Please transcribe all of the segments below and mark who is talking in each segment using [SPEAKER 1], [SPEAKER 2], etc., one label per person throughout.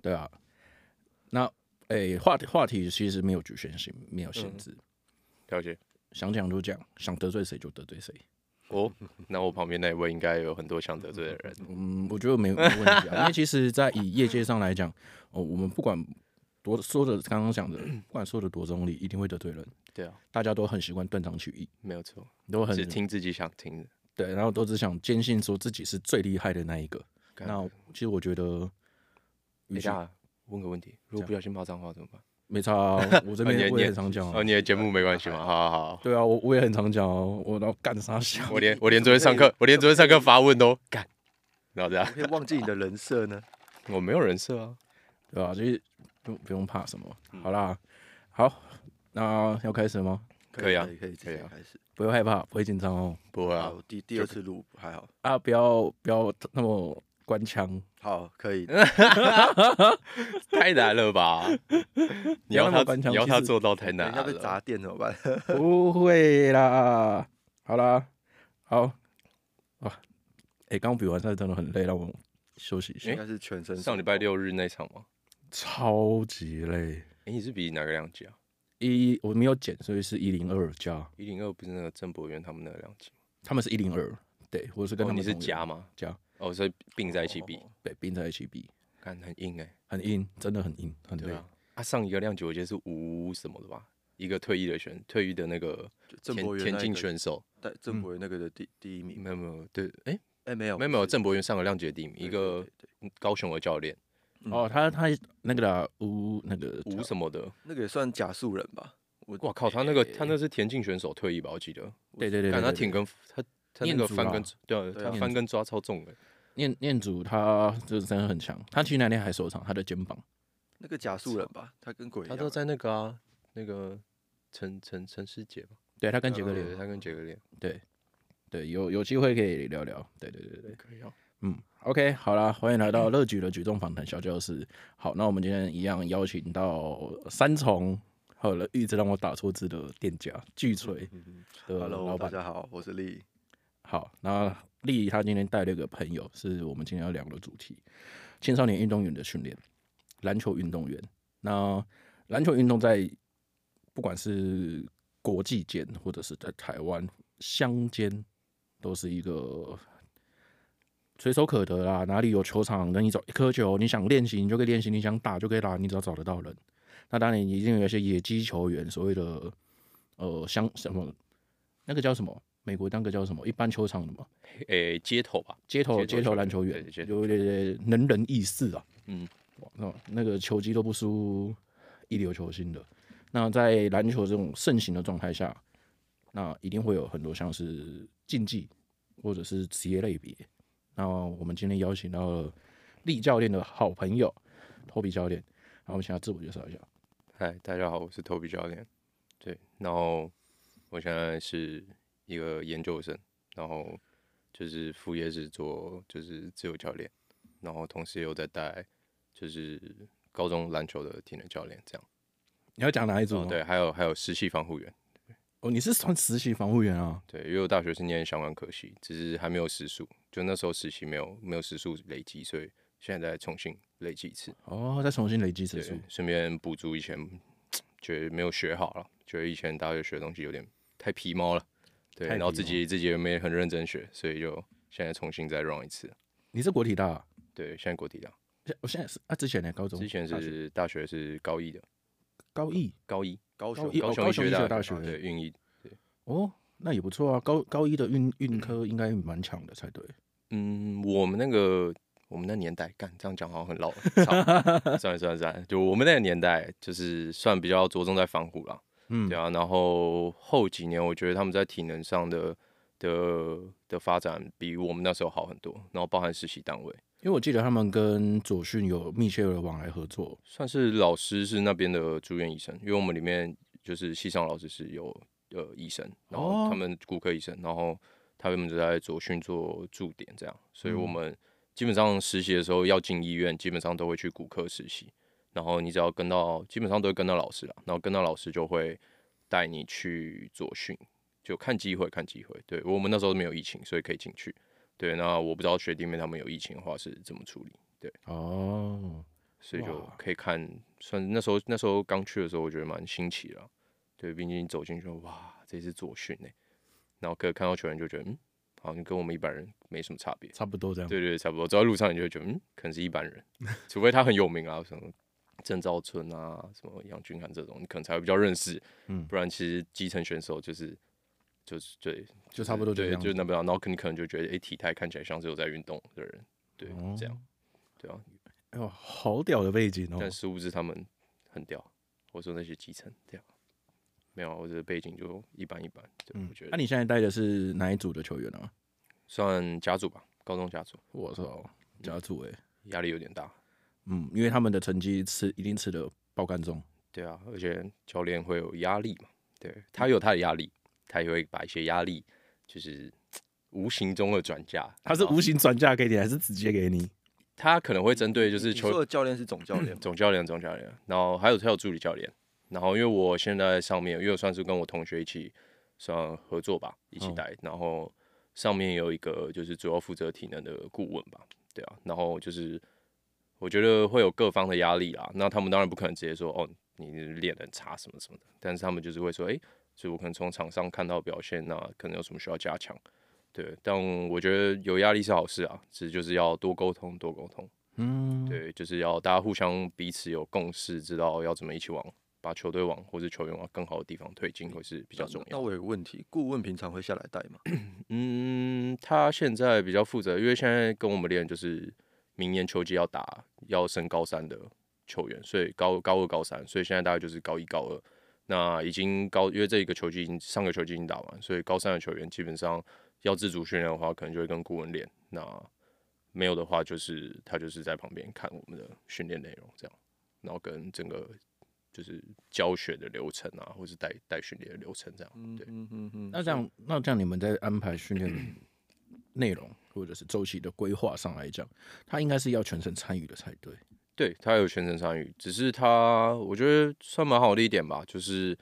[SPEAKER 1] 对啊。那诶、话题话题其实没有局限性，没有
[SPEAKER 2] 嗯
[SPEAKER 1] 限制，
[SPEAKER 2] 了解。
[SPEAKER 1] 想讲就讲，想得罪谁就得罪谁。
[SPEAKER 2] 哦，那我旁边那一位应该有很多想得罪的人。
[SPEAKER 1] 嗯，我觉得没有没有问题啊，因为其实，在以业界上来讲，哦，我们不管多说的刚刚讲的，不管说的多中立，一定会得罪人，
[SPEAKER 2] 对啊，
[SPEAKER 1] 大家都很习惯断章取义，
[SPEAKER 2] 没有错，
[SPEAKER 1] 都很
[SPEAKER 2] 只听自己想听的。
[SPEAKER 1] 对，然后都只想坚信说自己是最厉害的那一个。
[SPEAKER 2] 干啊
[SPEAKER 1] 那其实我觉得，
[SPEAKER 2] 等
[SPEAKER 1] 与
[SPEAKER 2] 一
[SPEAKER 1] 其
[SPEAKER 2] 下问个问题，如果不小心骂脏话怎么办？
[SPEAKER 1] 没差、 啊，我这
[SPEAKER 2] 哦你
[SPEAKER 1] 边
[SPEAKER 2] 也
[SPEAKER 1] 我
[SPEAKER 2] 你也
[SPEAKER 1] 也很常讲、
[SPEAKER 2] 哦，
[SPEAKER 1] 啊。
[SPEAKER 2] 你的节目没 关系嘛？好好好，
[SPEAKER 1] 对啊，我我也很常讲哦、我然后干啥笑？
[SPEAKER 2] 我连我连昨天上课，我连昨天上课发问 都干，然后这样，
[SPEAKER 3] 可以忘记你的人 设呢？
[SPEAKER 2] 我没有人设啊。
[SPEAKER 1] 对啊，就是不用不用怕什么。
[SPEAKER 2] 嗯
[SPEAKER 1] 好啦，好，那要开始了吗？
[SPEAKER 2] 可以啊
[SPEAKER 3] 可以可以，直
[SPEAKER 2] 可以
[SPEAKER 3] 接
[SPEAKER 2] 啊
[SPEAKER 3] 开始。
[SPEAKER 1] 不要害怕，不会紧张哦。
[SPEAKER 2] 不会啊
[SPEAKER 3] 好，，第第二次录还好，
[SPEAKER 1] 啊，不要不要那么官腔，
[SPEAKER 3] 好可以。
[SPEAKER 2] 太难 了吧？你要
[SPEAKER 1] 不要那么
[SPEAKER 2] 他
[SPEAKER 1] 官腔
[SPEAKER 2] 你要
[SPEAKER 1] 其
[SPEAKER 2] 他
[SPEAKER 1] 实
[SPEAKER 2] 做到太
[SPEAKER 3] 等
[SPEAKER 2] 难啊
[SPEAKER 3] 一下被
[SPEAKER 2] 了。
[SPEAKER 3] 砸店怎么办？
[SPEAKER 1] 不会啦。好啦，好啊，哎、刚比完赛真的很累，让我休息一下。
[SPEAKER 3] 应该是全身
[SPEAKER 2] 上礼拜六日那场吗？
[SPEAKER 1] 超级累。
[SPEAKER 2] 哎，你是比哪个量级啊？
[SPEAKER 1] 一我没有减，所以是一零二加，
[SPEAKER 2] 一零二不是那个郑博元他们那个量级吗？
[SPEAKER 1] 他们是一零二，对，我是跟
[SPEAKER 2] 哦，
[SPEAKER 1] 他
[SPEAKER 2] 你
[SPEAKER 1] 们
[SPEAKER 2] 是
[SPEAKER 1] 同一个
[SPEAKER 2] 加吗？
[SPEAKER 1] 加，
[SPEAKER 2] 哦，所以并在一起比，
[SPEAKER 1] 对，并在一起比，
[SPEAKER 2] 看很硬哎、
[SPEAKER 1] 很硬，真的很硬，很
[SPEAKER 2] 对
[SPEAKER 1] 累。
[SPEAKER 2] 啊，啊上一个量级我记得是吴什么的吧，一个退役的选退役的那个
[SPEAKER 3] 就郑博
[SPEAKER 2] 田
[SPEAKER 3] 元
[SPEAKER 2] 田
[SPEAKER 3] 那
[SPEAKER 2] 径
[SPEAKER 3] 个，
[SPEAKER 2] 选手，
[SPEAKER 3] 但郑博元那个的第第一名，
[SPEAKER 2] 没有没有对，哎、
[SPEAKER 3] 哎没有
[SPEAKER 2] 没有没有，
[SPEAKER 3] 不是
[SPEAKER 2] 郑博元上个量级的第一名，一
[SPEAKER 3] 对对
[SPEAKER 2] 个
[SPEAKER 3] 对对
[SPEAKER 2] 高雄的教练
[SPEAKER 3] 嗯
[SPEAKER 1] 哦，他他那个啦，吴那个
[SPEAKER 2] 吴什么的，
[SPEAKER 3] 那个也算假素人吧？我
[SPEAKER 2] 哇靠，他那个他那是田径选手退役吧，我记得，
[SPEAKER 1] 对对对对
[SPEAKER 2] 看他
[SPEAKER 1] 对
[SPEAKER 2] 挺跟他他那
[SPEAKER 1] 念
[SPEAKER 2] 个
[SPEAKER 1] 祖
[SPEAKER 2] 翻
[SPEAKER 1] 啊
[SPEAKER 2] 跟对啊，
[SPEAKER 3] 对啊
[SPEAKER 2] 他翻跟抓超重的，
[SPEAKER 1] 念念祖，他就是真的很强，他其实那天还受伤，他的肩膀，
[SPEAKER 3] 那个假素人吧，他跟鬼一
[SPEAKER 2] 他
[SPEAKER 3] 样
[SPEAKER 2] 都在那个啊那个陈陈陈师姐吧，嗯
[SPEAKER 1] 对他跟杰哥
[SPEAKER 2] 对
[SPEAKER 1] 连，
[SPEAKER 2] 他跟杰哥练，
[SPEAKER 1] 对，有有机会可以聊聊，对对对对，
[SPEAKER 2] 可以啊，
[SPEAKER 1] 嗯，OK，好啦，欢迎来到乐举的举重访谈小教室。好，那我们今天一样邀请到三重，还有一直让我打错字的店家巨锤
[SPEAKER 2] 嗯
[SPEAKER 1] 的老
[SPEAKER 2] 呃
[SPEAKER 3] ，Hello，大
[SPEAKER 1] 板。
[SPEAKER 3] 家好，我是丽。
[SPEAKER 1] 好，那丽她今天带了一个朋友，是我们今天要聊的主题：青少年运动员的训练，篮球运动员。那篮球运动在不管是国际间或者是在台湾乡间，都是一个随手可得啦。哪里有球场，跟你找一颗球，你想练习你就可以练习，你想打就可以打，你只要找得到人。那当然，一定有一些野鸡球员，所谓的呃乡什么那个叫什么？美国那个叫什么？一般球场的嘛，
[SPEAKER 2] 嗯诶、街头吧，
[SPEAKER 1] 街头
[SPEAKER 2] 街头
[SPEAKER 1] 街
[SPEAKER 2] 球
[SPEAKER 1] 头篮球
[SPEAKER 2] 员
[SPEAKER 1] 员
[SPEAKER 2] 对街，
[SPEAKER 1] 有点点能人异士啊。
[SPEAKER 2] 嗯
[SPEAKER 1] 哇，那那个球技都不输一流球星的。那在篮球这种盛行的状态下，那一定会有很多像是竞技或者是职业类别。那我们今天邀请到了厉教练的好朋友托比教练，然后我们请他自我介绍一下。
[SPEAKER 2] 嗨，大家好，我是托比教练。对，然后我现在是一个研究生，然后就是副业是做就是自由教练，然后同时也有在带就是高中篮球的体能教练这样。
[SPEAKER 1] 你要讲哪一组
[SPEAKER 2] 哦
[SPEAKER 1] 吗，
[SPEAKER 2] 对，还有还有实习防护员，
[SPEAKER 1] 哦，你是算实习防护员啊？
[SPEAKER 2] 对，因为我大学是念相关科系，只是还没有时数，就那时候实习没有没有时数累积，所以现在再重新累积一次。
[SPEAKER 1] 哦，再重新累积时数
[SPEAKER 2] 对，。顺便补足以前觉得没有学好了，觉得以前大学学的东西有点太皮毛了，对，
[SPEAKER 1] 太
[SPEAKER 2] 然后
[SPEAKER 1] 皮
[SPEAKER 2] 自己自己也没很认真学，所以就现在重新再 run 一次。
[SPEAKER 1] 你是国体大、啊？
[SPEAKER 2] 对，现在国体大，
[SPEAKER 1] 现我现在是啊，之前呢，高中
[SPEAKER 2] 之前
[SPEAKER 1] 大学
[SPEAKER 2] 是大学是高一的，
[SPEAKER 1] 高一
[SPEAKER 2] 高一
[SPEAKER 3] 高
[SPEAKER 1] 高
[SPEAKER 3] 雄
[SPEAKER 1] 一哦
[SPEAKER 2] 雄
[SPEAKER 1] 高
[SPEAKER 2] 医
[SPEAKER 1] 雄医
[SPEAKER 2] 学
[SPEAKER 1] 学大学
[SPEAKER 2] 对运一，
[SPEAKER 1] 哦，那也不错啊。高高一的运运科应该蛮强的才对。
[SPEAKER 2] 嗯，我们那个我们那年代，干这样讲好像很老了， 操算了算了算了，就我们那个年代就是算比较着重在防护啦，
[SPEAKER 1] 嗯
[SPEAKER 2] 对啊，然后后几年我觉得他们在体能上的的的发展比我们那时候好很多，然后包含实习单位，
[SPEAKER 1] 因为我记得他们跟左训有密切的往来合作。
[SPEAKER 2] 算是老师是那边的住院医生，因为我们里面就是系上老师是有呃医生，然后
[SPEAKER 1] 哦
[SPEAKER 2] 他们骨科医生，然后他们就在左训做驻点这样，所以我
[SPEAKER 1] 嗯
[SPEAKER 2] 们基本上实习的时候要进医院，基本上都会去骨科实习，然后你只要跟到，基本上都会跟到老师啦，然后跟到老师就会带你去左训，就看机会看机会。对我们那时候没有疫情，所以可以进去。对，那我不知道学弟妹他们有疫情的话是怎么处理。
[SPEAKER 1] 哦，
[SPEAKER 2] 所以就
[SPEAKER 1] 哇
[SPEAKER 2] 可以看，算那时候那时候刚去的时候，我觉得蛮新奇的啊、对，毕竟走进去哇，这是左训哎、然后可看到球员就觉得嗯，好像跟我们一般人没什么差别，
[SPEAKER 1] 差不多这样。
[SPEAKER 2] 对对，差不多。走在路上你就会觉得嗯，可能是一般 人，除非他很有名啊，什么郑兆春啊，什么杨俊翰这种，你可能才会比较认识，
[SPEAKER 1] 嗯
[SPEAKER 2] 不然其实基层选手就是。就是对，
[SPEAKER 1] 就差不多就
[SPEAKER 2] 对
[SPEAKER 1] 这，样
[SPEAKER 2] 就那不了。然后你可能就觉得，哎、体态看起来像是有在运动的人，对，
[SPEAKER 1] 哦
[SPEAKER 2] 这样，对啊。
[SPEAKER 1] 哎呦，好屌的背景哦！
[SPEAKER 2] 但殊不知他们很屌。我说那些基层屌，没有啊，我的背景就一般一般。对，
[SPEAKER 1] 嗯
[SPEAKER 2] 我觉，
[SPEAKER 1] 那、
[SPEAKER 2] 得
[SPEAKER 1] 你现在带的是哪一组的球员啊？
[SPEAKER 2] 算家族吧，高中家族
[SPEAKER 1] 我操，家族哎、
[SPEAKER 2] 压力有点大。
[SPEAKER 1] 嗯，因为他们的成绩吃一定吃的爆干重，
[SPEAKER 2] 对啊，而且教练会有压力嘛，对他有他的压力，他也会把一些压力就是嘖无形中的转嫁。
[SPEAKER 1] 他是
[SPEAKER 2] 然后
[SPEAKER 1] 无形转嫁给你，还是直接给你？
[SPEAKER 2] 他可能会针对就是
[SPEAKER 3] 你说
[SPEAKER 2] 球嗯
[SPEAKER 3] 的教练是总教练吗，
[SPEAKER 2] 总教练、总教练，然后还有还有助理教练。然后因为我现在上面，因为我算是跟我同学一起算合作吧，一起
[SPEAKER 1] 嗯
[SPEAKER 2] 带。然后上面有一个就是主要负责体能的顾问吧，对啊。然后就是我觉得会有各方的压力啦。那他们当然不可能直接说哦，你练得很差什么什么的，但是他们就是会说，哎、就我可能从场上看到表现，那可能有什么需要加强。对，但我觉得有压力是好事啊，只是就是要多沟通，多沟通。
[SPEAKER 1] 嗯，，
[SPEAKER 2] 对，就是要大家互相彼此有共识，知道要怎么一起往把球队往或是球员往更好的地方推进，会是比较
[SPEAKER 3] 那
[SPEAKER 2] 重
[SPEAKER 3] 那
[SPEAKER 2] 要。
[SPEAKER 3] 我有个问题，顾问平常会下来带吗？
[SPEAKER 2] 嗯，他现在比较负责，因为现在跟我们练就是明年秋季要打要升高三的球员，所以高高二高三，所以现在大概就是高一高二。那已经高，因为这一个球季已经上个球季已经打完，所以高三的球员基本上要自主训练的话，可能就会跟顾问练。那没有的话，就是他就是在旁边看我们的训练内容这样，然后跟整个就是教学的流程啊，或是带带训练的流程这样。
[SPEAKER 3] 嗯
[SPEAKER 2] 对，
[SPEAKER 3] 嗯嗯嗯
[SPEAKER 1] 那这样，那这样你们在安排训 练内容或者是周期的规划上来讲，他应该是要全程参与的才
[SPEAKER 2] 嗯
[SPEAKER 1] 对。
[SPEAKER 2] 对他有全程参与，只是他我觉得算蛮好的一点吧，就是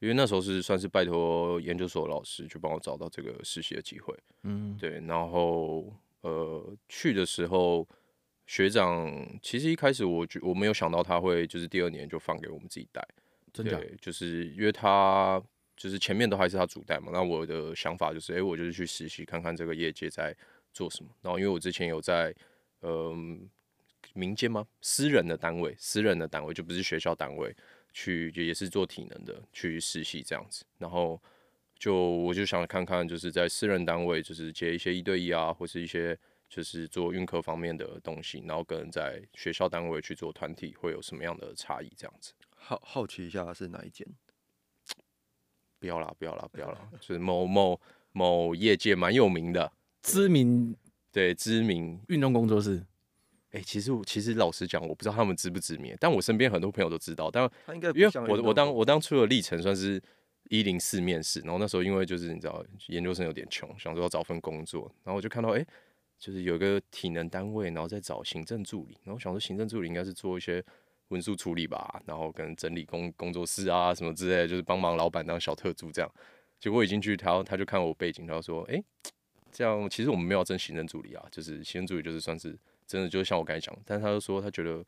[SPEAKER 2] 因为那时候是算是拜托研究所老师去帮我找到这个实习的机会，
[SPEAKER 1] 嗯，
[SPEAKER 2] 对，然后呃去的时候学长其实一开始我觉我没有想到他会就是第二年就放给我们自己带，
[SPEAKER 1] 真假？
[SPEAKER 2] 对，就是因为他就是前面都还是他主带嘛，那我的想法就是，哎、我就是去实习看看这个业界在做什么。然后因为我之前有在嗯、民间吗？私人的单位，私人的单位就不是学校单位，去也是做体能的，去实习这样子。然后就我就想看看，就是在私人单位，就是接一些一对一啊，或是一些就是做运科方面的东西，然后跟在学校单位去做团体会有什么样的差异这样子。
[SPEAKER 3] 好好奇一下是哪一间？
[SPEAKER 2] 不要啦，不要啦，不要啦，就是某某某业界蛮有名的，
[SPEAKER 1] 知名
[SPEAKER 2] 对，知名。
[SPEAKER 1] 运动工作室，
[SPEAKER 2] 哎、其实我其实老实讲，我不知道他们知不知名，但我身边很多朋友都知道。但
[SPEAKER 3] 他应该不
[SPEAKER 2] 因为
[SPEAKER 3] 像
[SPEAKER 2] 我
[SPEAKER 3] 运
[SPEAKER 2] 我
[SPEAKER 3] 动
[SPEAKER 2] 当我当初的历程算是一零四面试，然后那时候因为就是你知道研究生有点穷，想说要找份工作，然后我就看到哎、诶就是有一个体能单位，然后再找行政助理，然后想说行政助理应该是做一些文书处理吧，然后跟整理工工作室啊什么之类的，就是帮忙老板当小特助这样。结果一进去，他他就看我背景，他就说：“哎、这样其实我们没有争行政助理啊，就是行政助理就是算是真的，就是像我刚才讲，但是他就说他觉得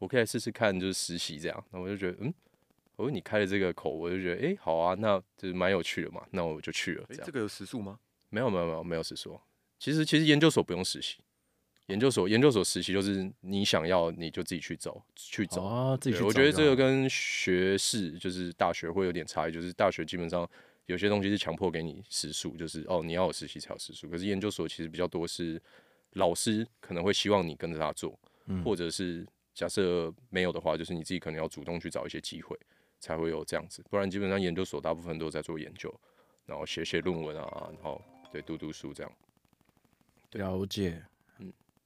[SPEAKER 2] 我可以来试试看，就是实习这样。然后我就觉得，嗯，我说你开了这个口，我就觉得，哎、好啊，那就是蛮有趣的嘛，那我就去了。这
[SPEAKER 3] 诶
[SPEAKER 2] 样
[SPEAKER 3] 这个有时速吗？
[SPEAKER 2] 没有没有没有没有实说，其实其实研究所不用实习，研究所研究所实习就是你想要你就自己去走去走，
[SPEAKER 1] 哦，自己
[SPEAKER 2] 对
[SPEAKER 1] 去
[SPEAKER 2] 我
[SPEAKER 1] 找
[SPEAKER 2] 觉得
[SPEAKER 1] 就
[SPEAKER 2] 这个
[SPEAKER 1] 好
[SPEAKER 2] 跟学士就是大学会有点差异，就是大学基本上有些东西是强迫给你时数，就是哦你要有实习才有时数，可是研究所其实比较多是老师可能会希望你跟着他做，
[SPEAKER 1] 嗯
[SPEAKER 2] 或者是假设没有的话，就是你自己可能要主动去找一些机会才会有这样子，不然基本上研究所大部分都在做研究，然后写写论文啊，然后对读读书这样。
[SPEAKER 1] 了解。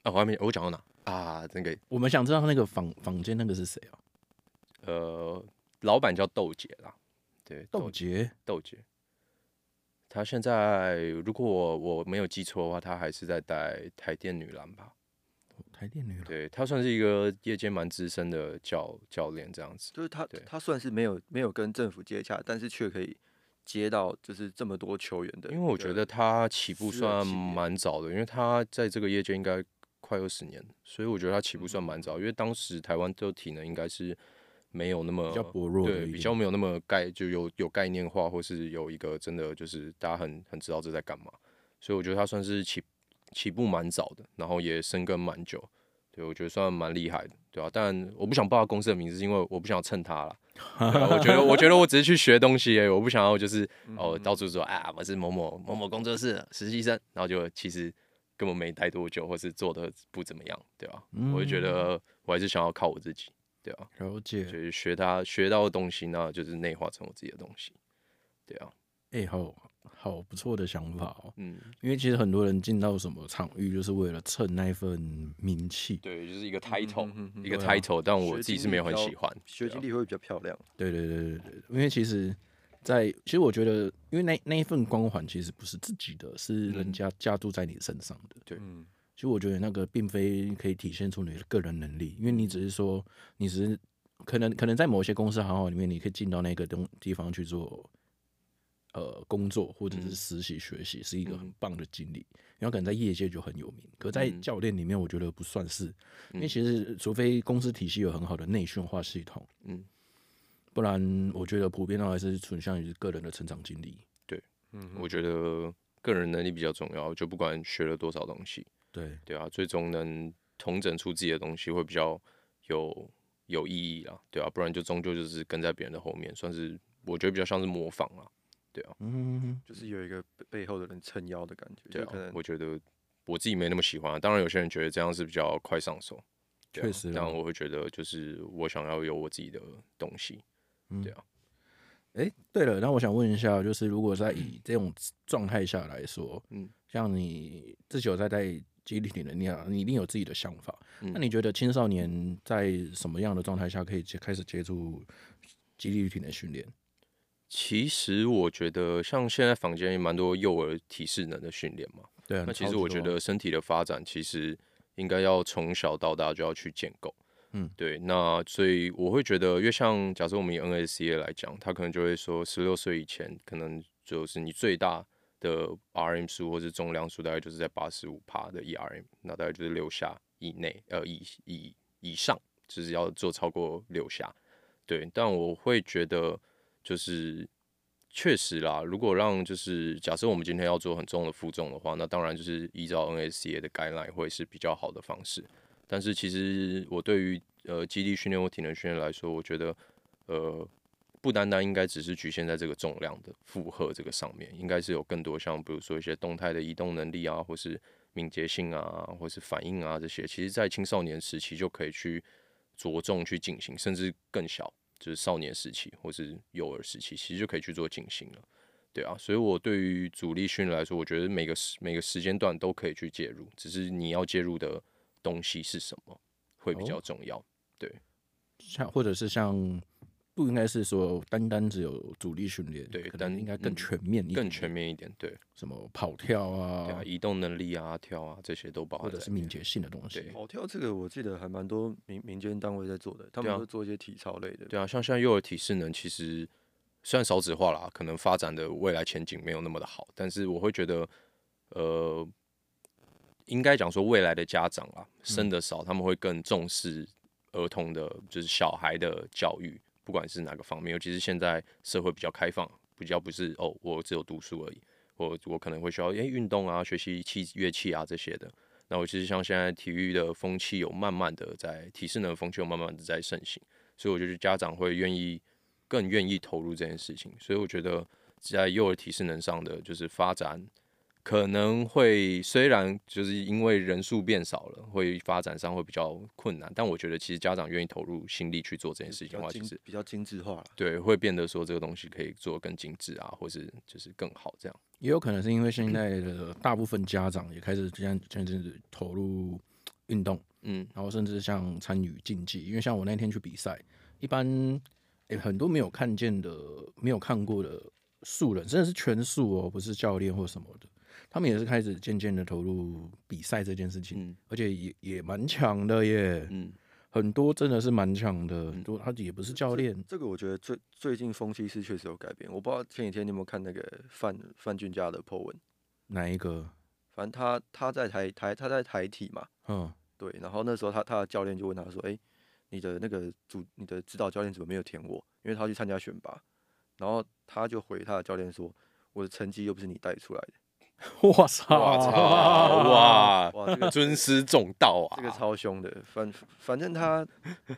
[SPEAKER 2] 啊，我还没我讲到哪啊？那个
[SPEAKER 1] 我们想知道那个坊坊间那个是谁啊？
[SPEAKER 2] 呃，老板叫豆姐啦，对，
[SPEAKER 1] 窦杰，
[SPEAKER 2] 豆姐，她现在如果我我没有记错的话，她还是在带台电女篮吧？
[SPEAKER 1] 台电女郎。
[SPEAKER 2] 对，她算是一个业界蛮资深的教教练这样子。
[SPEAKER 3] 就是他
[SPEAKER 2] 对
[SPEAKER 3] 他算是没有没有跟政府接洽，但是却可以接到就是这么多球员的一个，
[SPEAKER 2] 因为我觉得她起步
[SPEAKER 3] 私人
[SPEAKER 2] 算
[SPEAKER 3] 企业
[SPEAKER 2] 蛮早的，因为她在这个业界应该快二十年，所以我觉得他起步
[SPEAKER 1] 嗯
[SPEAKER 2] 算蛮早，因为当时台湾这体能应该是没有那么
[SPEAKER 1] 比较薄弱的一
[SPEAKER 2] 对，比
[SPEAKER 1] 点
[SPEAKER 2] 较没有那么概就有有概念化，或是有一个真的就是大家很很知道这在干嘛，所以我觉得他算是起起步蛮早的，然后也深耕蛮久，对我觉得算蛮厉害的，对啊？但我不想报他公司的名字，是因为我不想蹭他啦。对啊我觉得，我觉得我只是去学东西而已，我不想要就是
[SPEAKER 3] 嗯
[SPEAKER 2] 哦到处说啊，我是某某某某工作室的实习生，然后就其实根本没待多久，或是做的不怎么样，对吧、
[SPEAKER 1] 嗯
[SPEAKER 2] 我就觉得我还是想要靠我自己，对啊，
[SPEAKER 1] 了
[SPEAKER 2] 就
[SPEAKER 1] 解。
[SPEAKER 2] 是学他学到的东西，那就是内化成我自己的东西，对啊，
[SPEAKER 1] 哎、好好不错的想法哦。
[SPEAKER 2] 嗯，
[SPEAKER 1] 因为其实很多人进到什么场域，就是为了蹭那份名气。
[SPEAKER 2] 对，就是一个 title，、
[SPEAKER 3] 嗯嗯嗯
[SPEAKER 2] 一个
[SPEAKER 1] 对啊
[SPEAKER 2] title，、但我
[SPEAKER 3] 学
[SPEAKER 2] 自己
[SPEAKER 3] 经
[SPEAKER 2] 是没
[SPEAKER 3] 历
[SPEAKER 2] 有
[SPEAKER 3] 比
[SPEAKER 2] 很
[SPEAKER 3] 较
[SPEAKER 2] 喜欢，
[SPEAKER 3] 学
[SPEAKER 2] 对啊
[SPEAKER 3] 经历会比较漂亮。
[SPEAKER 1] 对对对对对对，因为其实在，其实我觉得，因为那那一份光环其实不是自己的，是人
[SPEAKER 2] 嗯
[SPEAKER 1] 家加注在你身上的。
[SPEAKER 2] 对
[SPEAKER 3] 嗯，
[SPEAKER 1] 其实我觉得那个并非可以体现出你的个人能力，因为你只是说，你只是可能可能在某些公司行号里面，你可以进到那个东地方去做。呃，工作或
[SPEAKER 2] 嗯
[SPEAKER 1] 者是实习学习是一个很棒的经历，然后可能在业界就很有名，可在
[SPEAKER 2] 嗯
[SPEAKER 1] 教练里面，我觉得不算是，因为
[SPEAKER 2] 嗯
[SPEAKER 1] 其实除非公司体系有很好的内训化系统，
[SPEAKER 2] 嗯，
[SPEAKER 1] 不然我觉得普遍上还是倾向于个人的成长经历。
[SPEAKER 3] 嗯
[SPEAKER 2] 我觉得个人能力比较重要，就不管学了多少东西，
[SPEAKER 1] 对，
[SPEAKER 2] 对啊，最终能统整出自己的东西会比较有有意义啦，对啊，不然就终究就是跟在别人的后面，算是我觉得比较像是模仿啦，
[SPEAKER 1] 嗯，
[SPEAKER 3] 就是有一个背背后的人撑腰的感觉，
[SPEAKER 2] 对
[SPEAKER 3] 就可
[SPEAKER 2] 啊
[SPEAKER 3] 能，
[SPEAKER 2] 我觉得我自己没那么喜欢啊、当然有些人觉得这样是比较快上手，对啊
[SPEAKER 1] 确实啦
[SPEAKER 2] 但我会觉得就是我想要有我自己的东西，
[SPEAKER 1] 哎、对了，那我想问一下，就是如果在以这种状态下来说，嗯
[SPEAKER 2] 嗯，
[SPEAKER 1] 像你自己有在带激励你的力量，你一定有自己的想法。
[SPEAKER 2] 嗯
[SPEAKER 1] 那你觉得青少年在什么样的状态下可以接开始接触激励体能训练？
[SPEAKER 2] 其实我觉得像现在坊间也蛮多幼儿体适能的训练嘛，
[SPEAKER 1] 对啊，
[SPEAKER 2] 那其
[SPEAKER 1] 超
[SPEAKER 2] 实
[SPEAKER 1] 级
[SPEAKER 2] 我觉
[SPEAKER 1] 多啊
[SPEAKER 2] 得身体的发展其实应该要从小到大就要去建构。
[SPEAKER 1] 嗯，
[SPEAKER 2] 对。那所以我会觉得，因为像假设我们以 NSCA 来讲，他可能就会说，十六岁以前可能就是你最大的 RM 数或是重量数，大概就是在八十五帕的 ERM，那大概就是六下以内，呃，以以以上，就是要做超过六下。对，但我会觉得就是确实啦，如果让就是假设我们今天要做很重的负重的话，那当然就是依照 NSCA 的 guideline 会是比较好的方式。但是其实我对于呃肌力训练或体能训练来说，我觉得呃不单单应该只是局限在这个重量的负荷这个上面，应该是有更多像比如说一些动态的移动能力啊，或是敏捷性啊，或是反应啊这些，其实在青少年时期就可以去着重去进行，甚至更小，就是少年时期或是幼儿时期，其实就可以去做进行了。对啊，所以我对于主力训练来说，我觉得每个时每个时间段都可以去介入，只是你要介入的东西是什么会比
[SPEAKER 1] 哦
[SPEAKER 2] 较重要。
[SPEAKER 1] 像或者是像不应该是说单单只有主力训练，
[SPEAKER 2] 对
[SPEAKER 1] 可能
[SPEAKER 2] 单
[SPEAKER 1] 应该更
[SPEAKER 2] 嗯
[SPEAKER 1] 全面一点，
[SPEAKER 2] 更全，面一点，对，
[SPEAKER 1] 什么跑跳
[SPEAKER 2] 对
[SPEAKER 1] 啊
[SPEAKER 2] 啊，，移动能力啊、跳啊这些都包
[SPEAKER 1] 或
[SPEAKER 2] 含
[SPEAKER 1] 者
[SPEAKER 2] 在
[SPEAKER 1] 是
[SPEAKER 2] 里
[SPEAKER 1] 敏
[SPEAKER 2] 面。
[SPEAKER 1] 捷性的东西
[SPEAKER 2] 对。
[SPEAKER 3] 跑跳这个我记得还蛮多民民间单位在做的，他
[SPEAKER 2] 对
[SPEAKER 3] 们
[SPEAKER 2] 啊
[SPEAKER 3] 都做一些体操类的。
[SPEAKER 2] 对啊，像现在幼儿体适能，其实虽然少子化啦，可能发展的未来前景没有那么的好，但是我会觉得，呃，应该讲说未来的家长啦，
[SPEAKER 1] 嗯
[SPEAKER 2] 生的少，他们会更重视儿童的，就是小孩的教育，不管是哪个方面，尤其是现在社会比较开放，比较不是哦，我只有读书而已，我我可能会需要诶运动啊，学习器乐器啊这些的。那我其实像现在体育的风气有慢慢的在体适能的风气有慢慢的在盛行，所以我觉得家长会愿意更愿意投入这件事情。所以我觉得在幼儿体适能上的就是发展，可能会虽然就是因为人数变少了，会发展上会比较困难，但我觉得其实家长愿意投入心力去做这件事
[SPEAKER 3] 嗯比
[SPEAKER 2] 情的
[SPEAKER 3] 较
[SPEAKER 2] 话，其
[SPEAKER 3] 精
[SPEAKER 2] 实
[SPEAKER 3] 比较精致化了，
[SPEAKER 2] 对会变得说这个东西可以做得更精致啊，或是就是更好这样。
[SPEAKER 1] 也有可能是因为现
[SPEAKER 2] 嗯
[SPEAKER 1] 在的大部分家长也开始这样渐渐地投入运动，
[SPEAKER 2] 嗯
[SPEAKER 1] 然后甚至像参与竞技。因为像我那天去比赛，一般诶、很多没有看见的、没有看过的素人，真的是全素哦，不是教练或什么的，他们也是开始渐渐的投入比赛这件事情，
[SPEAKER 2] 嗯
[SPEAKER 1] 而且也也蛮强的耶，
[SPEAKER 2] 嗯，
[SPEAKER 1] 很多真的是蛮强的，很多他也不是教练，
[SPEAKER 3] 这个我觉得最最近风气是确实有改变。我不知道前几天你有没有看那个范范俊家的 po 文，
[SPEAKER 1] 哪一个？
[SPEAKER 3] 反正他他在台台他在台体嘛，
[SPEAKER 1] 嗯，
[SPEAKER 3] 对，然后那时候他他的教练就问他说：“哎、你的那个主你的指导教练怎么没有填我？因为他去参加选拔。”然后他就回他的教练说：“我的成绩又不是你带出来的。
[SPEAKER 1] 我操，
[SPEAKER 2] 哇操！哇”
[SPEAKER 3] 哇， 这个
[SPEAKER 2] 尊师重道啊！
[SPEAKER 3] 这个超凶的，反反 正他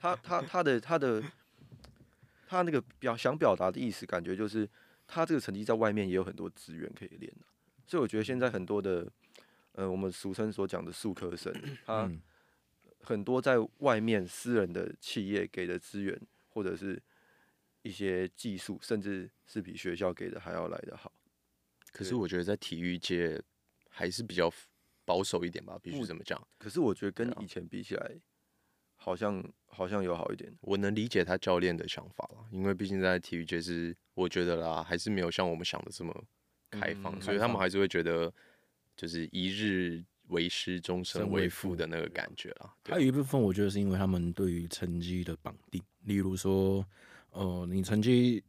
[SPEAKER 3] 他他他的他的他那个表想表达的意思，感觉就是他这个成绩在外面也有很多资源可以练、啊、所以我觉得现在很多的，呃，我们俗称所讲的术科 生，他
[SPEAKER 1] 嗯
[SPEAKER 3] 很多在外面私人的企业给的资源，或者是一些技术，甚至是比学校给的还要来的好。
[SPEAKER 2] 可是我觉得在体育界还是比较保守一点吧，必须这么讲。
[SPEAKER 3] 可是我觉得跟
[SPEAKER 2] 对啊
[SPEAKER 3] 以前比起来，好像好像有好一点。
[SPEAKER 2] 我能理解他教练的想法了，因为毕竟在体育界是，我觉得啦，还是没有像我们想的这么开放，
[SPEAKER 3] 嗯
[SPEAKER 2] 所以他
[SPEAKER 1] 开
[SPEAKER 2] 们
[SPEAKER 1] 放
[SPEAKER 2] 还是会觉得就是一日为师，终身
[SPEAKER 1] 身
[SPEAKER 2] 为
[SPEAKER 1] 为
[SPEAKER 2] 父
[SPEAKER 1] 父
[SPEAKER 2] 的那个感觉啦。啊
[SPEAKER 1] 还有一部分，我觉得是因为他们对于成绩的绑定，例如说，呃，你成绩，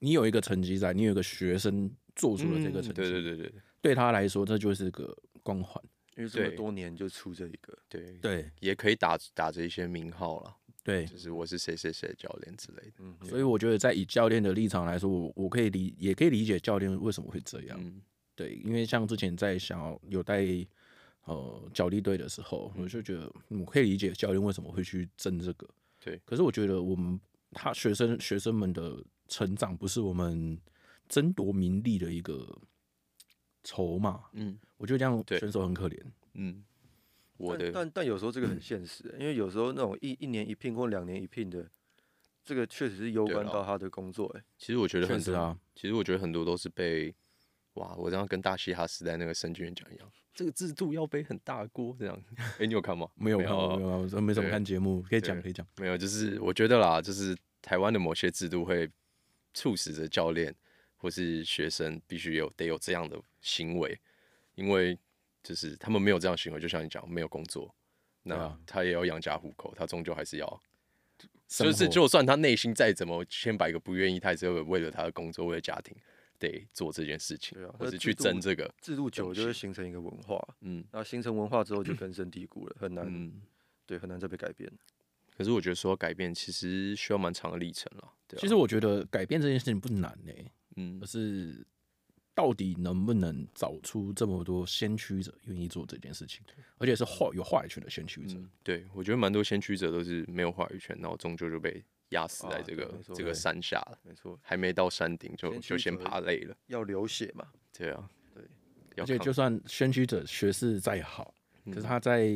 [SPEAKER 1] 你有一个成绩在，你有一个学生做出了这个成绩，
[SPEAKER 2] 嗯对对对对
[SPEAKER 1] 对他来说，这就是个光环。
[SPEAKER 3] 因为这么
[SPEAKER 2] 对
[SPEAKER 3] 多年就出这一个，
[SPEAKER 2] 对对，
[SPEAKER 1] 对
[SPEAKER 2] 也可以打打着一些名号啦，
[SPEAKER 1] 对，
[SPEAKER 2] 就是我是谁谁谁的教练之类的。
[SPEAKER 3] 嗯哼，
[SPEAKER 1] 所以我觉得在以教练的立场来说，我我可以理也可以理解教练为什么会这样。
[SPEAKER 2] 嗯，
[SPEAKER 1] 对，因为像之前在想要有带呃角力队的时候，我就觉得嗯我可以理解教练为什么会去争这个。
[SPEAKER 2] 对
[SPEAKER 1] 可是我觉得我们他学生学生们的成长不是我们争夺名利的一个筹码，
[SPEAKER 2] 嗯
[SPEAKER 1] 我觉得这样
[SPEAKER 2] 对
[SPEAKER 1] 选手很可怜。
[SPEAKER 2] 嗯，我
[SPEAKER 3] 但
[SPEAKER 2] 的嗯
[SPEAKER 3] 但但有时候这个很现实欸、因为有时候那种一一年一聘或两年一聘的，这个确实是攸
[SPEAKER 2] 对啊
[SPEAKER 3] 关
[SPEAKER 2] 啦
[SPEAKER 3] 到他的工作、欸。
[SPEAKER 2] 其实我觉得
[SPEAKER 1] 确
[SPEAKER 2] 很
[SPEAKER 1] 实
[SPEAKER 2] 多，
[SPEAKER 1] 啊，
[SPEAKER 2] 其实我觉得很多都是被。哇！我这样跟大嘻哈时代那个申俊元讲一样，这个制度要背很大的锅这样。哎、你有看吗？
[SPEAKER 1] 没有看
[SPEAKER 2] 啊
[SPEAKER 1] 过没有看过，我没怎么
[SPEAKER 2] 对
[SPEAKER 1] 看节目，可以讲
[SPEAKER 2] 对
[SPEAKER 1] 可以讲。
[SPEAKER 2] 没有，就是我觉得啦，就是台湾的某些制度会促使着教练或是学生必须有得有这样的行为，因为就是他们没有这样行为，就像你讲，没有工作，
[SPEAKER 1] 对
[SPEAKER 2] 那
[SPEAKER 1] 啊
[SPEAKER 2] 他也要养家糊口，他终究还是要，
[SPEAKER 1] 生
[SPEAKER 2] 就是
[SPEAKER 1] 活
[SPEAKER 2] 就算他内心再怎么千百个不愿意，他也是会为了他的工作，为了家庭得做这件事情，
[SPEAKER 3] 对啊
[SPEAKER 2] 或
[SPEAKER 3] 那
[SPEAKER 2] 是
[SPEAKER 3] 制
[SPEAKER 2] 去
[SPEAKER 3] 度
[SPEAKER 2] 争这个，
[SPEAKER 3] 制度久了就会
[SPEAKER 2] 东
[SPEAKER 3] 形成一个文化，
[SPEAKER 2] 嗯
[SPEAKER 3] 那形成文化之后就根深蒂固了，很难、
[SPEAKER 2] 嗯。
[SPEAKER 3] 对很难再被改变。
[SPEAKER 2] 可是我觉得说改变其实需要蛮长的历程了，对啊，
[SPEAKER 1] 其实我觉得改变这件事情不难呢、
[SPEAKER 2] 嗯
[SPEAKER 1] 而是到底能不能找出这么多先驱者愿意做这件事情，而且是话有话语权的先驱者。
[SPEAKER 2] 嗯，对，我觉得蛮多先驱者都是没有话语权，然后终究就被压死在
[SPEAKER 3] 啊
[SPEAKER 2] 这
[SPEAKER 3] 对
[SPEAKER 2] 个、
[SPEAKER 3] 没错
[SPEAKER 2] 这个
[SPEAKER 3] 对
[SPEAKER 2] 山下了，
[SPEAKER 3] 没错，
[SPEAKER 2] 还没到山顶就
[SPEAKER 3] 先
[SPEAKER 2] 就
[SPEAKER 3] 驱
[SPEAKER 2] 先
[SPEAKER 3] 者
[SPEAKER 2] 爬累了。
[SPEAKER 3] 要流血 嘛，
[SPEAKER 2] 对啊，
[SPEAKER 3] 对，
[SPEAKER 2] 要嗯
[SPEAKER 1] 而且
[SPEAKER 2] 抗
[SPEAKER 1] 就算先驱者学识再好，可是他在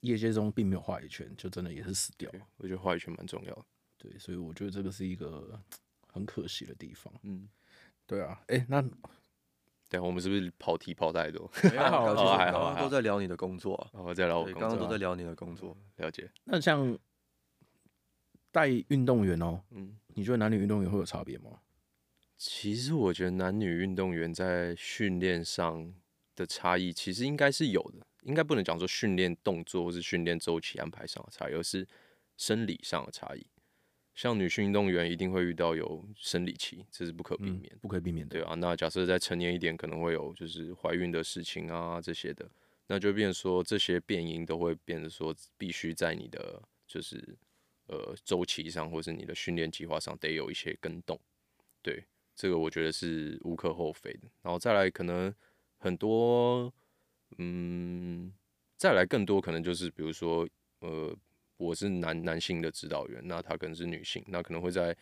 [SPEAKER 1] 业界中并没有话语权，就真的也是死掉。
[SPEAKER 2] 对我觉得话语权蛮重要的。
[SPEAKER 1] 对，所以我觉得这个是一个很可惜的地方。
[SPEAKER 2] 嗯，
[SPEAKER 1] 对啊，哎、那
[SPEAKER 2] 对啊，我们是不是跑题跑太多？
[SPEAKER 3] 没有啊
[SPEAKER 1] 还好
[SPEAKER 3] 刚刚
[SPEAKER 1] 啦
[SPEAKER 3] 其实
[SPEAKER 1] 还好
[SPEAKER 3] 刚
[SPEAKER 2] 哦还
[SPEAKER 3] 刚
[SPEAKER 2] 好
[SPEAKER 3] 都在聊你的工作、啊，
[SPEAKER 2] 然后再来我
[SPEAKER 3] 对，
[SPEAKER 2] 工
[SPEAKER 3] 刚刚
[SPEAKER 2] 作啊
[SPEAKER 3] 都在聊你的工作。
[SPEAKER 2] 了解。
[SPEAKER 1] 那像带运动员哦，
[SPEAKER 2] 嗯，
[SPEAKER 1] 你觉得男女运动员会有差别吗？
[SPEAKER 2] 其实我觉得男女运动员在训练上的差异，其实应该是有的，应该不能讲说训练动作或是训练周期安排上的差异，而是生理上的差异。像女性运动员一定会遇到有生理期，这是不可避免的。
[SPEAKER 1] 不可以避免的。
[SPEAKER 2] 对啊，那假设再成年一点，可能会有就是怀孕的事情啊这些的，那就变成说这些变因都会变得说必须在你的就是呃周期上，或是你的训练计划上得有一些跟动。对，这个我觉得是无可厚非的。然后再来，可能很多嗯，再来更多可能就是比如说呃，我是男男性的指导员，那他可能是女性，那可能会在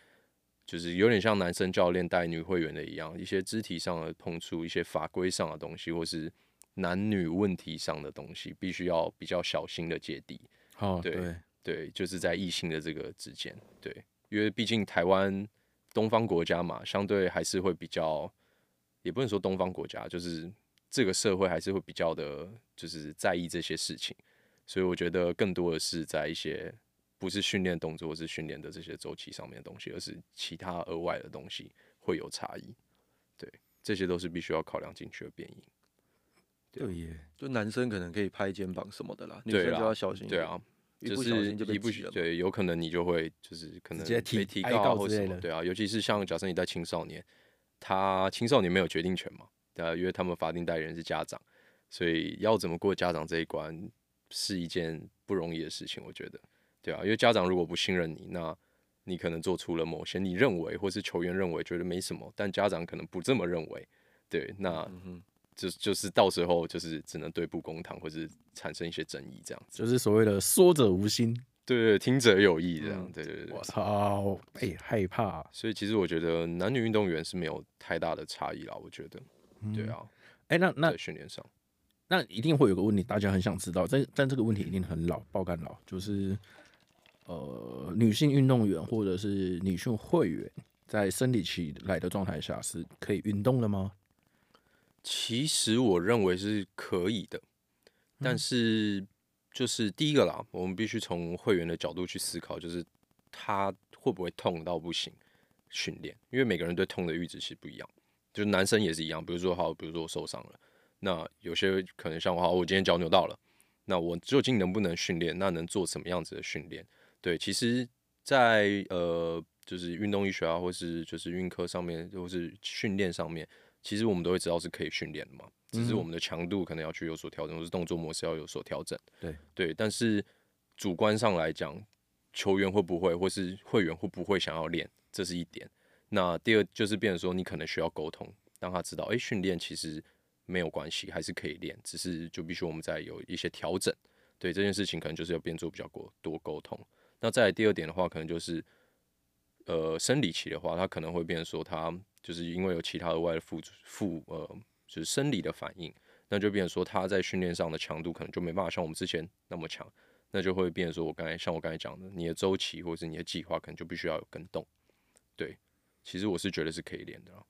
[SPEAKER 2] 就是有点像男生教练带女会员的一样，一些肢体上的碰触，一些法规上的东西，或是男女问题上的东西，必须要比较小心的芥蒂。
[SPEAKER 1] 哦，
[SPEAKER 2] 对
[SPEAKER 1] 对，
[SPEAKER 2] 对，就是在异性的这个之间，对，因为毕竟台湾东方国家嘛，相对还是会比较，也不能说东方国家，就是这个社会还是会比较的，就是在意这些事情，所以我觉得更多的是在一些不是训练动作，是训练的这些周期上面的东西，而是其他额外的东西会有差异，对，这些都是必须要考量进去的变因。
[SPEAKER 1] 对耶。
[SPEAKER 3] 就男生可能可以拍肩膀什么的啦，女
[SPEAKER 2] 对
[SPEAKER 3] 生
[SPEAKER 2] 啦
[SPEAKER 3] 就要小心一
[SPEAKER 2] 对
[SPEAKER 3] 点
[SPEAKER 2] 啊，，
[SPEAKER 3] 一
[SPEAKER 2] 就
[SPEAKER 3] 不
[SPEAKER 2] 是
[SPEAKER 3] 小心就被
[SPEAKER 2] 一不
[SPEAKER 3] 挤
[SPEAKER 2] 小
[SPEAKER 3] 了嘛。
[SPEAKER 2] 对，有可能你就会就是可能
[SPEAKER 1] 直接提
[SPEAKER 2] 被提
[SPEAKER 1] 挨
[SPEAKER 2] 告啊
[SPEAKER 1] 告
[SPEAKER 2] 或
[SPEAKER 1] 之
[SPEAKER 2] 什
[SPEAKER 1] 类
[SPEAKER 2] 么，
[SPEAKER 1] 的
[SPEAKER 2] 对啊，尤其是像假设你在青少年，他青少年没有决定权嘛，呃，因为他们法定代理人是家长，所以要怎么过家长这一关是一件不容易的事情，我觉得，对啊，因为家长如果不信任你，那你可能做出了某些你认为或是球员认为觉得没什么，但家长可能不这么认为，对，那
[SPEAKER 3] 嗯哼，
[SPEAKER 2] 就就是到时候就是只能对簿公堂，或是产生一些争议这样子。
[SPEAKER 1] 就是所谓的说者无心。
[SPEAKER 2] 对对，对听者有意这样，
[SPEAKER 3] 嗯
[SPEAKER 2] 对对对对
[SPEAKER 1] 我。操，哎、害怕。
[SPEAKER 2] 所以其实我觉得男女运动员是没有太大的差异啦，我觉得，对啊，
[SPEAKER 1] 哎、那那
[SPEAKER 2] 在训练上，
[SPEAKER 1] 那一定会有个问题，大家很想知道，但但这个问题一定很老，爆肝老，就是呃，女性运动员或者是女性会员，在生理期来的状态下是可以运动的吗？
[SPEAKER 2] 其实我认为是可以的，但是就是第一个啦，我们必须从会员的角度去思考，就是他会不会痛到不行训练，因为每个人对痛的阈值其实不一样，就是男生也是一样，比如说好，比如说我受伤了，那有些可能像我好，我今天脚扭到了，那我究竟能不能训练？那能做什么样子的训练？对，其实在，呃，就是运动医学啊，或是就是运科上面，或是训练上面，其实我们都会知道是可以训练的嘛，只是我们的强度可能要去有所调整，或是动作模式要有所调整。
[SPEAKER 1] 对
[SPEAKER 2] 对，但是主观上来讲，球员会不会，或是会员会不会想要练，这是一点。那第二就是变成说，你可能需要沟通，让他知道，哎、训练其实没有关系，还是可以练，只是就必须我们再有一些调整。对这件事情，可能就是要边做比较多多沟通。那再来第二点的话，可能就是，呃，生理期的话，它可能会变成说，它就是因为有其他额外的副副呃，就是生理的反应，那就变成说，它在训练上的强度可能就没办法像我们之前那么强，那就会变成说我刚才像我刚才讲的，你的周期或是你的计划，可能就必须要有跟动。对，其实我是觉得是可以练的啦。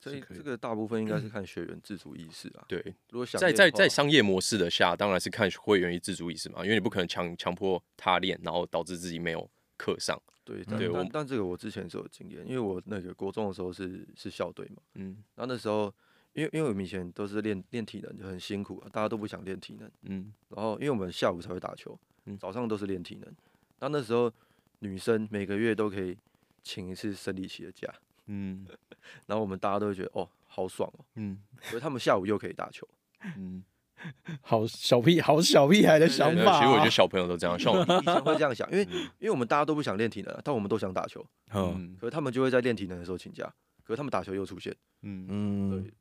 [SPEAKER 3] 这
[SPEAKER 1] 可以
[SPEAKER 3] 这个大部分应 该是看学员自主意识啊。
[SPEAKER 2] 对，
[SPEAKER 3] 如果想
[SPEAKER 2] 在
[SPEAKER 3] 练
[SPEAKER 2] 在
[SPEAKER 3] 的
[SPEAKER 2] 在
[SPEAKER 3] 话
[SPEAKER 2] 商业模式的下，当然是看会员与自主意识嘛，因为你不可能强强迫他练，然后导致自己没有课上。
[SPEAKER 3] 对，但
[SPEAKER 2] 对我
[SPEAKER 3] 但
[SPEAKER 2] 们
[SPEAKER 3] 但这个我之前是有经验，因为我那个国中的时候是是校队嘛，
[SPEAKER 2] 嗯
[SPEAKER 3] 然后那时候因为因为我们以前都是练练体能，就很辛苦啊，大家都不想练体能。
[SPEAKER 2] 嗯
[SPEAKER 3] 然后因为我们下午才会打球
[SPEAKER 2] 嗯，
[SPEAKER 3] 早上都是练体能。那那时候女生每个月都可以请一次生理期的假，
[SPEAKER 2] 嗯
[SPEAKER 3] 然后我们大家都会觉得哦好爽哦，
[SPEAKER 2] 嗯
[SPEAKER 3] 所以他们下午又可以打球。
[SPEAKER 2] 嗯。
[SPEAKER 1] 好小屁，好小屁孩的想
[SPEAKER 2] 对
[SPEAKER 1] 法、啊
[SPEAKER 2] 其实我
[SPEAKER 3] 啊
[SPEAKER 2] 觉得小朋友都这样， 像我，
[SPEAKER 3] 以前会这样想，因为因为我们大家都不想练体能啊，但我们都想打球，
[SPEAKER 1] 嗯
[SPEAKER 2] 嗯
[SPEAKER 3] 可是他们就会在练体能的时候请假，可是他们打球又出现。
[SPEAKER 2] 嗯，
[SPEAKER 1] 嗯，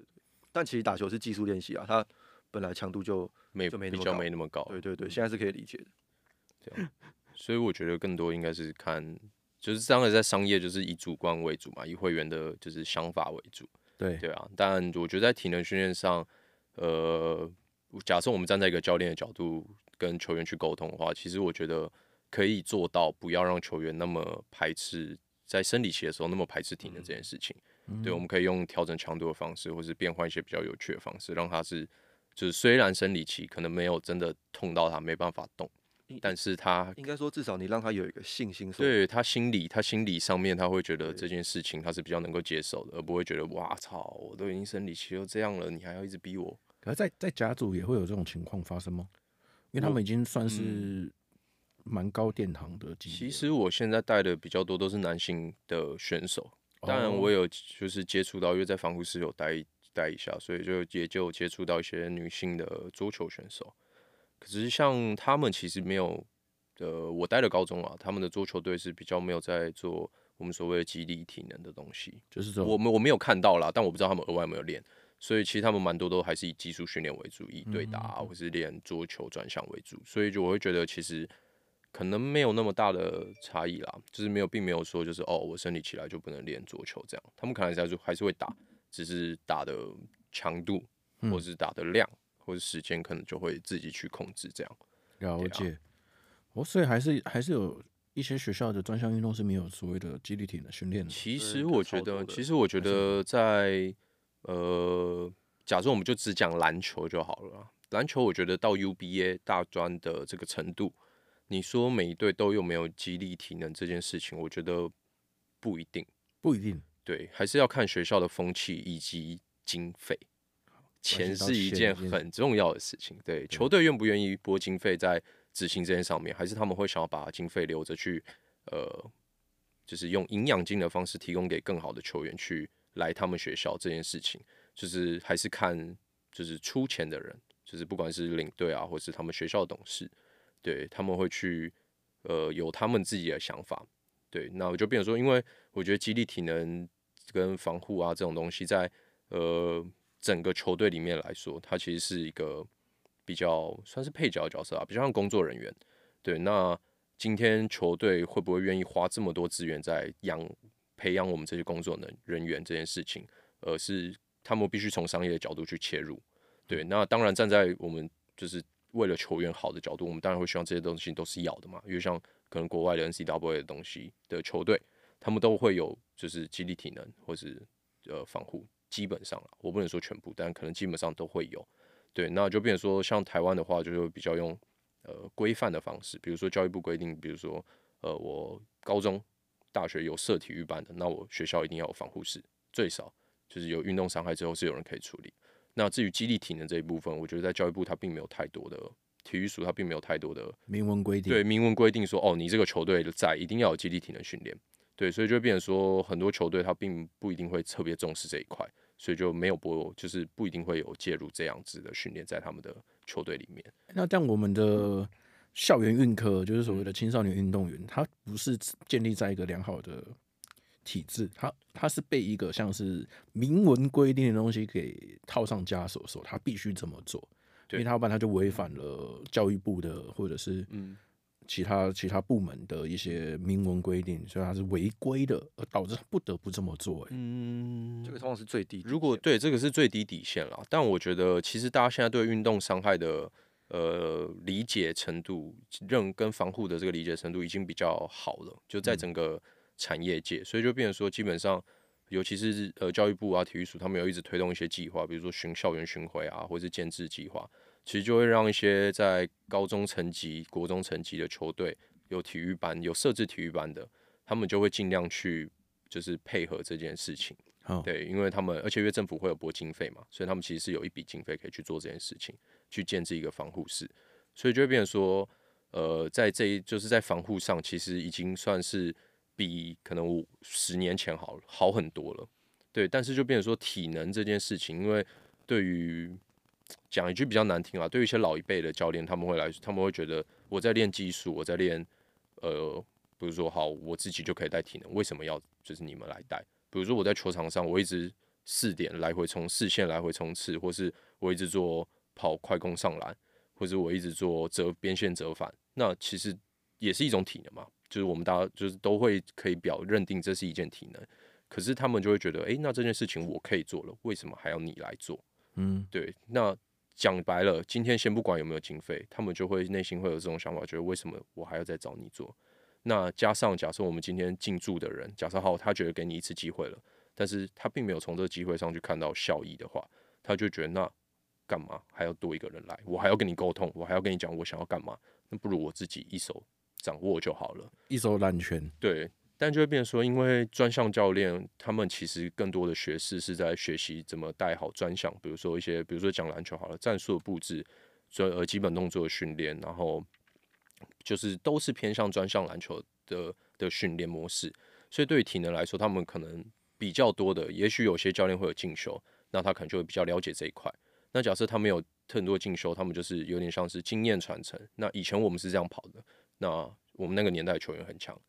[SPEAKER 3] 但其实打球是技术练习啊，它本来强度就
[SPEAKER 2] 没
[SPEAKER 3] 就没那
[SPEAKER 2] 比
[SPEAKER 3] 么
[SPEAKER 2] 较
[SPEAKER 3] 高
[SPEAKER 2] 没那么高，
[SPEAKER 3] 对对对，现在是可以理解的。
[SPEAKER 2] 所以我觉得更多应该是看，就是当然在商业就是以主观为主嘛，以会员的就是想法为主，
[SPEAKER 1] 对，
[SPEAKER 2] 对啊。但我觉得在体能训练上，呃，假设我们站在一个教练的角度跟球员去沟通的话，其实我觉得可以做到不要让球员那么排斥在生理期的时候那么排斥体能这件事情。对，我们可以用调整强度的方式，或是变换一些比较有趣的方式，让他是就是虽然生理期可能没有真的痛到他没办法动
[SPEAKER 3] 应，
[SPEAKER 2] 但是他
[SPEAKER 3] 应该说至少你让他有一个信心说，
[SPEAKER 2] 对他心理，他心理上面他会觉得
[SPEAKER 3] 对
[SPEAKER 2] 这件事情他是比较能够接受的，而不会觉得哇操，我都已经生理期都这样了，你还要一直逼我。
[SPEAKER 1] 可是在在甲组也会有这种情况发生吗？因为他们已经算是蛮高殿堂的级别了，
[SPEAKER 2] 嗯其实我现在带的比较多都是男性的选手，当然我
[SPEAKER 1] 哦
[SPEAKER 2] 有就是接触到，因为在防护室有待一待一下，所以就也就有接触到一些女性的桌球选手。可是像他们其实没有，呃，我待的高中啊，他们的桌球队是比较没有在做我们所谓的激励体能的东西。
[SPEAKER 1] 就是这
[SPEAKER 2] 我
[SPEAKER 1] 种
[SPEAKER 2] 们我没有看到啦，但我不知道他们额外有没有练，所以其实他们蛮多都还是以技术训练为主，以对打、啊
[SPEAKER 1] 嗯
[SPEAKER 2] 或是练桌球转向为主，所以就我会觉得其实可能没有那么大的差异啦，就是没有并没有说就是哦我生理起来就不能练桌球这样，他们可能还是还是会打，只是打的强度
[SPEAKER 1] 嗯
[SPEAKER 2] 或是打的量。或是时间可能就会自己去控制，这样
[SPEAKER 1] 了
[SPEAKER 2] 对啊
[SPEAKER 1] 解。哦，所以还是还是有一些学校的专项运动是没有所谓的激励体能训练的。
[SPEAKER 2] 其
[SPEAKER 3] 对
[SPEAKER 2] 实我
[SPEAKER 3] 超
[SPEAKER 2] 觉
[SPEAKER 3] 多
[SPEAKER 2] 得，
[SPEAKER 3] 的
[SPEAKER 2] 其实我觉得在呃，假设我们就只讲篮球就好了啦。篮球我觉得到 UBA 大专的这个程度，你说每一队都有没有激励体能这件事情，我觉得不一定。
[SPEAKER 1] 不一定，
[SPEAKER 2] 对，还是要看学校的风气以及经费。钱
[SPEAKER 1] 到
[SPEAKER 2] 是一
[SPEAKER 1] 钱
[SPEAKER 2] 件
[SPEAKER 1] 这件
[SPEAKER 2] 很重要的事情，对球队愿不愿意拨经费在执行这件上面，还是他们会想要把经费留着去，呃，就是用营养金的方式提供给更好的球员去来他们学校这件事情，就是还是看就是出钱的人，就是不管是领队啊，或是他们学校董事，对他们会去呃有他们自己的想法。对，那我就变成说，因为我觉得激励体能跟防护啊这种东西在，呃整个球队里面来说，它其实是一个比较算是配角的角色啊，比较像工作人员。对，那今天球队会不会愿意花这么多资源在养培养我们这些工作人人员这件事情？而是他们必须从商业的角度去切入。对，那当然站在我们就是为了球员好的角度，我们当然会希望这些东西都是要的嘛。因为像可能国外的 NCAA 的东西的球队，他们都会有就是激励体能或是呃防护，基本上啦我不能说全部，但可能基本上都会有。对，那就变成说，像台湾的话，就是比较用呃规范的方式，比如说教育部规定，比如说呃我高中、大学有设体育班的，那我学校一定要有防护室，最少就是有运动伤害之后是有人可以处理。那至于激励体能这一部分，我觉得在教育部它并没有太多的体育署，它并没有太多的
[SPEAKER 1] 明文规定，
[SPEAKER 2] 对，明文规定说，哦，你这个球队的在一定要有基地体能训练，对，所以就会变成说，很多球队他并不一定会特别重视这一块，所以就没有播，就是不一定会有介入这样子的训练在他们的球队里面。
[SPEAKER 1] 那这样我们的校园运科，就是所谓
[SPEAKER 2] 嗯
[SPEAKER 1] 的青少年运动员，它不是建立在一个良好的体制，它它是被一个像是明文规定的东西给套上枷锁，说他必须这么做，因
[SPEAKER 2] 对
[SPEAKER 1] 为他不然他就违反了教育部的或者是
[SPEAKER 2] 嗯
[SPEAKER 1] 其他其他部门的一些明文规定，所以他是违规的，而导致他不得不这么做、欸。
[SPEAKER 2] 嗯
[SPEAKER 3] 这个通常是最低底线。
[SPEAKER 2] 如果对这个是最低底线啦，但我觉得其实大家现在对运动伤害的呃理解程度，认跟防护的这个理解程度已经比较好了，就
[SPEAKER 3] 嗯
[SPEAKER 2] 在整个产业界，所以就变成说，基本上尤其是呃教育部啊、体育署，他们有一直推动一些计划，比如说巡校园巡回啊，或是建制计划，其实就会让一些在高中层级、国中层级的球队有体育班、有设置体育班的，他们就会尽量去就是配合这件事情。
[SPEAKER 1] 好，
[SPEAKER 2] 对，因为他们，而且因为政府会有拨经费嘛，所以他们其实是有一笔经费可以去做这件事情，去建置一个防护室，所以就会变成说，呃，在这一就是在防护上，其实已经算是比可能五十年前好了好很多了，对，但是就变成说体能这件事情，因为对于讲一句比较难听啊，对于一些老一辈的教练，他们会来，他们会觉得我在练技术，我在练，呃，比如说好，我自己就可以带体能，为什么要就是你们来带？比如说我在球场上，我一直四点来回冲四线来回冲刺，或是我一直做跑快攻上篮，或者我一直做折边线折返，那其实也是一种体能嘛，就是我们大家就是都会可以表认定这是一件体能，可是他们就会觉得，诶，那这件事情我可以做了，为什么还要你来做？
[SPEAKER 1] 嗯，
[SPEAKER 2] 对，那讲白了，今天先不管有没有经费，他们就会内心会有这种想法，觉得为什么我还要再找你做？那加上假设我们今天进驻的人，假设好，他觉得给你一次机会了，但是他并没有从这个机会上去看到效益的话，他就觉得那干嘛还要多一个人来？我还要跟你沟通，我还要跟你讲我想要干嘛？那不如我自己一手掌握就好了。
[SPEAKER 1] 一手揽全，
[SPEAKER 2] 对，但就会变成说，因为专项教练他们其实更多的学识是在学习怎么带好专项，比如说一些，比如说讲篮球好了，战术的布置，所以呃基本动作的训练，然后就是都是偏向专项篮球的的训练模式。所以对于体能来说，他们可能比较多的，也许有些教练会有进修，那他可能就会比较了解这一块。那假设他没有更多进修，他们就是有点像是经验传承。那以前我们是这样跑的，那我们那个年代的球员很强，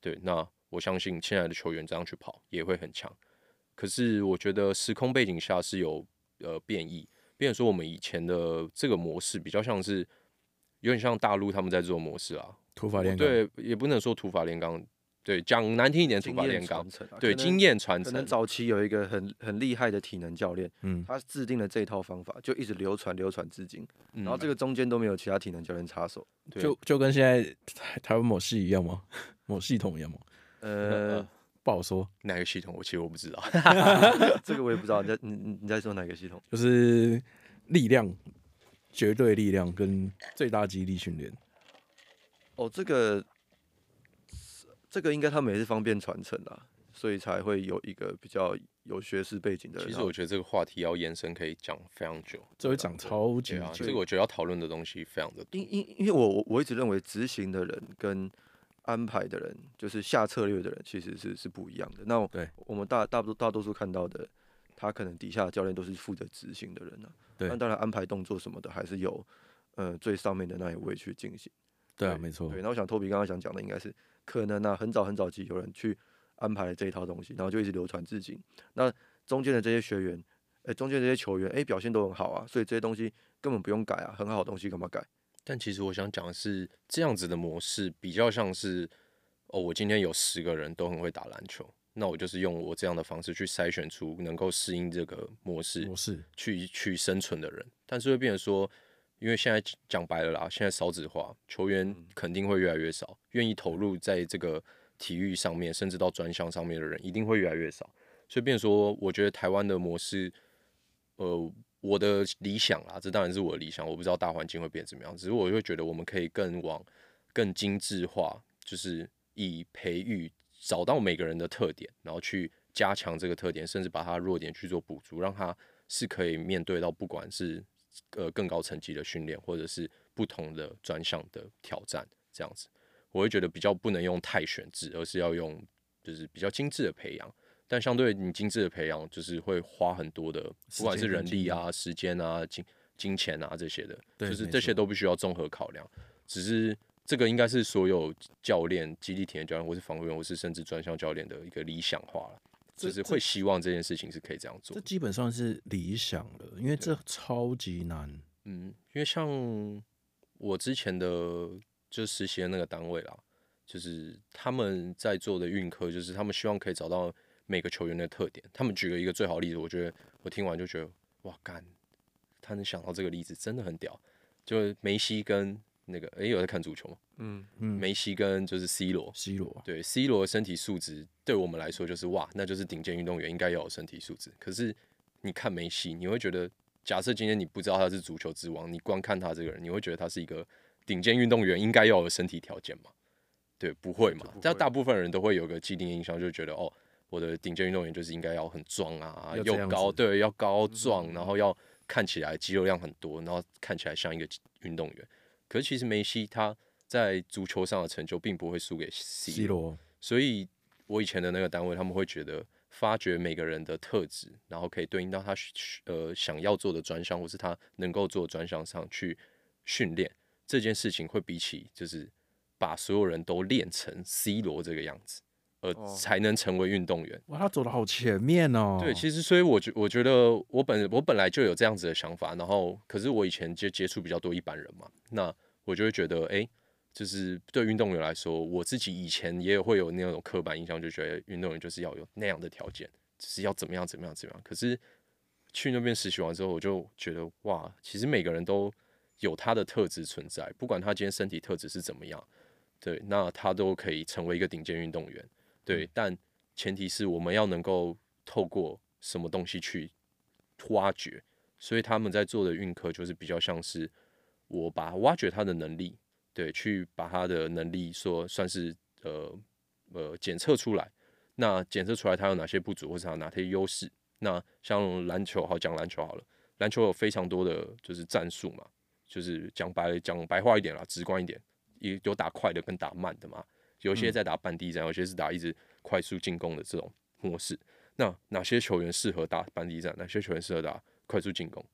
[SPEAKER 2] 对，那我相信现在的球员这样去跑也会很强。可是我觉得时空背景下是有呃变异，变成说我们以前的这个模式比较像是有点像大陆他们在做的模式啊，
[SPEAKER 1] 土法炼钢，
[SPEAKER 2] 对，也不能说土法炼钢，对，讲难听一点，土
[SPEAKER 3] 经
[SPEAKER 2] 法
[SPEAKER 3] 验
[SPEAKER 2] 炼钢
[SPEAKER 3] 传，承啊
[SPEAKER 2] 对，
[SPEAKER 3] 可能
[SPEAKER 2] 经验传
[SPEAKER 3] 可
[SPEAKER 2] 承
[SPEAKER 3] 能，早期有一个很很厉害的体能教练，
[SPEAKER 1] 嗯
[SPEAKER 3] 他制定了这一套方法，就一直流传流传至今，
[SPEAKER 2] 然
[SPEAKER 3] 然后这个中间都没有其他体能教练插手。
[SPEAKER 2] 对
[SPEAKER 1] 就就跟现在台台湾某系一样吗？ 某系统一样吗？
[SPEAKER 3] 呃，
[SPEAKER 1] 不好说，
[SPEAKER 2] 哪个系统，我其实我不知道。
[SPEAKER 3] 这个我也不知道，你在你你你在说哪个系统？
[SPEAKER 1] 就是力量，绝对力量跟最大肌力训练。
[SPEAKER 3] 哦，这个这个应该他们也是方便传承啦，所以才会有一个比较有学识背景的人。
[SPEAKER 2] 其实
[SPEAKER 3] 然后
[SPEAKER 2] 我觉得这个话题要延伸可以讲非常久，
[SPEAKER 1] 这会讲超级
[SPEAKER 2] 对啊，
[SPEAKER 1] 久
[SPEAKER 2] 这个我觉得要讨论的东西非常的多。
[SPEAKER 3] 因因因为我我我一直认为执行的人跟安排的人，就是下策略的人，其实是是不一样的。那我
[SPEAKER 1] 对
[SPEAKER 3] 我们大大多大多数看到的他可能底下的教练都是负责执行的人呢、啊
[SPEAKER 1] 对
[SPEAKER 3] 那当然安排动作什么的还是有，呃，最上面的那一位去进行。
[SPEAKER 1] 对啊，
[SPEAKER 3] 对
[SPEAKER 1] 没错
[SPEAKER 3] 对，，那我想 Toby 刚刚想讲的应该是，可能啊，很早很早期有人去安排了这一套东西，然后就一直流传至今。那中间的这些学员，哎、中间这些球员，哎、表现都很好啊，所以这些东西根本不用改啊，很好的东西干嘛改？
[SPEAKER 2] 但其实我想讲的是，这样子的模式比较像是，哦，我今天有十个人都很会打篮球，那我就是用我这样的方式去筛选出能够适应这个模式
[SPEAKER 1] 模式
[SPEAKER 2] 去去生存的人。但是会变成说，因为现在讲白了啦，现在少子化，球员肯定会越来越少，愿意投入在这个体育上面，甚至到专项上面的人一定会越来越少。所以变成说，我觉得台湾的模式，呃，我的理想啦，这当然是我的理想，我不知道大环境会变怎么样，只是我会觉得我们可以更往更精致化，就是以培育找到每个人的特点，然后去加强这个特点，甚至把他弱点去做补足，让他是可以面对到不管是呃更高层级的训练，或者是不同的专项的挑战，这样子，我会觉得比较不能用太选制，而是要用就是比较精致的培养。但相对你精致的培养，就是会花很多的，
[SPEAKER 1] 时
[SPEAKER 2] 不管是
[SPEAKER 1] 间跟
[SPEAKER 2] 人
[SPEAKER 1] 精
[SPEAKER 2] 力
[SPEAKER 1] 力
[SPEAKER 2] 啊、时间啊、金金钱啊这些的，
[SPEAKER 1] 对
[SPEAKER 2] 就是
[SPEAKER 1] 没
[SPEAKER 2] 这些
[SPEAKER 1] 错
[SPEAKER 2] 都必须要综合考量。只是这个应该是所有教练、基地体验教练，或是防护员，或是甚至专项教练的一个理想化了，
[SPEAKER 1] 这
[SPEAKER 2] 就是
[SPEAKER 1] 这
[SPEAKER 2] 会希望这件事情是可以这样做
[SPEAKER 1] 这。基本上是理想了，因为这
[SPEAKER 2] 啊
[SPEAKER 1] 超级难。
[SPEAKER 2] 嗯，因为像我之前的就实习的那个单位啦，就是他们在做的运科，就是他们希望可以找到每个球员的特点。他们举了一个最好的例子，我觉得我听完就觉得哇干，他能想到这个例子真的很屌。就是梅西跟那个诶，有在看足球吗？
[SPEAKER 3] 嗯，
[SPEAKER 1] 嗯
[SPEAKER 2] 梅西跟就是 C 罗，
[SPEAKER 1] ，C 罗啊
[SPEAKER 2] 对 C 罗的身体素质，对我们来说就是哇，那就是顶尖运动员应该要有身体素质。可是你看梅西，你会觉得，假设今天你不知道他是足球之王，你光看他这个人，你会觉得他是一个顶尖运动员应该要有的身体条件吗？对，不会嘛
[SPEAKER 3] 就不？
[SPEAKER 2] 但
[SPEAKER 3] 会
[SPEAKER 2] 大部分人都会有个既定印象，就觉得哦，我的顶尖运动员就是应该要很壮啊，
[SPEAKER 1] 要这
[SPEAKER 2] 又
[SPEAKER 1] 样
[SPEAKER 2] 高，
[SPEAKER 1] 子嗯
[SPEAKER 2] 对，要高壮，然后要看起来肌肉量很多，然后看起来像一个运动员。可是其实梅西他在足球上的成就并不会输给 C
[SPEAKER 1] ，C 罗
[SPEAKER 2] 所以我以前的那个单位，他们会觉得发掘每个人的特质，然后可以对应到他需呃想要做的专项，或是他能够做的专项上去训练这件事情，会比起就是把所有人都练成 C 罗这个样子，呃，
[SPEAKER 3] 哦
[SPEAKER 2] 才能成为运动员。
[SPEAKER 1] 哇，他走的好前面哦。
[SPEAKER 2] 对，其实所以我觉我觉得我本我本来就有这样子的想法，然后可是我以前接接触比较多一般人嘛，那我就会觉得，哎、就是对运动员来说，我自己以前也会有那种刻板印象，就觉得运动员就是要有那样的条件，就是要怎么样怎么样怎么样。可是去那边实习完之后，我就觉得哇，其实每个人都有他的特质存在，不管他今天身体特质是怎么样，对，那他都可以成为一个顶尖运动员。对，但前提是我们要能够透过什么东西去挖掘，所以他们在做的运科就是比较像是我把挖掘他的能力，对，去把他的能力说算是呃呃检测出来，那检测出来他有哪些不足或者他有哪些优势。那像篮球好讲篮球好了，篮球有非常多的就是战术嘛，就是讲白讲白话一点啦，直观一点，有有打快的跟打慢的嘛，有
[SPEAKER 3] 嗯
[SPEAKER 2] 些在打半地战，有些是打一直快速进攻的这种模式。那哪些球员适合打半地战，哪些球员适合打快速进攻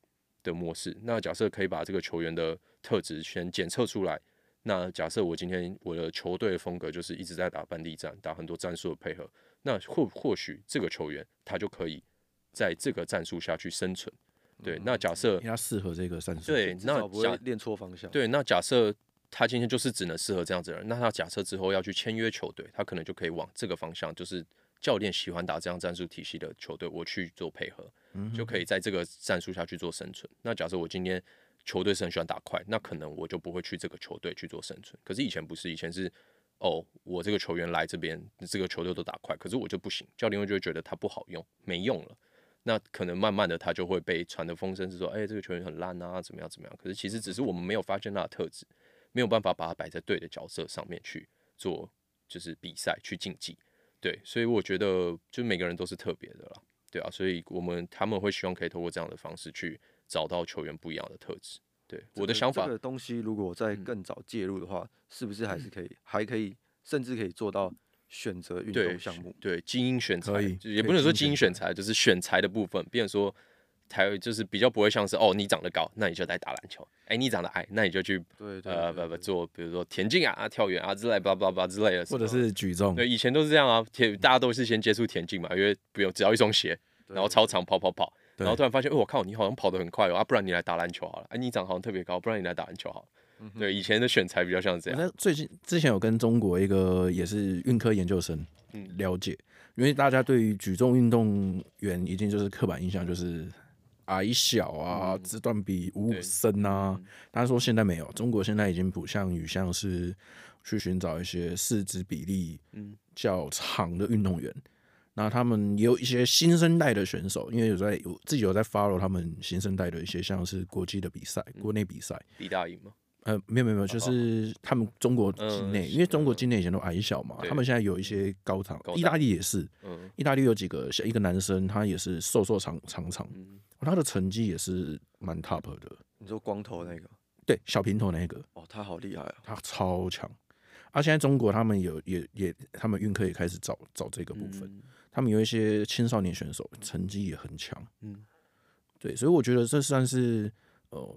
[SPEAKER 2] 的模式？那假设可以把这个球员的特质先检测出来。那假设我今天我的球队的风格就是一直在打半地战，打很多战术的配合，那或或许这个球员他就可以在这个战术下去生存。
[SPEAKER 3] 嗯
[SPEAKER 2] 对，那假设
[SPEAKER 1] 因为他适合这个战术。
[SPEAKER 2] 对，
[SPEAKER 3] 至
[SPEAKER 2] 那
[SPEAKER 3] 少不
[SPEAKER 2] 假
[SPEAKER 3] 会练错方向。，
[SPEAKER 2] 对，那假设他今天就是只能适合这样子的人，那他假设之后要去签约球队，他可能就可以往这个方向，就是教练喜欢打这样战术体系的球队，我去做配合，就可以在这个战术下去做生存。那假设我今天球队是很喜欢打快，那可能我就不会去这个球队去做生存。可是以前不是，以前是。哦，我这个球员来这边，这个球队都打快，可是我就不行，教练就会觉得他不好用，没用了。那可能慢慢的他就会被传的风声是说，哎、这个球员很烂啊，怎么样怎么样。可是其实只是我们没有发现他的特质，没有办法把他摆在对的角色上面去做，就是比赛去竞技。对，所以我觉得就每个人都是特别的啦，对啊，所以我们他们会希望可以透过这样的方式去找到球员不一样的特质。对，我的想法嗯
[SPEAKER 3] 这个东西如果在更早介入的话，是不是还是可以，还可以，甚至可以做到选择运
[SPEAKER 2] 对
[SPEAKER 3] 动项目。
[SPEAKER 2] 对精英选材
[SPEAKER 1] 可以，
[SPEAKER 2] 就也
[SPEAKER 1] 可以
[SPEAKER 2] 不能说
[SPEAKER 1] 精
[SPEAKER 2] 精
[SPEAKER 1] 英
[SPEAKER 2] 英选材，就是选材的部分，变成说台就是比较不会像是哦，你长得高，那你就来打篮球；哎、你长得矮，那你就去
[SPEAKER 3] 对对
[SPEAKER 2] 呃
[SPEAKER 3] 对
[SPEAKER 2] 不不
[SPEAKER 3] 对
[SPEAKER 2] 做，比如说田径啊、啊跳远啊之类，巴拉巴拉巴拉之类的什
[SPEAKER 1] 或
[SPEAKER 2] 么，
[SPEAKER 1] 者是举重，
[SPEAKER 2] 对以前都是这样啊，田大家都是先接触田径嘛，因为不用只要一双鞋，然后
[SPEAKER 3] 对
[SPEAKER 2] 操场跑跑跑，
[SPEAKER 1] 对
[SPEAKER 2] 然后突然发现，哦，我靠，你好像跑得很快哦，啊，不然你来打篮球好了，哎、你长得好像特别高，不然你来打篮球好了。对，以前的选材比较像是这样，
[SPEAKER 1] 那最近之前有跟中国一个也是运科研究生
[SPEAKER 2] 嗯
[SPEAKER 1] 了解，因为大家对于举重运动员已经就是刻板印象，就是矮小啊、
[SPEAKER 2] 嗯
[SPEAKER 1] 肢断比五五
[SPEAKER 2] 对嗯
[SPEAKER 1] 身啊。他说现在没有，中国现在已经不像于像是去寻找一些四肢比例
[SPEAKER 2] 嗯
[SPEAKER 1] 较长的运动员。那他们也有一些新生代的选手，因为有在有自己有在 follow 他们新生代的一些像是国际的比赛、
[SPEAKER 2] 嗯
[SPEAKER 1] 国内比赛，
[SPEAKER 2] 李大颖嘛，
[SPEAKER 1] 呃，没有没有没有，就
[SPEAKER 2] 哦
[SPEAKER 1] 是他们中国境
[SPEAKER 2] 嗯
[SPEAKER 1] 内，
[SPEAKER 2] 是
[SPEAKER 1] 因为中国境内以前都矮小嘛，
[SPEAKER 2] 对
[SPEAKER 1] 他们现在有一些高长
[SPEAKER 2] 高，
[SPEAKER 1] 意大利也是，
[SPEAKER 2] 嗯
[SPEAKER 1] 意大利有几个像一个男生，他也是瘦瘦长长长，哦
[SPEAKER 2] 嗯，
[SPEAKER 1] 他的成绩也是蛮 top 的，
[SPEAKER 3] 你说光头那个，
[SPEAKER 1] 对，小平头那一个
[SPEAKER 3] 哦，他好厉害啊！
[SPEAKER 1] 他超强，啊，现在中国他们有也也他们运科也开始找找这个部分，
[SPEAKER 2] 嗯
[SPEAKER 1] 他们有一些青少年选手成绩也很强，
[SPEAKER 2] 嗯
[SPEAKER 1] 对，所以我觉得这算是呃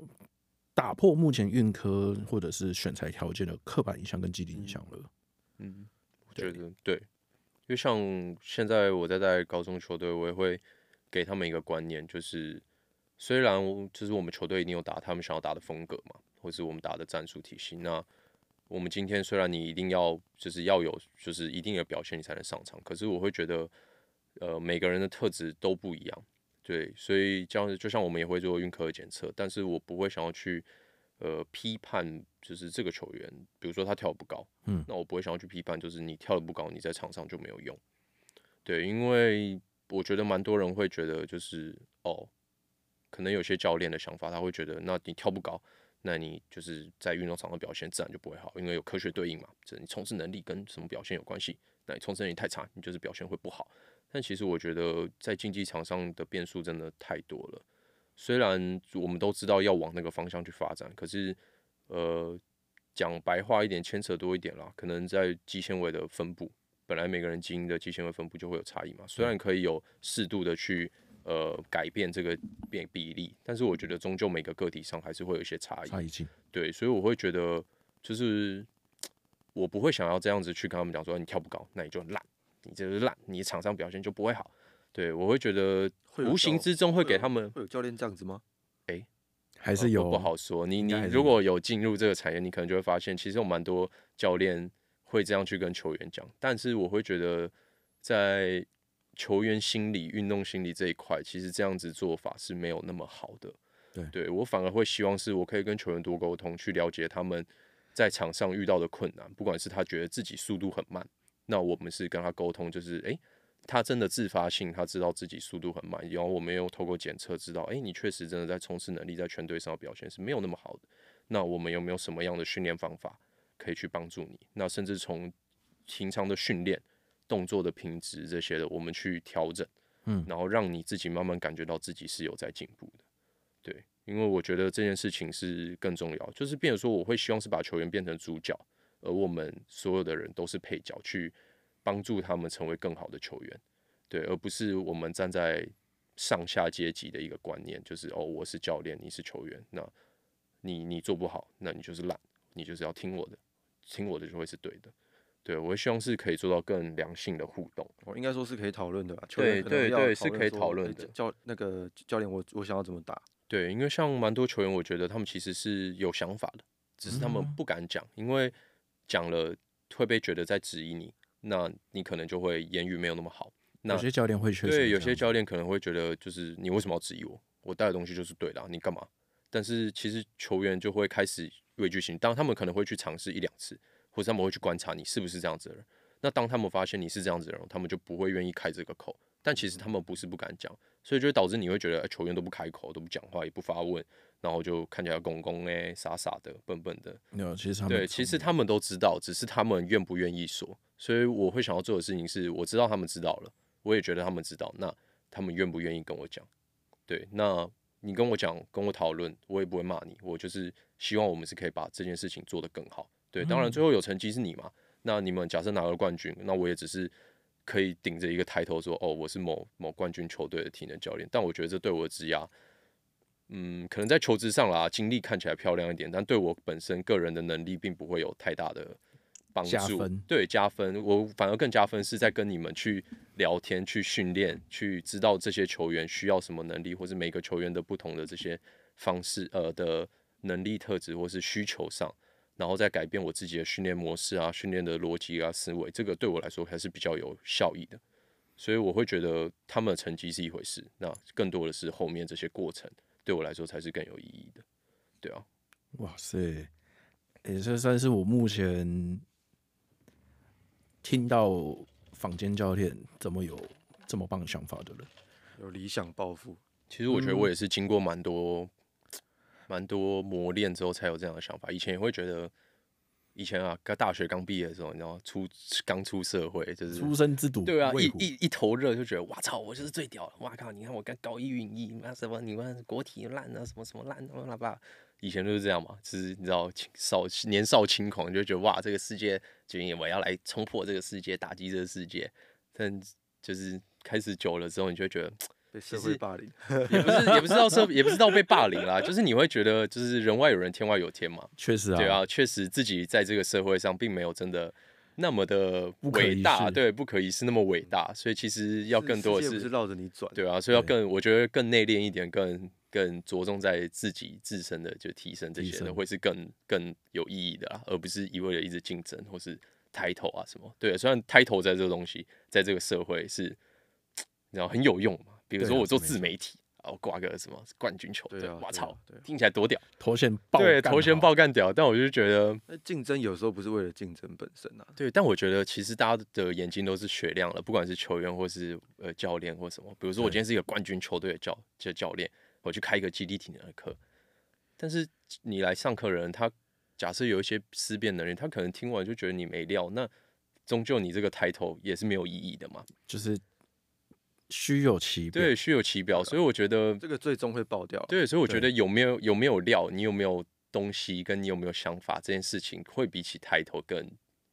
[SPEAKER 1] 打破目前运科或者是选材条件的刻板印象跟既定印象了。
[SPEAKER 2] 嗯，我
[SPEAKER 1] 对
[SPEAKER 2] 觉得对，因为像现在我在带高中球队，我也会给他们一个观念，就是虽然我就是我们球队一定有打他们想要打的风格嘛，或是我们打的战术体系，那我们今天虽然你一定要就是要有就是一定的表现你才能上场，可是我会觉得，呃，每个人的特质都不一样，对，所以这样子就像我们也会做运科的检测，但是我不会想要去呃批判，就是这个球员，比如说他跳得不高，
[SPEAKER 1] 嗯
[SPEAKER 2] 那我不会想要去批判，就是你跳得不高，你在场上就没有用，对，因为我觉得蛮多人会觉得就是哦，可能有些教练的想法，他会觉得那你跳不高。那你就是在运动场的表现自然就不会好，因为有科学对应嘛，这你冲刺能力跟什么表现有关系。那你冲刺能力太差，你就是表现会不好。但其实我觉得在竞技场上的变数真的太多了。虽然我们都知道要往那个方向去发展，可是呃，讲白话一点，牵扯多一点啦，可能在肌纤维的分布，本来每个人基因的肌纤维分布就会有差异嘛。虽然可以有适度的去呃改变这个变比例，但是我觉得终究每个个体上还是会有一些差异。
[SPEAKER 1] 差异性，
[SPEAKER 2] 对，所以我会觉得，就是我不会想要这样子去跟他们讲说你跳不高，那你就烂，你就是烂，你场上表现就不会好。对，我会觉得
[SPEAKER 3] 会有
[SPEAKER 2] 无形
[SPEAKER 3] 教
[SPEAKER 2] 之中会
[SPEAKER 3] 会
[SPEAKER 2] 给
[SPEAKER 3] 有
[SPEAKER 2] 他们
[SPEAKER 3] 会有教练这样子吗？
[SPEAKER 1] 还
[SPEAKER 2] 呃
[SPEAKER 1] 是有、
[SPEAKER 2] 不不好说。你
[SPEAKER 1] 应
[SPEAKER 2] 你
[SPEAKER 1] 该还是
[SPEAKER 2] 如果有进入这个产业，你可能就会发现，其实有蛮多教练会这样去跟球员讲。但是我会觉得，在球员心理、运动心理这一块，其实这样子做法是没有那么好的。
[SPEAKER 1] 对
[SPEAKER 2] 我反而会希望是我可以跟球员多沟通，去了解他们在场上遇到的困难，不管是他觉得自己速度很慢，那我们是跟他沟通，就是诶。他真的自发性，他知道自己速度很慢，然后我们又透过检测知道，哎、你确实真的在冲刺能力在全队上的表现是没有那么好的。那我们有没有什么样的训练方法可以去帮助你？那甚至从平常的训练、动作的品质这些的，我们去调整，
[SPEAKER 1] 嗯
[SPEAKER 2] 然后让你自己慢慢感觉到自己是有在进步的。对，因为我觉得这件事情是更重要，就是变成说，我会希望是把球员变成主角，而我们所有的人都是配角，去帮助他们成为更好的球员，对，而不是我们站在上下阶级的一个观念，就是哦，我是教练，你是球员，那你你做不好，那你就是烂，你就是要听我的，听我的就会是对的。对，我会希望是可以做到更良性的互动。
[SPEAKER 3] 我哦应该说是可以讨论的吧？球
[SPEAKER 2] 对
[SPEAKER 3] 员可能
[SPEAKER 2] 对
[SPEAKER 3] 要
[SPEAKER 2] 对是可以
[SPEAKER 3] 说
[SPEAKER 2] 讨论
[SPEAKER 3] 哎
[SPEAKER 2] 的
[SPEAKER 3] 教教那个教练，我我想要怎么打？
[SPEAKER 2] 对，因为像蛮多球员，我觉得他们其实是有想法的，只是他们
[SPEAKER 1] 嗯
[SPEAKER 2] 不敢讲，因为讲了会被觉得在质疑你，那你可能就会言语没有那么好。那
[SPEAKER 1] 有些教练会确实
[SPEAKER 2] 对，
[SPEAKER 1] 这
[SPEAKER 2] 有
[SPEAKER 1] 样
[SPEAKER 2] 些教练可能会觉得，就是你为什么要质疑我？我带的东西就是对的啊、你干嘛？但是其实球员就会开始畏惧心，当他们可能会去尝试一两次，或者他们会去观察你是不是这样子的人。那当他们发现你是这样子的人，他们就不会愿意开这个口。但其实
[SPEAKER 1] 嗯
[SPEAKER 2] 他们不是不敢讲，所以就会导致你会觉得、哎球员都不开口，都不讲话，也不发问，然后就看起来公公哎傻傻的、笨笨的，
[SPEAKER 1] 没有，其实他们
[SPEAKER 2] 对，其实
[SPEAKER 1] 从
[SPEAKER 2] 他们都知道，只是他们愿不愿意说。所以我会想要做的事情是，我知道他们知道了，我也觉得他们知道，那他们愿不愿意跟我讲？对，那你跟我讲，跟我讨论，我也不会骂你，我就是希望我们是可以把这件事情做得更好。对，当然最后有成绩是你嘛，那你们假设拿了冠军，那我也只是可以顶着一个抬头说，哦，我是某某冠军球队的体能教练。但我觉得这对我的职涯，嗯，可能在求职上啦，经历看起来漂亮一点，但对我本身个人的能力并不会有太大的帮
[SPEAKER 1] 加
[SPEAKER 2] 助
[SPEAKER 1] 分。
[SPEAKER 2] 对，加分，我反而更加分是在跟你们去聊天、去训练、去知道这些球员需要什么能力，或是每个球员的不同的这些方式呃的能力特质或是需求上，然后再改变我自己的训练模式啊、训练的逻辑啊、思维，这个对我来说还是比较有效益的。所以我会觉得他们的成绩是一回事，那更多的是后面这些过程对我来说才是更有意义的。对啊，
[SPEAKER 1] 哇塞，也、这算是我目前听到坊间教练怎么有这么棒的想法的人。
[SPEAKER 3] 有理想抱负，
[SPEAKER 2] 其实我觉得我也是经过蛮多、蛮多磨练之后才有这样的想法。以前也会觉得，以前啊，刚大学刚毕业的时候，你知道吗，出刚出社会就是
[SPEAKER 1] 出生之犊，
[SPEAKER 2] 对啊，
[SPEAKER 1] 畏
[SPEAKER 2] 一
[SPEAKER 1] 虎
[SPEAKER 2] 一一头热就觉得，哇操，我就是最屌了！哇靠，你看我刚高一运一，妈什么你们国体烂啊，什么什么烂啊，啦吧。以前都是这样嘛，就是你知道青少年少轻狂，就觉得哇，这个世界，决定我要来冲破这个世界，打击这个世界。但就是开始久了之后，你就会觉得，
[SPEAKER 3] 被社
[SPEAKER 2] 其
[SPEAKER 3] 会
[SPEAKER 2] 实
[SPEAKER 3] 霸凌。
[SPEAKER 2] 也不是也不知道社，也不知道被霸凌啦，就是你会觉得，就是人外有人，天外有天嘛。
[SPEAKER 1] 确实啊，
[SPEAKER 2] 对啊，确实自己在这个社会上并没有真的那么的
[SPEAKER 1] 不可一
[SPEAKER 2] 伟大，
[SPEAKER 1] 世
[SPEAKER 2] 对，不可一世那么伟大，所以其实要
[SPEAKER 3] 世
[SPEAKER 2] 更多的
[SPEAKER 3] 世界
[SPEAKER 2] 是，
[SPEAKER 3] 不是绕着你转，
[SPEAKER 2] 对啊，所以要
[SPEAKER 1] 对
[SPEAKER 2] 更，我觉得更内敛一点，更更着重在自己自身的就提升这
[SPEAKER 1] 提
[SPEAKER 2] 些的，
[SPEAKER 1] 升
[SPEAKER 2] 会是更更有意义的啊啦，而不是一味的一直竞争或是 title 啊什么。对，虽然 title 在这个东西，在这个社会是，然后很有用嘛。比如
[SPEAKER 1] 对
[SPEAKER 2] 说
[SPEAKER 1] 啊
[SPEAKER 2] 我做
[SPEAKER 1] 没
[SPEAKER 2] 自
[SPEAKER 1] 媒
[SPEAKER 2] 媒体，然后挂个什么冠军球队
[SPEAKER 3] 对啊，
[SPEAKER 2] 我
[SPEAKER 3] 对
[SPEAKER 2] 操
[SPEAKER 3] 啊对啊，
[SPEAKER 2] 听起来多屌，
[SPEAKER 1] 头衔爆
[SPEAKER 2] 对，
[SPEAKER 1] 干啊
[SPEAKER 2] 头衔
[SPEAKER 1] 好
[SPEAKER 2] 爆干屌。但我就觉得，
[SPEAKER 3] 那竞争有时候不是为了竞争本身啊，
[SPEAKER 2] 对，但我觉得其实大家的眼睛都是雪亮了，不管是球员或是呃教练或什么。比如说我
[SPEAKER 1] 对
[SPEAKER 2] 今天是一个冠军球队的教这教练，我去开一个基地体能的课，但是你来上课的人，他假设有一些思辨能力，他可能听完就觉得你没料，那终究你这个抬头也是没有意义的嘛。
[SPEAKER 1] 就是虚有其表。
[SPEAKER 2] 对，啊虚有其表，所以我觉得
[SPEAKER 3] 这个最终会爆掉啊。
[SPEAKER 2] 对，所以我觉
[SPEAKER 1] 对
[SPEAKER 2] 得有没有有没有料，你有没有东西，跟你有没有想法，这件事情会比起抬头更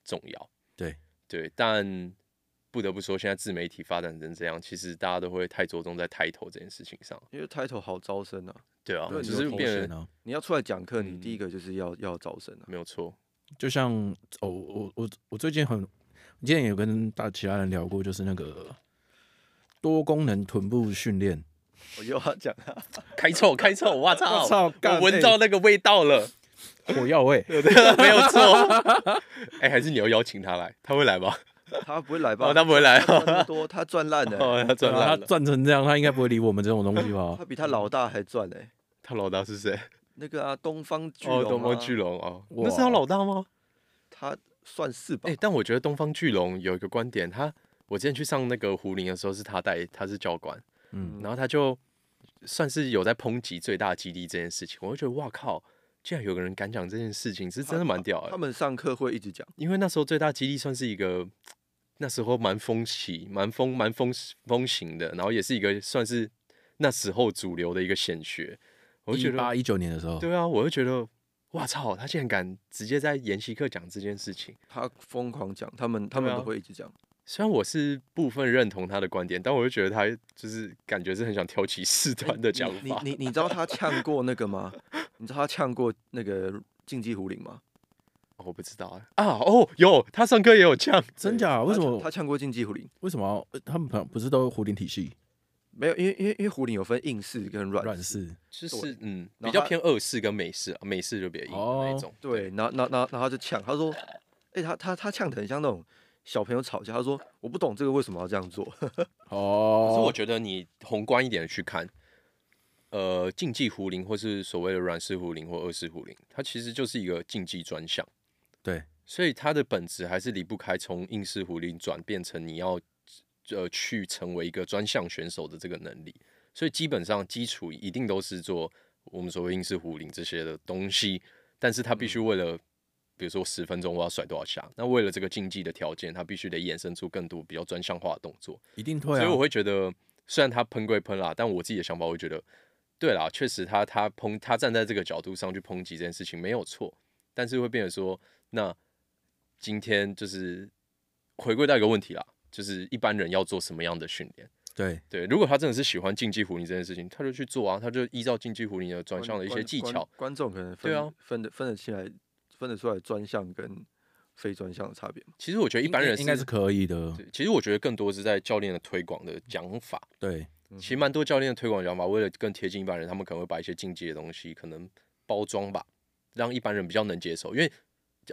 [SPEAKER 2] 重要。
[SPEAKER 1] 对
[SPEAKER 2] 对，但不得不说，现在自媒体发展成这样，其实大家都会太着重在抬头这件事情上。
[SPEAKER 3] 因为 title 好招生啊，
[SPEAKER 2] 对啊，
[SPEAKER 3] 对
[SPEAKER 2] 就
[SPEAKER 3] 你有
[SPEAKER 2] 是
[SPEAKER 1] 头
[SPEAKER 2] 变
[SPEAKER 1] 衔
[SPEAKER 2] 得
[SPEAKER 1] 啊，
[SPEAKER 3] 你要出来讲课，你
[SPEAKER 2] 嗯
[SPEAKER 3] 第一个就是要要招生啊。
[SPEAKER 2] 没有错，
[SPEAKER 1] 就像哦，我我我最近很，之前有跟大其他人聊过，就是那个多功能臀部训练。
[SPEAKER 3] 我又要讲 啊，
[SPEAKER 2] 开臭开臭，我操，
[SPEAKER 1] 我操干
[SPEAKER 2] 我闻
[SPEAKER 1] 哎
[SPEAKER 2] 到那个味道了，
[SPEAKER 1] 火药味，
[SPEAKER 2] 没有错。哎，还是你要邀请他来，他会 来吗？
[SPEAKER 3] 他不会来吧？
[SPEAKER 2] 哦，他不会来
[SPEAKER 3] 赚那么
[SPEAKER 2] 啊，
[SPEAKER 3] 多，他赚烂的欸，
[SPEAKER 2] 哦，他
[SPEAKER 1] 对
[SPEAKER 2] 赚
[SPEAKER 1] 啊，他
[SPEAKER 2] 烂了。
[SPEAKER 1] 赚成这样，他应该不会理我们这种东西吧
[SPEAKER 3] 他？比他老大还赚哎。
[SPEAKER 2] 他老大是谁？
[SPEAKER 3] 那个啊，东方巨
[SPEAKER 2] 哦，
[SPEAKER 3] 龙、啊，
[SPEAKER 2] 东方巨，龙哦，
[SPEAKER 1] 哇
[SPEAKER 2] 那是他老大吗？
[SPEAKER 3] 他算是吧？
[SPEAKER 2] 哎、但我觉得东方巨龙有一个观点，他我之前去上那个胡林的时候，是他带，他是教官，
[SPEAKER 1] 嗯
[SPEAKER 2] 然后他就算是有在抨击最大基地这件事情，我就觉得哇靠，竟然有个人敢讲这件事情，是真的蛮屌欸的、
[SPEAKER 3] 他们上课会一直讲，
[SPEAKER 2] 因为那时候最大基地算是一个那时候蛮风起、蛮风、蛮风风行的，然后也是一个算是那时候主流的一个显学， 我就
[SPEAKER 1] 一
[SPEAKER 2] 觉得
[SPEAKER 1] 八一九年的时候，
[SPEAKER 2] 对啊，我就觉得哇操，他竟然敢直接在研习课讲这件事情。
[SPEAKER 3] 他疯狂讲，他们他们
[SPEAKER 2] 对啊
[SPEAKER 3] 都会一直讲。
[SPEAKER 2] 虽然我是部分认同他的观点，但我就觉得他就是感觉是很想挑起事端的讲
[SPEAKER 3] 你
[SPEAKER 2] 法。
[SPEAKER 3] 你你知道他呛过那个吗？你知道他呛过那个竞技狐狸吗？
[SPEAKER 2] 哦我不知道啊，啊哦，有他上课也有这样，
[SPEAKER 1] 真假？为什
[SPEAKER 3] 他呛他
[SPEAKER 1] 么？
[SPEAKER 3] 呛过竞技狐狸？
[SPEAKER 1] 为什么要？呃他们不是都蝴蝶体系
[SPEAKER 3] 没有，因为因为因为狐狸有分硬式跟软
[SPEAKER 1] 软式？
[SPEAKER 2] 就是嗯，
[SPEAKER 3] 然
[SPEAKER 2] 比
[SPEAKER 3] 后
[SPEAKER 2] 较
[SPEAKER 3] 他
[SPEAKER 2] 偏二式跟美式啊，美式就比较硬的那
[SPEAKER 1] 哦
[SPEAKER 2] 种。
[SPEAKER 3] 对，然后然后然后然后他就呛，他说，哎、他他他呛的很像那种小朋友吵架，他说我不懂这个为什么要这样做，
[SPEAKER 2] 可是
[SPEAKER 1] 哦
[SPEAKER 2] 我，觉得你宏观一点的去看，呃，竞技壶铃或是所谓的软式壶铃或二式壶铃，它其实就是一个竞技专项。
[SPEAKER 1] 对，
[SPEAKER 2] 所以它的本质还是离不开从硬式壶铃转变成你要呃去成为一个专项选手的这个能力。所以基本上基础一定都是做我们所谓硬式壶铃这些的东西，但是他必
[SPEAKER 1] 嗯
[SPEAKER 2] 须为了、比如说十分钟我要甩多少下，那为了这个竞技的条件，他必须得衍生出更多比较专项化的动作。
[SPEAKER 1] 一定会啊。
[SPEAKER 2] 所以我会觉得，虽然他喷归喷啦，但我自己的想法会觉得，对啦，确实他他抨他站在这个角度上去抨击这件事情没有错，但是会变成说，那今天就是回归到一个问题啦，就是一般人要做什么样的训练？
[SPEAKER 1] 对，
[SPEAKER 2] 对，如果他真的是喜欢竞技壶铃这件事情，他就去做啊，他就依照竞技壶铃的 转向的一些
[SPEAKER 3] 观
[SPEAKER 2] 技
[SPEAKER 3] 观
[SPEAKER 2] 巧。
[SPEAKER 3] 观众可能分
[SPEAKER 2] 对啊
[SPEAKER 3] 分得分得起来，分得出来专项跟非专项的差别嘛。
[SPEAKER 2] 其实我觉得一般人
[SPEAKER 1] 应该是可以的。
[SPEAKER 2] 对其实我觉得更多是在教练的推广的讲法。
[SPEAKER 1] 对，
[SPEAKER 2] 其实蛮多教练的推广讲法，为了更贴近一般人，他们可能会把一些竞技的东西可能包装吧，让一般人比较能接受。因为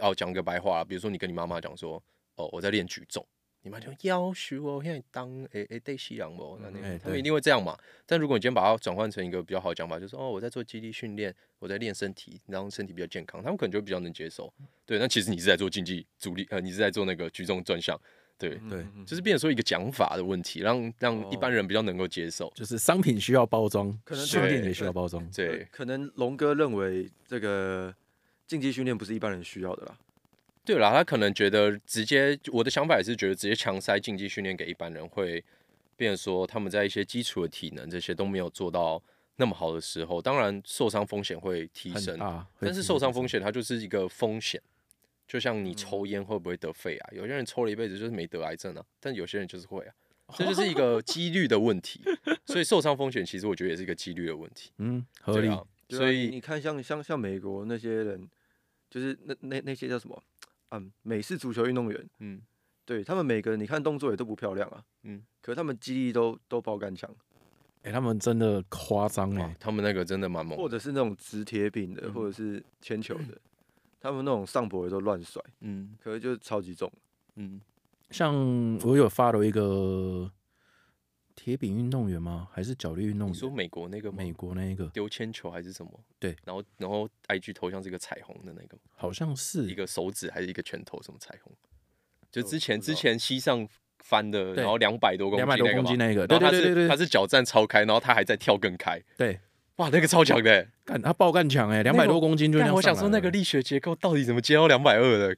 [SPEAKER 2] 哦，讲个白话啦，比如说你跟你妈妈讲说，哦，我在练举重，你妈就要求我现在当诶诶对西洋哦，那
[SPEAKER 1] 哎
[SPEAKER 2] 那他们
[SPEAKER 1] 对
[SPEAKER 2] 一定会这样嘛。但如果你今天把它转换成一个比较好的讲法，就是哦，我在做肌力训练，我在练身体，然后身体比较健康，他们可能就比较能接受。对，那其实你是在做竞技主力，呃，你是在做那个举重专项，对。
[SPEAKER 1] 对
[SPEAKER 3] 嗯，嗯
[SPEAKER 2] 就是变成说一个讲法的问题，让让一般人比较能够接受。
[SPEAKER 1] 就是商品需要包装，
[SPEAKER 3] 可能
[SPEAKER 1] 训
[SPEAKER 2] 对
[SPEAKER 1] 练也需要包装。
[SPEAKER 3] 呃
[SPEAKER 2] 对，
[SPEAKER 3] 可能龙哥认为这个竞技训练不是一般人需要的啦。
[SPEAKER 2] 对啦，他可能觉得直接，我的想法也是觉得直接强塞竞技训练给一般人，会变成说他们在一些基础的体能这些都没有做到那么好的时候，当然受伤风险会提
[SPEAKER 1] 很
[SPEAKER 2] 升，
[SPEAKER 1] 大，
[SPEAKER 2] 但是受伤风险它就是一个风险，就像你抽烟会不会得肺癌，有些人抽了一辈子就是没得癌症啊，但有些人就是会啊，这就是一个几率的问题，所以受伤风险其实我觉得也是一个几率的问题，
[SPEAKER 1] 嗯合
[SPEAKER 2] 对
[SPEAKER 1] 理，
[SPEAKER 2] 啊，
[SPEAKER 3] 对啊
[SPEAKER 2] 所
[SPEAKER 3] 你
[SPEAKER 2] 以
[SPEAKER 3] 你看像，像像美国那些人，就是那那那些叫什么，嗯，美式足球运动员，
[SPEAKER 2] 嗯
[SPEAKER 3] 对他们每个人你看动作也都不漂亮啊，
[SPEAKER 2] 嗯，
[SPEAKER 3] 可是他们肌力都都爆干强，
[SPEAKER 1] 哎，他们真的夸张
[SPEAKER 2] 哇
[SPEAKER 1] 哎，，
[SPEAKER 2] 他们那个真的蛮猛的
[SPEAKER 3] 或，者是那种直铁饼的，
[SPEAKER 2] 嗯
[SPEAKER 3] 或者是铅球的，他们那种上脖也都乱甩，
[SPEAKER 2] 嗯
[SPEAKER 3] 可是就是超级重。
[SPEAKER 2] 嗯，
[SPEAKER 1] 像我有发了一个铁饼运动员吗？还是脚力运动
[SPEAKER 2] 你说
[SPEAKER 1] 员？
[SPEAKER 2] 美国那个吗
[SPEAKER 1] 美国那一个
[SPEAKER 2] 丢铅球还是什么？
[SPEAKER 1] 对，
[SPEAKER 2] 然后然后 IG 头像是一个彩虹的那个吗，
[SPEAKER 1] 好像是
[SPEAKER 2] 一个手指还是一个拳头什么彩虹？就
[SPEAKER 3] 我
[SPEAKER 2] 之前
[SPEAKER 3] 不知
[SPEAKER 2] 之
[SPEAKER 3] 道
[SPEAKER 2] 前西上翻的，
[SPEAKER 1] 对
[SPEAKER 2] 然后两百多公斤
[SPEAKER 1] 两百多
[SPEAKER 2] 那个
[SPEAKER 1] 公
[SPEAKER 2] 嘛
[SPEAKER 1] 斤那个，
[SPEAKER 2] 然
[SPEAKER 1] 对
[SPEAKER 2] 后
[SPEAKER 1] 对
[SPEAKER 2] 他
[SPEAKER 1] 对
[SPEAKER 2] 是
[SPEAKER 1] 对对
[SPEAKER 2] 他是脚站超开，然后他还在跳更开，
[SPEAKER 1] 对，
[SPEAKER 2] 哇，那个超强的欸！
[SPEAKER 1] 干他爆干强哎，两百
[SPEAKER 2] 那个
[SPEAKER 1] 多公斤就那
[SPEAKER 2] 但
[SPEAKER 1] 样
[SPEAKER 2] 我想
[SPEAKER 1] 上
[SPEAKER 2] 说
[SPEAKER 1] 来
[SPEAKER 2] 那个
[SPEAKER 1] 了
[SPEAKER 2] 力学结构到底怎么接到两百二的？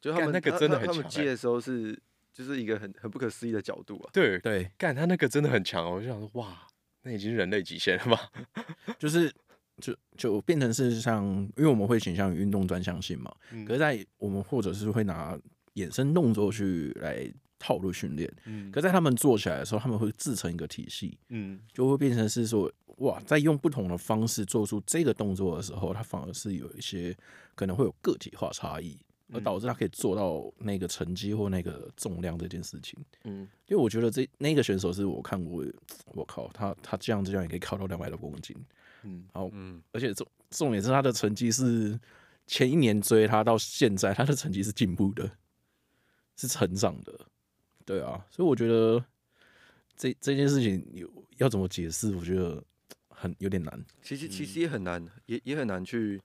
[SPEAKER 3] 就他
[SPEAKER 2] 干
[SPEAKER 3] 们
[SPEAKER 2] 那个
[SPEAKER 3] 他
[SPEAKER 2] 真的
[SPEAKER 3] 他
[SPEAKER 2] 很
[SPEAKER 3] 他们
[SPEAKER 2] 强
[SPEAKER 3] 接
[SPEAKER 2] 欸
[SPEAKER 3] 的时候是就是一个很很不可思议的角度啊，
[SPEAKER 2] 对，
[SPEAKER 1] 对，
[SPEAKER 2] 干他那个真的很强哦，我就想说哇，那已经是人类极限了吧？
[SPEAKER 1] 就是就就变成是像，因为我们会倾向于运动专项性嘛，
[SPEAKER 2] 嗯
[SPEAKER 1] 可是，在我们或者是会拿衍生动作去来套路训练，
[SPEAKER 2] 嗯
[SPEAKER 1] 可在他们做起来的时候，他们会自成一个体系，
[SPEAKER 2] 嗯
[SPEAKER 1] 就会变成是说，哇，在用不同的方式做出这个动作的时候，它反而是有一些可能会有个体化差异，而
[SPEAKER 2] 嗯
[SPEAKER 1] 导致他可以做到那个成绩或那个重量这件事情。
[SPEAKER 2] 嗯，
[SPEAKER 1] 因为我觉得这那个选手是我看过，我靠，他他这样这样也可以考到两百多公斤，
[SPEAKER 2] 嗯，
[SPEAKER 1] 然后
[SPEAKER 3] 嗯，
[SPEAKER 1] 而且重重点是他的成绩是前一年追他到现在，他的成绩是进步的，是成长的，对啊，所以我觉得这这件事情有要怎么解释，我觉得很有点难。
[SPEAKER 3] 其
[SPEAKER 2] 嗯
[SPEAKER 3] 实其实也很难，也也很难去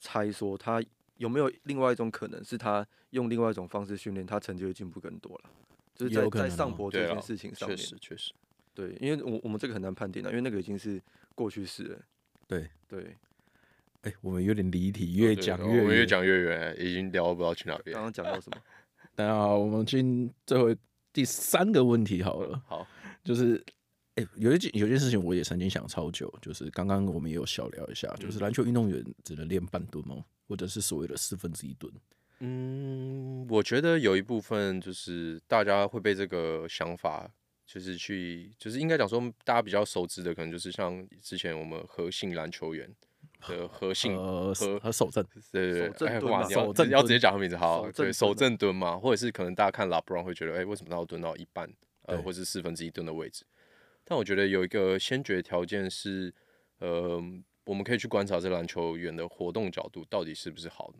[SPEAKER 3] 猜说他有没有另外一种可能是他用另外一种方式训练，他成就会进步更多了。就是
[SPEAKER 1] 也
[SPEAKER 3] 在
[SPEAKER 1] 有可
[SPEAKER 3] 在
[SPEAKER 1] 能
[SPEAKER 3] 上
[SPEAKER 1] 哦
[SPEAKER 3] 坡
[SPEAKER 2] 对啊
[SPEAKER 3] 这件
[SPEAKER 2] 啦
[SPEAKER 3] 事情上
[SPEAKER 2] 确
[SPEAKER 3] 面，
[SPEAKER 2] 实确实，
[SPEAKER 3] 对，因为我我们这个很难判定的，因为那个已经是过去式了。
[SPEAKER 1] 对
[SPEAKER 3] 对，
[SPEAKER 1] 哎、我们有点离题，越
[SPEAKER 2] 哦对
[SPEAKER 1] 讲
[SPEAKER 2] 我
[SPEAKER 1] 越
[SPEAKER 2] 们
[SPEAKER 1] 远
[SPEAKER 2] 越。讲越远，已经聊不知道去哪边
[SPEAKER 3] 刚。刚讲到什么？
[SPEAKER 1] 那我们进最后第三个问题好了，
[SPEAKER 2] 好，
[SPEAKER 1] 就是。哎、有一件有一件事情我也曾经想超久，就是刚刚我们也有小聊一下，
[SPEAKER 2] 嗯
[SPEAKER 1] 就是篮球运动员只能练半蹲吗？或者是所谓的四分之一蹲？
[SPEAKER 2] 嗯，我觉得有一部分就是大家会被这个想法，就是去，就是应该讲说，大家比较熟知的，可能就是像之前我们何姓篮球员的何姓，
[SPEAKER 1] 呃
[SPEAKER 2] 和
[SPEAKER 1] 和手震，
[SPEAKER 2] 对对
[SPEAKER 3] 守
[SPEAKER 2] 对，
[SPEAKER 3] 正
[SPEAKER 2] 哎
[SPEAKER 3] 蹲
[SPEAKER 2] 哇，
[SPEAKER 3] 吧
[SPEAKER 2] 你要
[SPEAKER 1] 守正
[SPEAKER 2] 要直接
[SPEAKER 1] 蹲
[SPEAKER 2] 讲他名字，好，
[SPEAKER 3] 守
[SPEAKER 2] 对，
[SPEAKER 3] 正
[SPEAKER 2] 守
[SPEAKER 3] 蹲啊
[SPEAKER 2] 正蹲嘛，或者是可能大家看 LeBron 会觉得，哎，为什么他要蹲到一半，呃，
[SPEAKER 1] 对
[SPEAKER 2] 或是四分之一蹲的位置？但我觉得有一个先决条件是，呃，我们可以去观察这篮球员的活动角度到底是不是好的，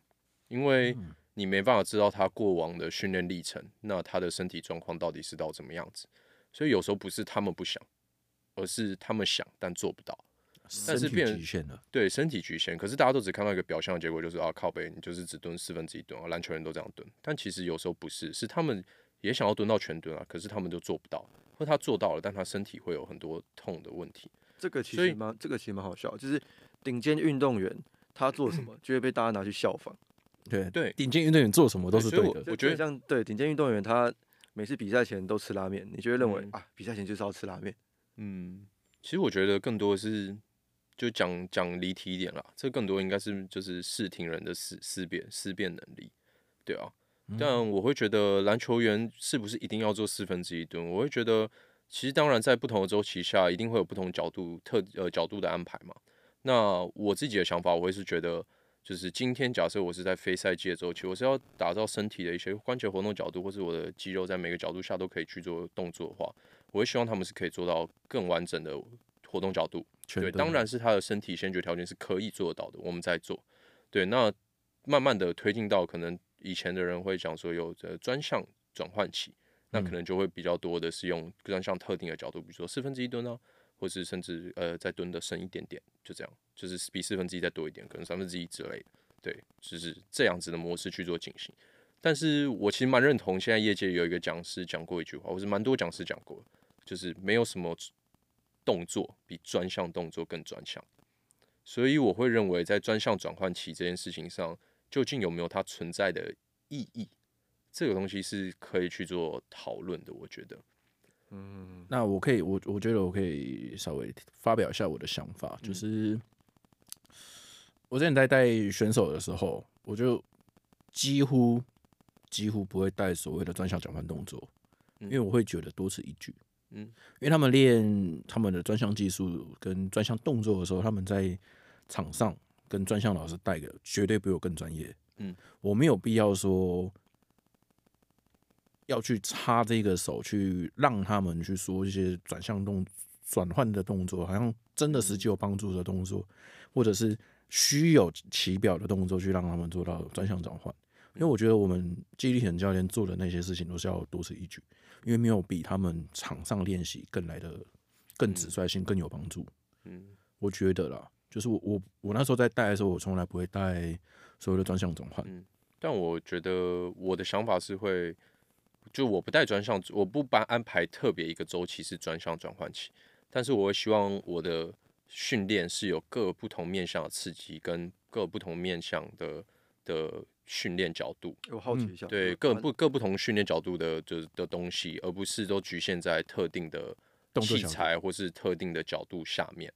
[SPEAKER 2] 因为
[SPEAKER 3] 嗯
[SPEAKER 2] 你没办法知道他过往的训练历程，那他的身体状况到底是到怎么样子。所以有时候不是他们不想，而是他们想但做不到。
[SPEAKER 1] 身
[SPEAKER 2] 但是
[SPEAKER 1] 体
[SPEAKER 2] 变
[SPEAKER 1] 极限了。
[SPEAKER 2] 对身体局限，可是大家都只看到一个表象的结果，就是啊靠背，你就是只蹲四分之一蹲啊，篮球人都这样蹲。但其实有时候不是，是他们也想要蹲到全蹲啊，可是他们都做不到，或他做到了，但他身体会有很多痛的问题。
[SPEAKER 3] 这个其
[SPEAKER 2] 所以
[SPEAKER 3] 实蛮这个其实蛮好笑的，就是顶尖运动员他做什么就会被大家拿去效仿。
[SPEAKER 1] 对
[SPEAKER 2] 对哎
[SPEAKER 1] 顶尖运动员做什么都是
[SPEAKER 2] 对所以
[SPEAKER 1] 对
[SPEAKER 2] 我
[SPEAKER 1] 的。
[SPEAKER 3] 就
[SPEAKER 2] 觉
[SPEAKER 3] 就
[SPEAKER 2] 得
[SPEAKER 3] 像对顶尖运动员他。每次比赛前都吃拉面，你就会认为、
[SPEAKER 2] 嗯
[SPEAKER 3] 啊，比赛前就是要吃拉面。
[SPEAKER 2] 嗯，其实我觉得更多是就讲讲离题一点啦，这更多应该是就是视听人的思思辨思辨能力，对啊，
[SPEAKER 1] 嗯
[SPEAKER 2] 但我会觉得篮球员是不是一定要做四分之一蹲？我会觉得，其实当然在不同的周期下，一定会有不同角度特呃角度的安排嘛。那我自己的想法，我会是觉得，就是今天假设我是在非赛季的周期，我是要打造身体的一些关节活动角度，或是我的肌肉在每个角度下都可以去做动作的话，我会希望他们是可以做到更完整的活动角度。
[SPEAKER 1] 全
[SPEAKER 2] 对，
[SPEAKER 1] 蹲
[SPEAKER 2] 当然是他的身体先决条件是可以做得到的，我们在做。对，那慢慢的推进到可能以前的人会讲说有呃专项转换期，那可能就会比较多的是用专项特定的角度，比如说四分之一蹲啊，或是甚至呃再蹲的深一点点，就这样，就是比四分之一再多一点，可能三分之一之类的。对，就是这样子的模式去做进行。但是我其实蛮认同，现在业界有一个讲师讲过一句话，我是蛮多讲师讲过的，就是没有什么动作比专项动作更专项，所以我会认为在专项转换期这件事情上，究竟有没有它存在的意义，这个东西是可以去做讨论的。我觉得，
[SPEAKER 3] 嗯，
[SPEAKER 1] 那我可以，我我觉得我可以稍微发表一下我的想法，
[SPEAKER 2] 嗯
[SPEAKER 1] 就是我之前在带选手的时候，我就几乎几乎不会带所谓的专项转换动作，因为我会觉得多此一举。
[SPEAKER 2] 嗯
[SPEAKER 1] 因为他们练他们的专项技术跟专项动作的时候，他们在场上跟专项老师带的绝对比我更专业。
[SPEAKER 2] 嗯，
[SPEAKER 1] 我没有必要说要去插这个手去让他们去说一些转向动转换的动作，好像真的
[SPEAKER 2] 嗯
[SPEAKER 1] 实际有帮助的动作，或者是虚有其表的动作去让他们做到专项转换。因为我觉得我们记忆力很教练做的那些事情都是要多此一举，因为没有比他们场上练习更来的更直率性、更有帮助。
[SPEAKER 2] 嗯
[SPEAKER 1] 我觉得啦，就是我我我那时候在带的时候，我从来不会带所有的专项转换。
[SPEAKER 2] 嗯，但我觉得我的想法是会，就我不带专项，我不把安排特别一个周期是专项转换期，但是我会希望我的训练是有各不同面向的刺激跟各不同面向的的训练角度。
[SPEAKER 3] 我好奇一下，
[SPEAKER 2] 嗯对
[SPEAKER 3] 我
[SPEAKER 2] 各
[SPEAKER 3] 蛮
[SPEAKER 2] 不各不同训练角度的就是的东西，而不是都局限在特定的
[SPEAKER 1] 动作
[SPEAKER 2] 器
[SPEAKER 1] 角度
[SPEAKER 2] 材或是特定的角度下面。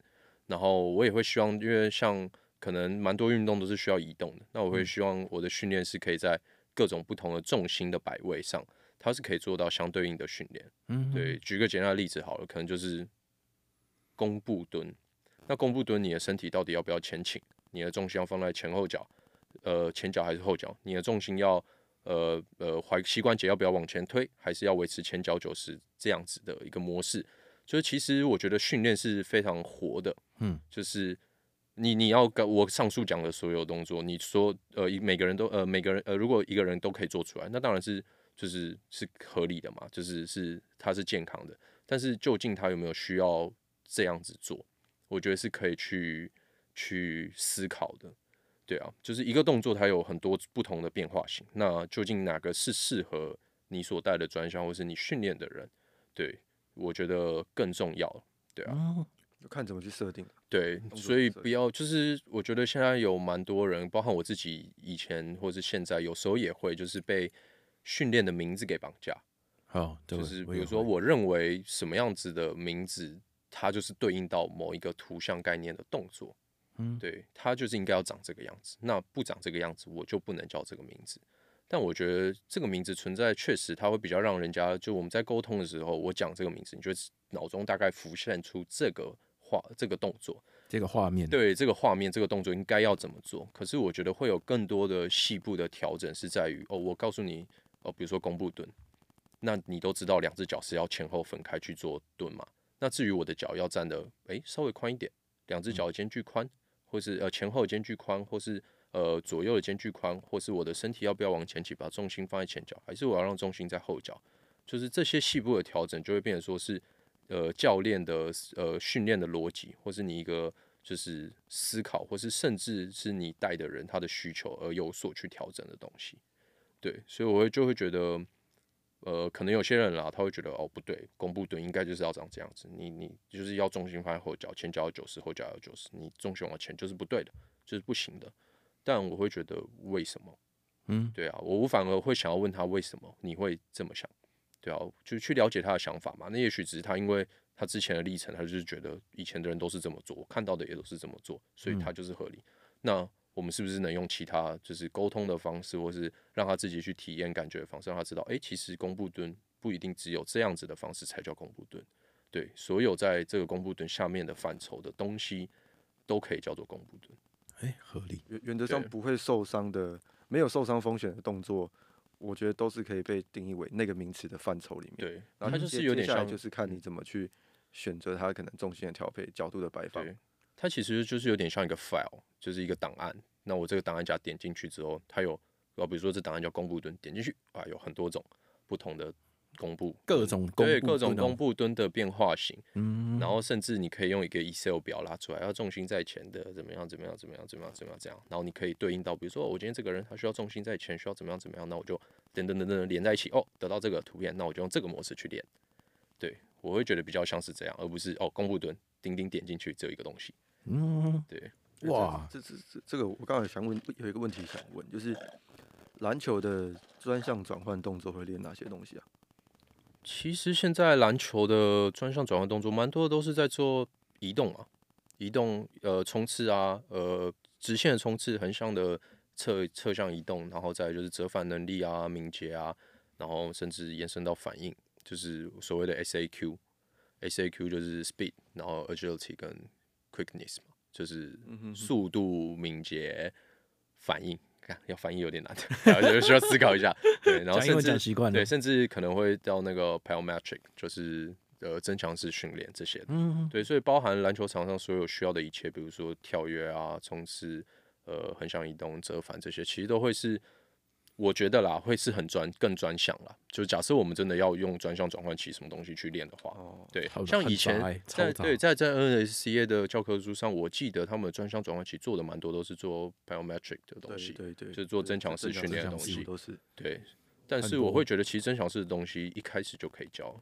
[SPEAKER 2] 然后我也会希望，因为像可能蛮多运动都是需要移动的，那我
[SPEAKER 1] 嗯
[SPEAKER 2] 会希望我的训练是可以在各种不同的重心的摆位上，它是可以做到相对应的训练。
[SPEAKER 1] 嗯，
[SPEAKER 2] 对，，举个简单的例子好了，可能就是弓步蹲。那弓步蹲，你的身体到底要不要前倾？你的重心要放在前后脚，呃，前脚还是后脚？你的重心要呃呃踝膝关节要不要往前推，还是要维持前脚九十这样子的一个模式？就是其实我觉得训练是非常活的，
[SPEAKER 1] 嗯，
[SPEAKER 2] 就是你你要跟我上述讲的所有动作，你说呃一每个人都呃每个人呃如果一个人都可以做出来，那当然是就是是合理的嘛，就是是它是健康的，但是究竟他有没有需要这样子做，我觉得是可以去去思考的。对啊，就是一个动作它有很多不同的变化型，那究竟哪个是适合你所带的专项或是你训练的人？对我觉得更重要。
[SPEAKER 1] 哦，
[SPEAKER 3] 看怎么去设定。啊
[SPEAKER 2] 对，所
[SPEAKER 3] 作
[SPEAKER 2] 以
[SPEAKER 3] 所以
[SPEAKER 2] 不要就是，我觉得现在有蛮多人，包含我自己以前或是现在，有时候也会就是被训练的名字给绑架，
[SPEAKER 1] 好，对
[SPEAKER 2] 就是
[SPEAKER 1] 我
[SPEAKER 2] 比
[SPEAKER 1] 也
[SPEAKER 2] 如说
[SPEAKER 1] 会
[SPEAKER 2] 我认为什么样子的名字，它就是对应到某一个图像概念的动作，
[SPEAKER 1] 嗯
[SPEAKER 2] 对，它就是应该要长这个样子，那不长这个样子，我就不能叫这个名字。但我觉得这个名字存在，确实它会比较让人家，就我们在沟通的时候，我讲这个名字，你就脑中大概浮现出这个话、这个动作。
[SPEAKER 1] 这个画面，
[SPEAKER 2] 对这个画面、这个动作应该要怎么做。可是我觉得会有更多的细部的调整，是在于哦，我告诉你哦，比如说弓步蹲，那你都知道两只脚是要前后分开去做蹲嘛。那至于我的脚要站的诶稍微宽一点，两只脚的间距宽，或是呃前后的间距宽，或是呃左右的间距宽，或是我的身体要不要往前起，把重心放在前脚，还是我要让重心在后脚？就是这些细部的调整，就会变成说是呃教练的呃训练的逻辑，或是你一个就是思考，或是甚至是你带的人他的需求而有所去调整的东西。对，所以我会就会觉得，呃，可能有些人啦，他会觉得哦不对，弓步蹲应该就是要长这样子，你你就是要重心放在后脚，前脚要九十，后脚要九十，你重心往前就是不对的，就是不行的。但我会觉得为什么？
[SPEAKER 1] 嗯，
[SPEAKER 2] 对啊，我我反而会想要问他为什么你会这么想，对啊，就去了解他的想法嘛。那也许只是他因为他之前的历
[SPEAKER 3] 嗯
[SPEAKER 2] 程，他就是觉得以前的人都是这么做，我看到的也都是这么做，所以他就是合理。那我我们是不是能用其他就是沟通的方式，或是让他自己去体验感觉的方式，让他知道，诶，其实弓步蹲不一定只有这样子的方式才叫弓步蹲。对，所有在这个弓步蹲下面的范畴的东西，都可以叫做弓步蹲。
[SPEAKER 3] 嗯
[SPEAKER 1] 哎、合理。
[SPEAKER 3] 原原则上
[SPEAKER 2] 对
[SPEAKER 3] 不会受伤的，没有受伤风险的动作，我觉得都是可以被定义为那个名词的范畴里面。，
[SPEAKER 2] 对，
[SPEAKER 3] 然后
[SPEAKER 2] 它
[SPEAKER 3] 接
[SPEAKER 2] 就是有点
[SPEAKER 3] 接下来
[SPEAKER 2] 像，嗯
[SPEAKER 3] 就是看你怎么去选择它可能重心的调配、角度的摆放。
[SPEAKER 2] 对，它其实就是有点像一个 file，就是一个档案。那我这个档案夹点进去之后，它有，啊，比如说这档案叫弓步蹲，点进去啊，有很多种不同的弓步，
[SPEAKER 1] 各种公
[SPEAKER 2] 对
[SPEAKER 1] 布
[SPEAKER 2] 各种
[SPEAKER 1] 不能
[SPEAKER 2] 弓，步蹲的变化型，
[SPEAKER 1] 嗯，
[SPEAKER 2] 然后甚至你可以用一个 Excel 表拉出来，要重心在前的怎么样怎么样怎么样怎么样怎么样这样，然后你可以对应到，比如说我今天这个人他需要重心在前，需要怎么样怎么样，那我就等等等等连在一起，哦，得到这个图片，那我就用这个模式去练。对，我会觉得比较像是这样，而不是哦，弓步蹲，钉钉点进去只有一个东西。
[SPEAKER 1] 嗯，
[SPEAKER 2] 对，
[SPEAKER 1] 哇，
[SPEAKER 3] 这这这这个我刚才想问，有一个问题想问，就是篮球的专项转换动作会练哪些东西啊？
[SPEAKER 2] 其实现在篮球的专项转换动作，蛮多的都是在做移动啊，移动呃冲刺啊，呃直线的冲刺，横向的侧侧向移动，然后再来就是折返能力啊、敏捷啊，然后甚至延伸到反应，就是所谓的 SAQ。SAQ 就是 speed，然后 agility 跟 quickness 嘛，就是
[SPEAKER 1] 嗯
[SPEAKER 2] 速度、敏捷、反应。看要反应有点难， 然后就需要思考一下。对，然后
[SPEAKER 1] 讲英
[SPEAKER 2] 甚
[SPEAKER 1] 文
[SPEAKER 2] 至
[SPEAKER 1] 讲习惯了
[SPEAKER 2] 对，，甚至可能会到那个 plyometric，就是呃增强式训练这些的。
[SPEAKER 1] 嗯，
[SPEAKER 2] 对，所以包含篮球场上所有需要的一切，比如说跳跃啊、冲刺、呃横向移动、折返这些，其实都会是我觉得啦，会是很专更专项啦。就是假设我们真的要用专项转换器什么东西去练的话，
[SPEAKER 3] 哦，
[SPEAKER 2] 对
[SPEAKER 1] 超，杂
[SPEAKER 2] 像
[SPEAKER 1] 很
[SPEAKER 2] 以
[SPEAKER 1] 杂欸
[SPEAKER 2] 前
[SPEAKER 1] 超
[SPEAKER 2] 在
[SPEAKER 1] 杂
[SPEAKER 2] 对在在 NSCA 的教科书上，我记得他们的专项转换器做的蛮多都是做 plyometric 的东西。
[SPEAKER 3] 对对对，
[SPEAKER 2] 就是做增强式训练
[SPEAKER 1] 的
[SPEAKER 3] 增
[SPEAKER 1] 东
[SPEAKER 3] 强式
[SPEAKER 1] 西
[SPEAKER 3] 都是
[SPEAKER 2] 对，但
[SPEAKER 1] 很
[SPEAKER 2] 是我会
[SPEAKER 1] 多
[SPEAKER 2] 觉得其实增强式的东西一开始就可以教，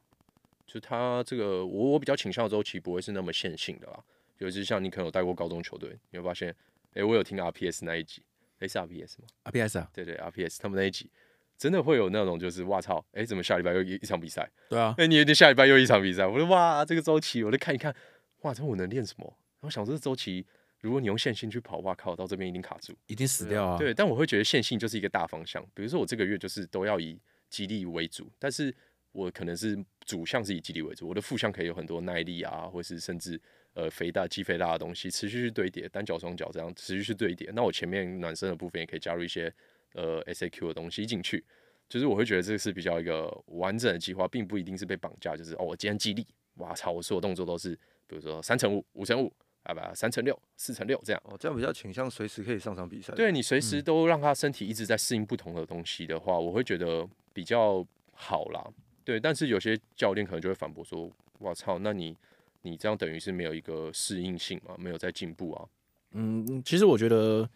[SPEAKER 2] 就它这个我我比较倾向的周期不会是那么线性的啦，尤其是像你可能有带过高中球队，你会发现，诶，我有听 RPS 那一集，诶，是 RPS 吗？
[SPEAKER 1] 啊 p s 啊，
[SPEAKER 2] 对对，RPS 他们那一集。真的会有那种就是哇操，诶，怎么下礼拜又一一场比赛？
[SPEAKER 1] 对啊，
[SPEAKER 2] 诶，你你下礼拜又一场比赛，我说哇，这个周期我就看一看，哇，这我能练什么？然后想说这周期，如果你用线性去跑，哇靠，到这边一定卡住。
[SPEAKER 1] 一定死掉啊，
[SPEAKER 2] 对，但我会觉得线性就是一个大方向。比如说我这个月就是都要以激励为主，但是我可能是主项是以激励为主，我的副项可以有很多耐力啊，或是甚至呃肥大、肌肥大的东西，持续去堆叠，单脚、双脚这样持续去堆叠。那我前面暖身的部分也可以加入一些呃 SAQ 的东西进去。就是我会觉得这个是比较一个完整的计划，并不一定是被绑架。就是哦，我今天激励，哇操，我所有动作都是，比如说三乘五、五乘五，啊不，三乘六、四乘六这样。
[SPEAKER 3] 哦，这样比较倾向随时可以上场比赛。
[SPEAKER 2] 对你随
[SPEAKER 1] 嗯
[SPEAKER 2] 时都让他身体一直在适应不同的东西的话，我会觉得比较好啦。对，但是有些教练可能就会反驳说：“我操，那你你这样等于是没有一个适应性嘛，没有在进步啊。
[SPEAKER 1] 嗯，其实我觉得，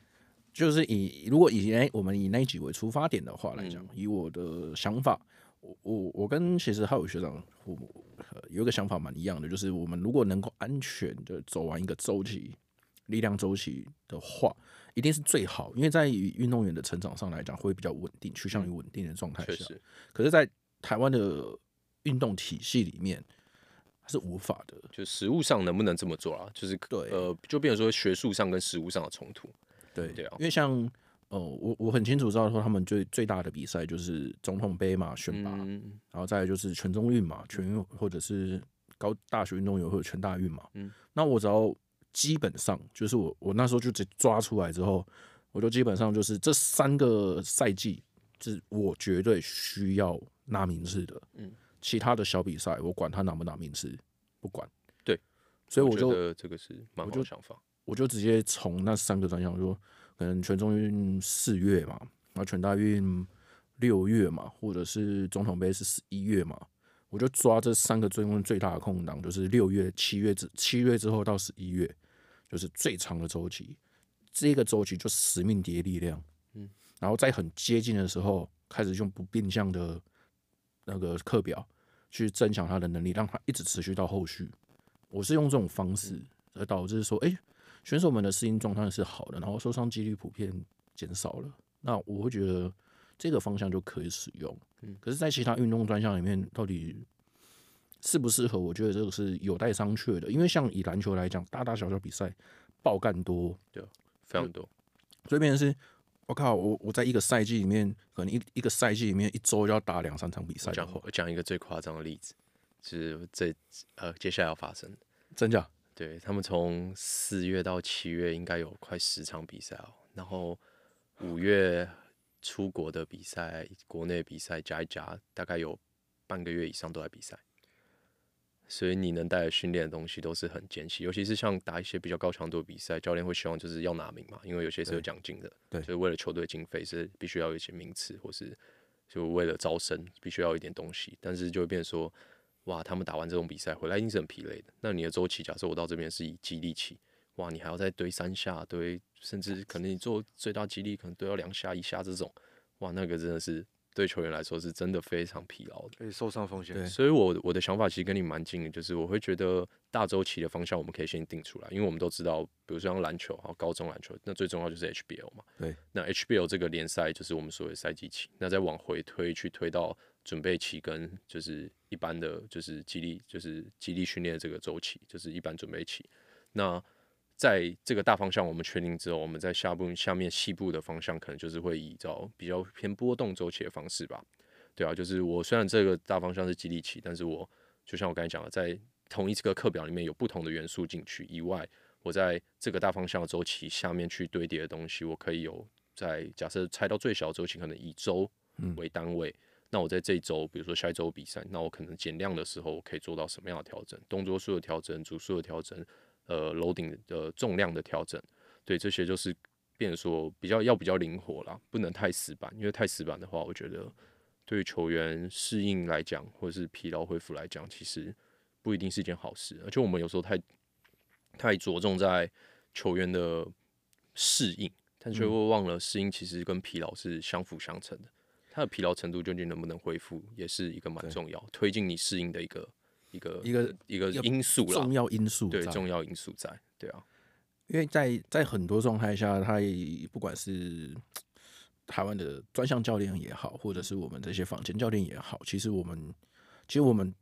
[SPEAKER 1] 就是以如果以那我们以那一集为出发点的话来讲，
[SPEAKER 2] 嗯
[SPEAKER 1] 以我的想法，我我我跟其实还有学长，我、呃、有一个想法蛮一样的，就是我们如果能够安全的走完一个周期，力量周期的话，一定是最好，因为在于运动员的成长上来讲，会比较稳定，趋向于稳定的状态
[SPEAKER 2] 嗯确
[SPEAKER 1] 下。
[SPEAKER 2] 实，
[SPEAKER 1] 哎可是，啊在台湾的运动体系里面，是无法的。
[SPEAKER 2] 就实物上能不能这么做啦？就是
[SPEAKER 1] 对
[SPEAKER 2] 呃，就变成说学术上跟实物上的冲突。
[SPEAKER 1] 对
[SPEAKER 2] 对啊
[SPEAKER 1] 因为像呃，我我很清楚知道说他们最最大的比赛就是总统杯嘛，选拔，
[SPEAKER 2] 嗯，
[SPEAKER 1] 然后再来就是全中运嘛，全运或者是高大学运动员会有全大运嘛。
[SPEAKER 2] 嗯，
[SPEAKER 1] 那我只要基本上就是我我那时候就直接抓出来之后，我就基本上就是这三个赛季，就是我绝对需要拿名次的。
[SPEAKER 2] 嗯，
[SPEAKER 1] 其他的小比赛我管他拿不拿名次，不管。
[SPEAKER 2] 对，
[SPEAKER 1] 所以我
[SPEAKER 2] 觉
[SPEAKER 1] 就
[SPEAKER 2] 得这个是蛮好的想法。
[SPEAKER 1] 我就直接从那三个专项，我就可能全中运四月嘛，然后全大运六月嘛，或者是总统杯是十一月嘛，我就抓这三个最最大的空档，就是六月、七月之七月之后到十一月，就是最长的周期。这个周期就使命叠力量，
[SPEAKER 2] 嗯，
[SPEAKER 1] 然后在很接近的时候开始用不变相的那个课表去增强他的能力，让他一直持续到后续。我是用这种方式，而导致说，哎、选手们的适应状态是好的，然后受伤几率普遍减少了。那我会觉得这个方向就可以使用。
[SPEAKER 2] 嗯
[SPEAKER 1] 可是，在其他运动专项里面，到底适不适合，我觉得这个是有待商榷的。因为像以篮球来讲，大大小小比赛爆干多，嗯
[SPEAKER 2] 对啊，非常多。
[SPEAKER 1] 所以变成是，我靠，我我在一个赛季里面，可能一一个赛季里面一周就要打两三场比赛
[SPEAKER 2] 我
[SPEAKER 1] 的
[SPEAKER 2] 讲
[SPEAKER 1] 话，
[SPEAKER 2] 我讲一个最夸张的例子，是这呃接下来要发生的。
[SPEAKER 1] 真假？
[SPEAKER 2] 对他们从四月到七月应该有快十场比赛哦，然后五月出国的比赛、国内比赛加一加，大概有半个月以上都在比赛。所以你能带来训练的东西都是很艰辛，尤其是像打一些比较高强度的比赛，教练会希望就是要拿名嘛，因为有些是有
[SPEAKER 1] 对
[SPEAKER 2] 奖金的，
[SPEAKER 1] 对
[SPEAKER 2] 所以为了球队经费是必须要有一些名次，或是就为了招生必须要有一点东西，但是就会变成说，哇，他们打完这种比赛回来一定是很疲累的。那你的周期，假设我到这边是以激励期，哇，你还要再堆三下，堆甚至可能你做最大激励可能堆到两下一下这种，哇，那个真的是对球员来说是真的非常疲劳的。
[SPEAKER 3] 而且受伤风险
[SPEAKER 1] 对
[SPEAKER 2] 所以我我的想法其实跟你蛮近的，就是我会觉得大周期的方向我们可以先定出来，因为我们都知道，比如说像篮球，还有高中篮球，那最重要就是 HBL 嘛。
[SPEAKER 1] 对。
[SPEAKER 2] 那 HBL 这个联赛就是我们所谓的赛季期，那再往回推去推到准备期跟就是一般的就是激励就是激励训练的这个周期，就是一般准备期。那在这个大方向我们确定之后，我们在下部下面细部的方向可能就是会依照比较偏波动周期的方式吧。对啊，就是我虽然这个大方向是激励期，但是我就像我刚才讲的，在同一这个课表里面有不同的元素进去以外，我在这个大方向的周期下面去堆叠的东西，我可以有在假设拆到最小的周期，可能以周为单位。那我在这一周，比如说下一周比赛，那我可能减量的时候，我可以做到什么样的调整？动作数的调整、组数的调整、呃 loading 的重量的调整，对，这些就是变成说比较要比较灵活啦，不能太死板，因为太死板的话，我觉得对于球员适应来讲，或者是疲劳恢复来讲，其实不一定是一件好事。而且我们有时候太太着重在球员的适应，但
[SPEAKER 1] 嗯
[SPEAKER 2] 却会忘了适应其实跟疲劳是相辅相成的。他的疲劳程度究竟能不能恢复，也是一个蛮
[SPEAKER 1] 对
[SPEAKER 2] 重要推进你适应的一个一个
[SPEAKER 1] 一个
[SPEAKER 2] 一个
[SPEAKER 1] 一个
[SPEAKER 2] 因素啦
[SPEAKER 1] 重，要因素
[SPEAKER 2] 对
[SPEAKER 1] 在
[SPEAKER 2] 重要因素在，对啊，
[SPEAKER 1] 因为在在很多状态下，他也不管是台湾的专项教练也好，或者是我们这些坊间教练也好，其实我们其实我们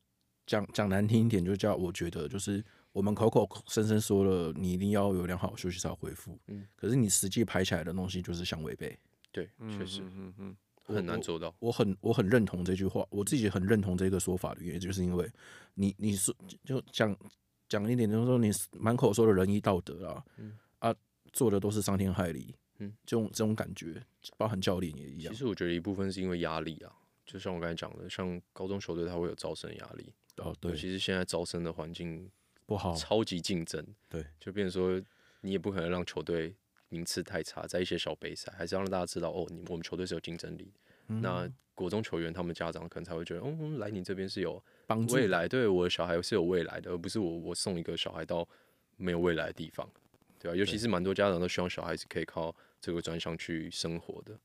[SPEAKER 1] 讲讲难听一点，就叫我觉得就是我们口口声声说了，你一定要有良好的休息才有恢复，
[SPEAKER 2] 嗯
[SPEAKER 1] 可是你实际排起来的东西就是相违背。
[SPEAKER 2] 对，确实
[SPEAKER 3] 嗯嗯嗯
[SPEAKER 2] 很难做到。
[SPEAKER 1] 我很我很认同这句话，我自己很认同这个说法的原因，就是因为你你说就讲讲一点，就是说你满口说的仁义道德啊，
[SPEAKER 2] 嗯
[SPEAKER 1] 啊做的都是伤天害理，
[SPEAKER 2] 嗯，
[SPEAKER 1] 这种这种感觉，包含教练也一样
[SPEAKER 2] 其，实我觉得一部分是因为压力啊，就像我刚才讲的，像高中球队它会有招生压力，
[SPEAKER 1] 哦
[SPEAKER 2] 尤
[SPEAKER 1] 对，
[SPEAKER 2] 其是现在招生的环境
[SPEAKER 1] 不好，
[SPEAKER 2] 超级竞争，
[SPEAKER 1] 对，
[SPEAKER 2] 就变成说你也不可能让球队名次太差，在一些小杯赛，还是要让大家知道哦，你我们球队是有竞争力。
[SPEAKER 1] 嗯
[SPEAKER 2] 那国中球员他们家长可能才会觉得，哦，嗯来你这边是有
[SPEAKER 1] 帮助
[SPEAKER 2] 未来，对我的小孩是有未来的，而不是我我送一个小孩到没有未来的地方，对吧、啊尤其是蛮多家长都希望小孩是可以靠这个专项去生活的。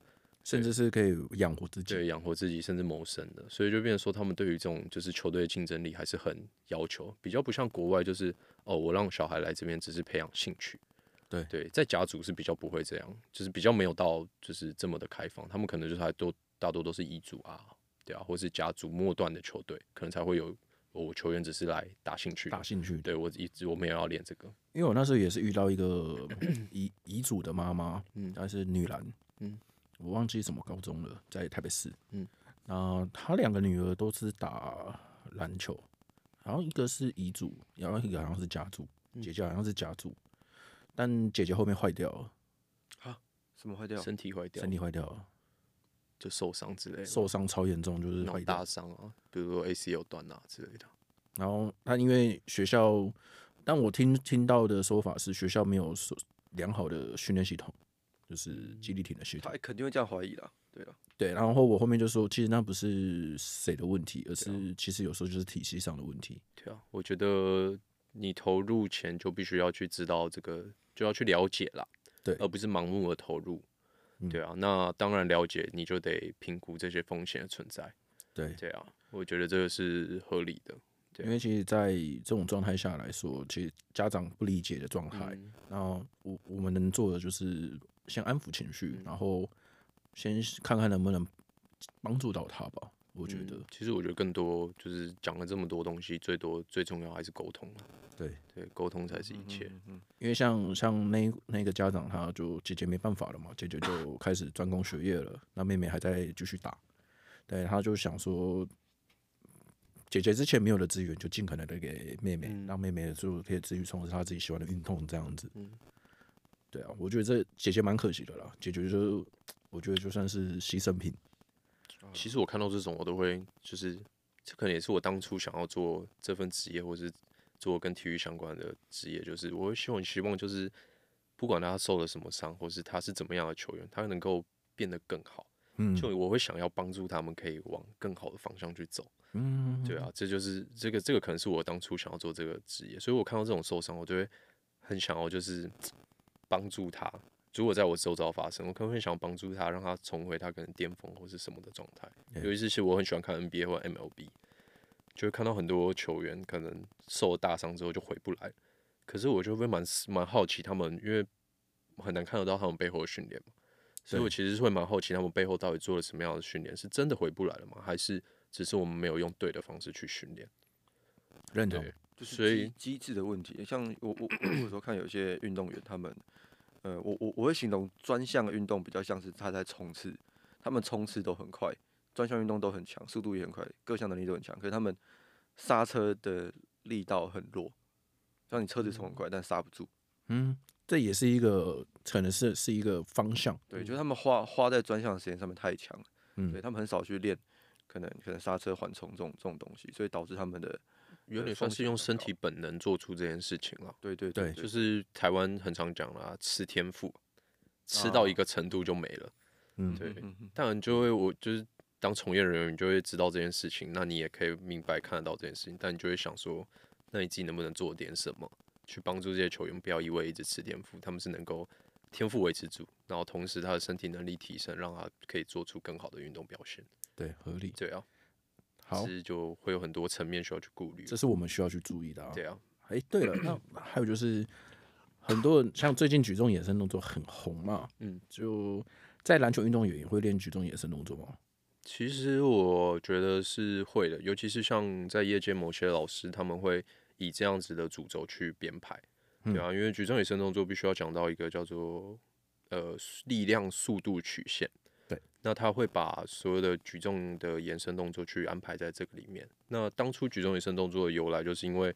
[SPEAKER 1] 甚至是可以养活自己，
[SPEAKER 2] 对，养活自己甚至谋生的，所以就变成说，他们对于这种就是球队的竞争力还是很要求，比较不像国外就是哦，我让小孩来这边只是培养兴趣。
[SPEAKER 1] 对
[SPEAKER 2] 对，在甲组是比较不会这样，就是比较没有到就是这么的开放，他们可能就是还多大多都是乙组啊，对啊，或是甲组末段的球队，可能才会有哦我球员只是来打兴趣的，
[SPEAKER 1] 打兴趣的。
[SPEAKER 2] 对我一直我们也要练这个，
[SPEAKER 1] 因为我那时候也是遇到一 个遗遗嘱的妈妈，
[SPEAKER 2] 嗯
[SPEAKER 1] 她是女篮，
[SPEAKER 2] 嗯，
[SPEAKER 1] 我忘记什么高中了，在台北市，
[SPEAKER 2] 嗯，
[SPEAKER 1] 那她两个女儿都是打篮球，然后一个是遗嘱，然后一个好像是家族，
[SPEAKER 2] 嗯
[SPEAKER 1] 姐姐好像是家族，但姐姐后面坏掉了，
[SPEAKER 3] 什么坏掉？
[SPEAKER 2] 身体坏掉
[SPEAKER 1] 啊身体坏掉了，
[SPEAKER 2] 就受伤之类的，
[SPEAKER 1] 受伤超严重，就是
[SPEAKER 2] 那
[SPEAKER 1] 坏
[SPEAKER 2] 种
[SPEAKER 1] 掉
[SPEAKER 2] 大，伤啊，比如说 ACL 断啊之类的。
[SPEAKER 1] 然后她因为学校，但我听听到的说法是学校没有说良好的训练系统，
[SPEAKER 2] 嗯
[SPEAKER 1] 就是激励体的系统
[SPEAKER 3] 他。肯定会这样怀疑啦。对了，
[SPEAKER 1] 对，然后我后面就说，其实那不是谁的问题，而
[SPEAKER 2] 哦
[SPEAKER 1] 是其实有时候就是体系上的问题。
[SPEAKER 2] 对啊，我觉得你投入前就必须要去知道这个，就要去了解啦，
[SPEAKER 1] 对
[SPEAKER 2] 而不是盲目的投入。
[SPEAKER 1] 嗯
[SPEAKER 2] 对啊，那当然了解，你就得评估这些风险的存在。
[SPEAKER 1] 对，
[SPEAKER 2] 对啊，我觉得这个是合理的。对
[SPEAKER 1] 因为其实，在这种状态下来说，其实家长不理解的状态，
[SPEAKER 2] 嗯
[SPEAKER 1] 然后我我们能做的就是
[SPEAKER 2] 嗯
[SPEAKER 1] 先安抚情绪，然后先看看能不能帮助到他吧。我觉
[SPEAKER 2] 嗯
[SPEAKER 1] 得，
[SPEAKER 2] 其实我觉得更多就是讲了这么多东西，最多最重要还是沟通啊
[SPEAKER 4] 对，
[SPEAKER 2] 对，沟通才是一切。
[SPEAKER 3] 嗯
[SPEAKER 1] 因为像像那那个家长，他就姐姐没办法了嘛，姐姐就开始专攻学业了，那妹妹还在继续打，对，他就想说，姐姐之前没有的资源就尽可能的给妹妹，
[SPEAKER 2] 嗯
[SPEAKER 1] 让妹妹就可以自己从事她自己喜欢的运动这样子。
[SPEAKER 2] 嗯
[SPEAKER 1] 对啊，我觉得这姐姐蛮可惜的啦，姐姐就我觉得就算是牺牲品，
[SPEAKER 2] 其实我看到这种，我都会就是，这可能也是我当初想要做这份职业，或是做跟体育相关的职业，就是我会希望希望就是，不管他受了什么伤，或是他是怎么样的球员，他能够变得更好。
[SPEAKER 1] 嗯，
[SPEAKER 2] 就我会想要帮助他们，可以往更好的方向去走。
[SPEAKER 1] 嗯，
[SPEAKER 2] 对啊，这就是这个这个可能是我当初想要做这个职业，所以我看到这种受伤，我就会很想要就是帮助他。如果在我周遭发生，我可能会想要帮助他，让他重回他可能巅峰或是什么的状态。尤其是我很喜欢看 NBA 或 MLB，就会看到很多球员可能受了大伤之后就回不来，可是我就会蛮蛮好奇他们，因为很难看得到他们背后的训练嘛，所以我
[SPEAKER 1] 对
[SPEAKER 2] 其实是会蛮好奇他们背后到底做了什么样的训练，是真的回不来了吗？还是只是我们没有用对的方式去训练？
[SPEAKER 1] 认同
[SPEAKER 2] 对，
[SPEAKER 3] 就是
[SPEAKER 2] 所以
[SPEAKER 3] 机机制的问题。像我我我有时候看有些运动员，他们，呃，我我我会形容专项运动比较像是他在冲刺，他们冲刺都很快，专项运动都很强，速度也很快，各项能力都很强，可是他们刹车的力道很弱，像你车子冲很快，但刹不住。
[SPEAKER 1] 嗯，这也是一个可能是是一个方向，
[SPEAKER 2] 嗯
[SPEAKER 3] 对，就是他们花花在专项的时间上面太强了，
[SPEAKER 1] 嗯
[SPEAKER 3] 对他们很少去练。可能可能刹车缓冲这种这种东西，所以导致他们的
[SPEAKER 2] 有点
[SPEAKER 3] 风
[SPEAKER 2] 算是
[SPEAKER 3] 险
[SPEAKER 2] 用
[SPEAKER 3] 很
[SPEAKER 2] 身
[SPEAKER 3] 高
[SPEAKER 2] 体本能做出这件事情了。
[SPEAKER 3] 对对
[SPEAKER 1] 对
[SPEAKER 2] 就是台湾很常讲啦，吃天赋，吃到一个程度就没了。
[SPEAKER 1] 嗯，
[SPEAKER 2] 对
[SPEAKER 3] 嗯嗯
[SPEAKER 2] 当然就会我就是当从业人员，你就会知道这件事情，那你也可以明白看得到这件事情，但你就会想说，那你自己能不能做点什么，去帮助这些球员不要一味一直吃天赋，他们是能够天赋维持住，然后同时他的身体能力提升，让他可以做出更好的运动表现。
[SPEAKER 1] 对，合理。
[SPEAKER 2] 对啊，
[SPEAKER 1] 好
[SPEAKER 2] 其，实就会有很多层面需要去顾虑
[SPEAKER 1] 这。是我们需要去注意的啊。
[SPEAKER 2] 对啊，
[SPEAKER 1] 哎、对了， 那还有就是，很多人像最近举重衍生动作很红嘛，
[SPEAKER 2] 嗯，
[SPEAKER 1] 就在篮球运动员也会练举重衍生动作吗？
[SPEAKER 2] 其实我觉得是会的，尤其是像在业界某些老师，他们会以这样子的主轴去编排，对啊，因为举重与深动作必须要讲到一个叫做呃力量速度曲线，
[SPEAKER 1] 对，
[SPEAKER 2] 那他会把所有的举重的延伸动作去安排在这个里面。那当初举重延伸动作的由来，就是因为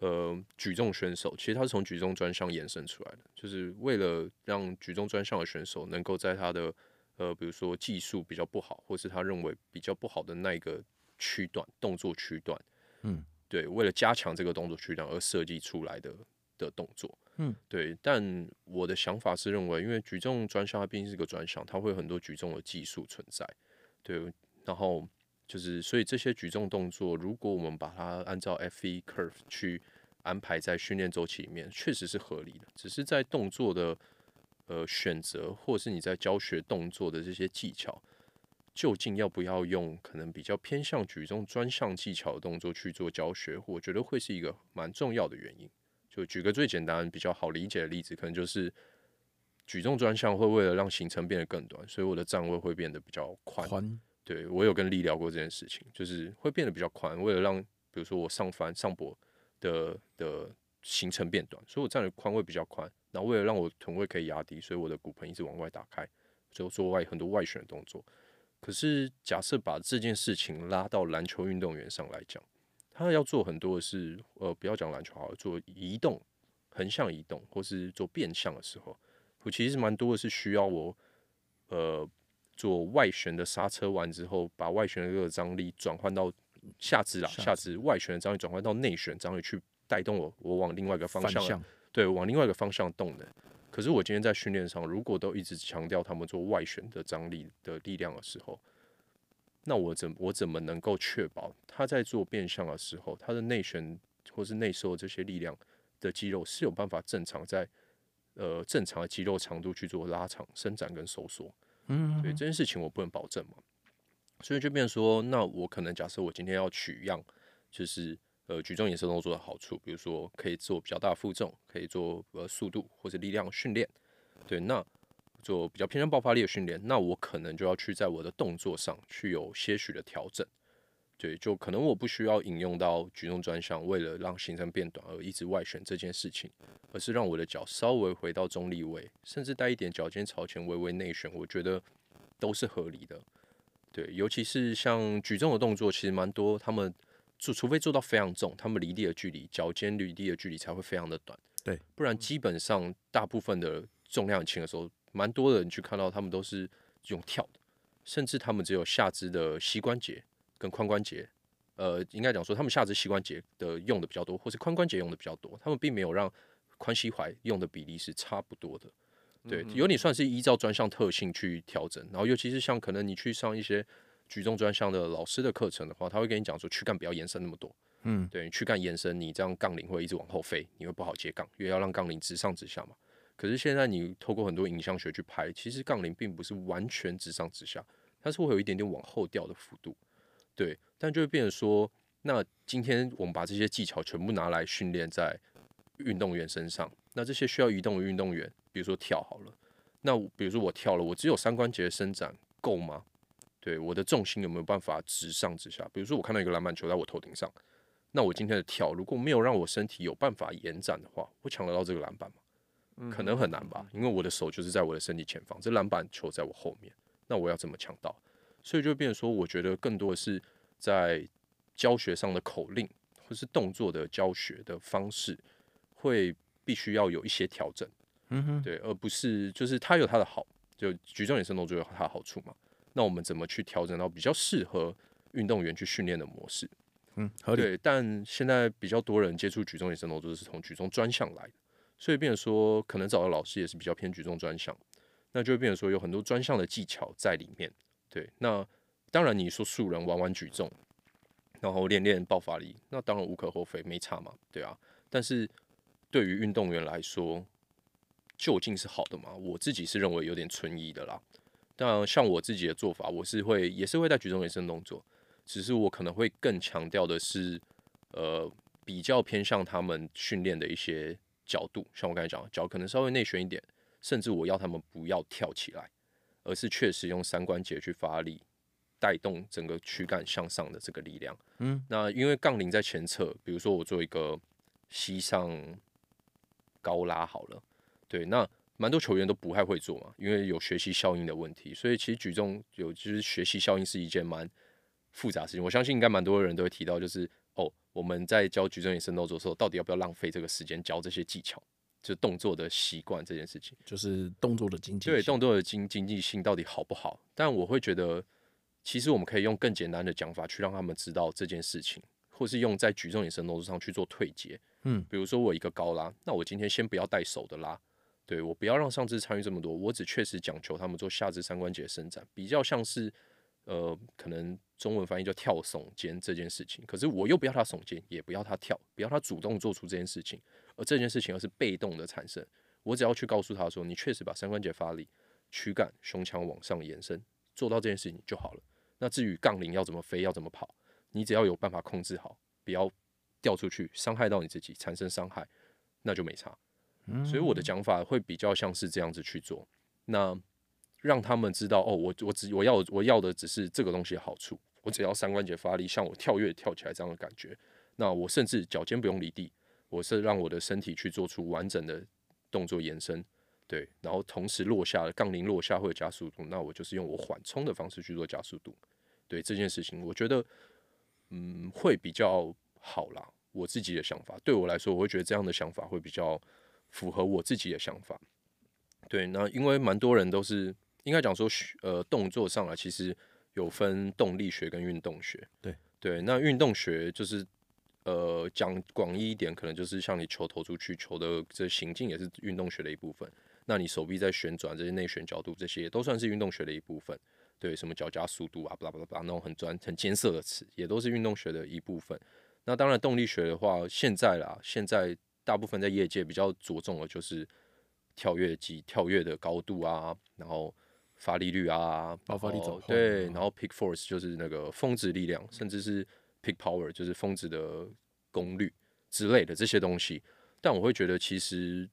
[SPEAKER 2] 呃举重选手其实他是从举重专项延伸出来的，就是为了让举重专项的选手能够在他的呃，比如说技术比较不好，或是他认为比较不好的那一个区段动作区段，
[SPEAKER 1] 嗯，
[SPEAKER 2] 对，为了加强这个动作区段而设计出来的的动作，
[SPEAKER 1] 嗯，
[SPEAKER 2] 对。但我的想法是认为，因为举重专项它毕竟是个专项，它会有很多举重的技术存在，对。然后就是，所以这些举重动作，如果我们把它按照 FE curve 去安排在训练周期里面，确实是合理的，只是在动作的。呃选择，或是你在教学动作的这些技巧，究竟要不要用可能比较偏向举重专项技巧的动作去做教学，我觉得会是一个蛮重要的原因。就举个最简单、比较好理解的例子，可能就是举重专项会为了让行程变得更短，所以我的站位会变得比较宽。
[SPEAKER 1] 宽，
[SPEAKER 2] 对我有跟丽聊过这件事情，就是会变得比较宽，为了让比如说我上翻上坡的的行程变短，所以我站的宽会比较宽，然后为了让我臀位可以压低，所以我的骨盆一直往外打开，所以我做外很多外旋的动作。可是假设把这件事情拉到篮球运动员上来讲，他要做很多的是，呃，不要讲篮球好了，做移动、横向移动或是做变向的时候，我其实蛮多的是需要我，呃，做外旋的刹车完之后，把外旋的这个张力转换到下肢啦，
[SPEAKER 1] 下
[SPEAKER 2] 下肢外旋的张力转换到内旋张力去带动我，我往另外一个方
[SPEAKER 1] 反
[SPEAKER 2] 向，啊
[SPEAKER 1] 向，
[SPEAKER 2] 对，往另外一个方向动的。可是我今天在训练上，如果都一直强调他们做外旋的张力的力量的时候，那我怎我怎么能够确保他在做变向的时候，他的内旋或是内收这些力量的肌肉是有办法正常在呃正常的肌肉长度去做拉长、伸展跟收缩？
[SPEAKER 1] 嗯，
[SPEAKER 2] 对这件事情我不能保证嘛，所以就变成说，那我可能假设我今天要取样，就是呃举重衍生动作的好处，比如说可以做比较大的负重，可以做呃速度或者力量训练，对，那做比较偏向爆发力的训练，那我可能就要去在我的动作上去有些许的调整。对，就可能我不需要引用到举重专项，为了让行程变短而一直外旋这件事情，而是让我的脚稍微回到中立位，甚至带一点脚尖朝前微微内旋，我觉得都是合理的。对，尤其是像举重的动作，其实蛮多，他们做除非做到非常重，他们离地的距离，脚尖离地的距离才会非常的短。
[SPEAKER 1] 对，
[SPEAKER 2] 不然基本上大部分的重量很轻的时候，蛮多的你去看到他们都是用跳的，甚至他们只有下肢的膝关节跟髋关节，呃，应该讲说他们下肢膝关节的用的比较多，或是髋关节用的比较多，他们并没有让髋膝踝用的比例是差不多的。对，有点算是依照专项特性去调整。然后，尤其是像可能你去上一些举重专项的老师的课程的话，他会跟你讲说，躯干不要延伸那么多。
[SPEAKER 1] 嗯，
[SPEAKER 2] 对，你躯干延伸，你这样杠铃会一直往后飞，你会不好接杠，因为要让杠铃直上直下嘛。可是现在你透过很多影像学去拍，其实杠铃并不是完全直上直下，它是会有一点点往后掉的幅度。对，但就会变成说，那今天我们把这些技巧全部拿来训练在运动员身上，那这些需要移动的运动员，比如说跳好了，那我比如说我跳了，我只有三关节的伸展够吗？对，我的重心有没有办法直上直下？比如说我看到一个篮板球在我头顶上，那我今天的跳如果没有让我身体有办法延展的话，我抢得到这个篮板
[SPEAKER 3] 嗯
[SPEAKER 2] 吗？可能很难吧，因为我的手就是在我的身体前方，这篮板球在我后面，那我要怎么抢到？所以就变成说，我觉得更多的是在教学上的口令或是动作的教学的方式，会必须要有一些调整。
[SPEAKER 1] 嗯哼，
[SPEAKER 2] 对，而不是就是它有它的好，就举重也是动作有它的好处嘛。那我们怎么去调整到比较适合运动员去训练的模式？
[SPEAKER 1] 嗯，合理，
[SPEAKER 2] 对，但现在比较多人接触举重野生动作是从举重专项来的，所以变成说可能找的老师也是比较偏举重专项，那就会变成说有很多专项的技巧在里面。对，那当然你说素人玩玩举重，然后练练爆发力，那当然无可厚非，没差嘛，对啊。但是对于运动员来说，究竟是好的吗？我自己是认为有点存疑的啦。但像我自己的做法，我是会也是会在举重野生动作，只是我可能会更强调的是，呃，比较偏向他们训练的一些角度，像我刚才讲的，脚可能稍微内旋一点，甚至我要他们不要跳起来，而是确实用三关节去发力，带动整个躯干向上的这个力量。
[SPEAKER 1] 嗯，
[SPEAKER 2] 那因为杠铃在前侧，比如说我做一个膝上高拉好了，对，那蛮多球员都不太会做嘛，因为有学习效应的问题，所以其实举重有就是学习效应是一件蛮复杂的事情。我相信应该蛮多人都会提到，就是哦，我们在教举重与深动作的时候，到底要不要浪费这个时间教这些技巧，就动作的习惯这件事情。
[SPEAKER 1] 就是动作的经济，
[SPEAKER 2] 对，动作的经经济性到底好不好？但我会觉得，其实我们可以用更简单的讲法去让他们知道这件事情，或是用在举重衍生动作上去做退阶。
[SPEAKER 1] 嗯，
[SPEAKER 2] 比如说我一个高拉，那我今天先不要带手的拉，对我不要让上肢参与这么多，我只确实讲求他们做下肢三关节的伸展，比较像是呃，可能中文翻译叫跳耸肩这件事情。可是我又不要他耸肩，也不要他跳，不要他主动做出这件事情，而这件事情而是被动的产生。我只要去告诉他说，你确实把三关节发力、躯干、胸腔往上延伸，做到这件事情就好了。那至于杠铃要怎么飞、要怎么跑，你只要有办法控制好，不要掉出去，伤害到你自己，产生伤害，那就没差。
[SPEAKER 1] 嗯
[SPEAKER 2] 所以我的讲法会比较像是这样子去做，那让他们知道哦，我我只我要我要的只是这个东西的好处，我只要三关节发力，像我跳跃跳起来这样的感觉。那我甚至脚尖不用离地，我是让我的身体去做出完整的动作延伸，对，然后同时落下杠铃落下会有加速度，那我就是用我缓冲的方式去做加速度，对这件事情，我觉得嗯会比较好啦。我自己的想法，对我来说，我会觉得这样的想法会比较符合我自己的想法。对，那因为蛮多人都是应该讲说学，呃，动作上来其实有分动力学跟运动学。
[SPEAKER 1] 对
[SPEAKER 2] 对，那运动学就是呃讲广义一点，可能就是像你球投出去，球的这行进也是运动学的一部分。那你手臂在旋转这些内旋角度，这些都算是运动学的一部分。对，什么脚架速度啊，巴拉巴拉巴拉那种很专很艰涩的词，也都是运动学的一部分。那当然，动力学的话，现在啦，现在大部分在业界比较着重的就是跳跃机、跳跃的高度啊，然后发力率啊，
[SPEAKER 1] 爆发力
[SPEAKER 2] 然后
[SPEAKER 1] 走后
[SPEAKER 2] 对，
[SPEAKER 1] 嗯
[SPEAKER 2] 然后 peak force 就是那个峰值力量，甚至是 peak power 就是峰值的功率之类的这些东西。但我会觉得，其实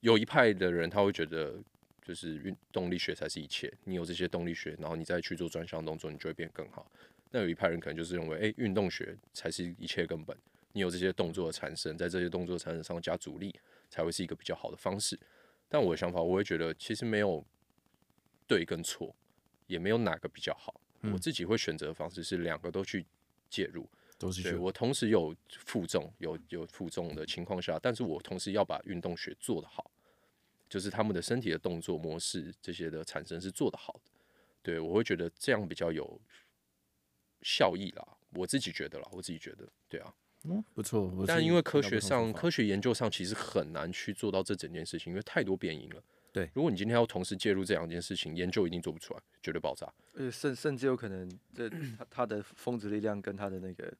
[SPEAKER 2] 有一派的人他会觉得就是运动力学才是一切。你有这些动力学，然后你再去做专项动作，你就会变更好。那有一派人可能就是认为，哎、运动学才是一切根本。你有这些动作的产生，在这些动作产生上加阻力，才会是一个比较好的方式。但我的想法，我会觉得其实没有对跟错，也没有哪个比较好。我自己会选择的方式是两个都去介入，
[SPEAKER 1] 都是
[SPEAKER 2] 对
[SPEAKER 1] 学
[SPEAKER 2] 我同时有负重，有有负重的情况下，但是我同时要把运动学做得好，就是他们的身体的动作模式这些的产生是做得好的。对我会觉得这样比较有效益啦，我自己觉得啦，我自己觉得，对啊。
[SPEAKER 1] 嗯不错。我
[SPEAKER 2] 但
[SPEAKER 1] 是
[SPEAKER 2] 因为科
[SPEAKER 1] 遇到不
[SPEAKER 2] 学
[SPEAKER 1] 同
[SPEAKER 2] 上、
[SPEAKER 1] 说法
[SPEAKER 2] 科学研究上，其实很难去做到这整件事情，因为太多变因了。
[SPEAKER 1] 对
[SPEAKER 2] 如果你今天要同时介入这两件事情，研究一定做不出来，绝对爆炸。
[SPEAKER 3] 而且呃甚甚至有可能这他他的峰值力量跟他的那个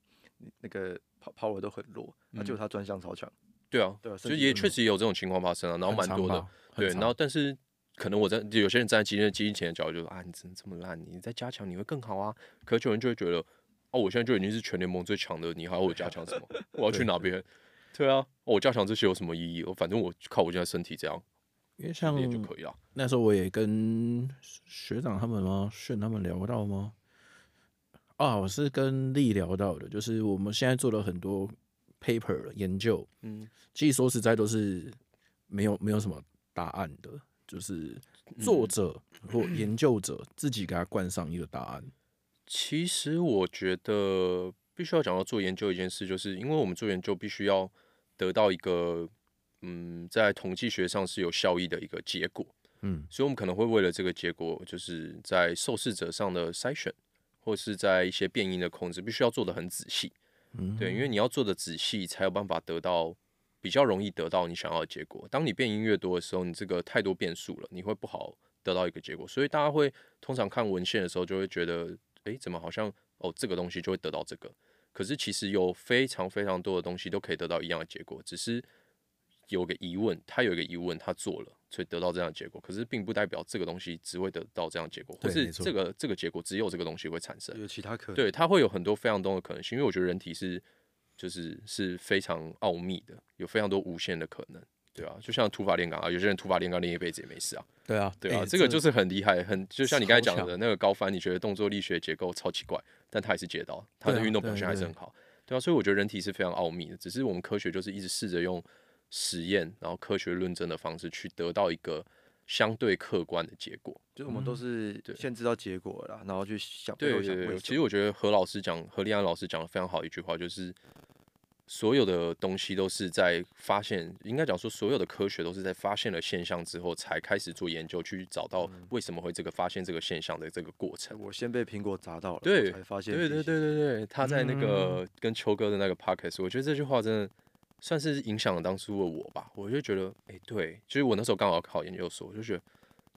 [SPEAKER 3] 那个 pow- power 都很弱，那、
[SPEAKER 2] 嗯
[SPEAKER 3] 就他专项超强，
[SPEAKER 2] 对啊，
[SPEAKER 3] 对啊
[SPEAKER 2] 就
[SPEAKER 3] 甚至
[SPEAKER 2] 也
[SPEAKER 3] 有
[SPEAKER 2] 确实也有这种情况发生啊，然后
[SPEAKER 1] 很
[SPEAKER 2] 蛮
[SPEAKER 1] 长
[SPEAKER 2] 多的
[SPEAKER 1] 吧，，很
[SPEAKER 2] 对，
[SPEAKER 1] 长
[SPEAKER 2] 然后但是可能我在有些人站在基因基因前的角度就说啊，你怎么这么烂？你再加强你会更好啊。可有人就会觉得，哦，我现在就已经是全联盟最强的，你还要我加强什么？我要去哪边？对啊，我加强这些有什么意义？我反正我靠我现在身体这样
[SPEAKER 1] 因为像
[SPEAKER 2] 练就可以了。
[SPEAKER 1] 那时候我也跟学长他们吗？炫他们聊到吗？啊，我是跟丽聊到的，就是我们现在做了很多 paper 研究，
[SPEAKER 2] 嗯，
[SPEAKER 1] 其实说实在都是没有没有什么答案的，就是
[SPEAKER 2] 嗯
[SPEAKER 1] 作者或研究 者自己给他冠上一个答案。
[SPEAKER 2] 其实我觉得必须要讲到做研究一件事，就是因为我们做研究必须要得到一个嗯，在统计学上是有效益的一个结果。
[SPEAKER 1] 嗯，
[SPEAKER 2] 所以我们可能会为了这个结果，就是在受试者上的筛选，或是在一些变因的控制，必须要做的很仔细。
[SPEAKER 1] 嗯
[SPEAKER 2] 对，因为你要做的仔细，才有办法得到比较容易得到你想要的结果。当你变因越多的时候，你这个太多变数了，你会不好得到一个结果。所以大家会通常看文献的时候，就会觉得，诶，怎么好像哦这个东西就会得到这个？可是其实有非常非常多的东西都可以得到一样的结果，只是有个疑问，他有一个疑问，他做了，所以得到这样的结果。可是并不代表这个东西只会得到这样的结果，或
[SPEAKER 1] 对
[SPEAKER 2] 是
[SPEAKER 1] 没错
[SPEAKER 2] 这个这个结果只有这个东西会产生。
[SPEAKER 3] 有其他可能。
[SPEAKER 2] 对，它会有很多非常多的可能性，因为我觉得人体是就是是非常奥秘的，有非常多无限的可能，对啊，就像土法炼钢啊，有些人土法炼钢练一辈子也没事啊，
[SPEAKER 1] 对啊，
[SPEAKER 2] 对啊，
[SPEAKER 1] 欸
[SPEAKER 2] 这个就是很厉害，很就像你刚才讲
[SPEAKER 1] 超
[SPEAKER 2] 的那个高翻，你觉得动作力学结构超奇怪，但他还是解到，他
[SPEAKER 1] 对
[SPEAKER 2] 的
[SPEAKER 1] 啊
[SPEAKER 2] 运动
[SPEAKER 1] 对
[SPEAKER 2] 表现还是
[SPEAKER 1] 对
[SPEAKER 2] 很好，对啊，所以我觉得人体是非常奥秘的，只是我们科学就是一直试着用实验，然后科学论证的方式去得到一个相对客观的结果。
[SPEAKER 3] 就是我们都是
[SPEAKER 2] 嗯对
[SPEAKER 3] 先知道结果了啦，然后去想背
[SPEAKER 2] 对
[SPEAKER 3] 后想
[SPEAKER 2] 对
[SPEAKER 3] 为
[SPEAKER 2] 对，
[SPEAKER 3] 什
[SPEAKER 2] 其实
[SPEAKER 3] 么
[SPEAKER 2] 我觉得何老师讲何立安老师讲的非常好一句话，就是所有的东西都是在发现，应该讲说所有的科学都是在发现了现象之后，才开始做研究，去找到
[SPEAKER 3] 嗯
[SPEAKER 2] 为什么会这个发现这个现象的这个过程。
[SPEAKER 3] 我先被苹果砸到了，
[SPEAKER 2] 对
[SPEAKER 3] 我才发现
[SPEAKER 2] 对对
[SPEAKER 3] 这些
[SPEAKER 2] 对对对，他在那个跟秋哥的那个 podcast，我觉得这句话真的算是影响了当初的我吧。我就觉得，哎、对，就是我那时候刚好考研究所，我就觉得，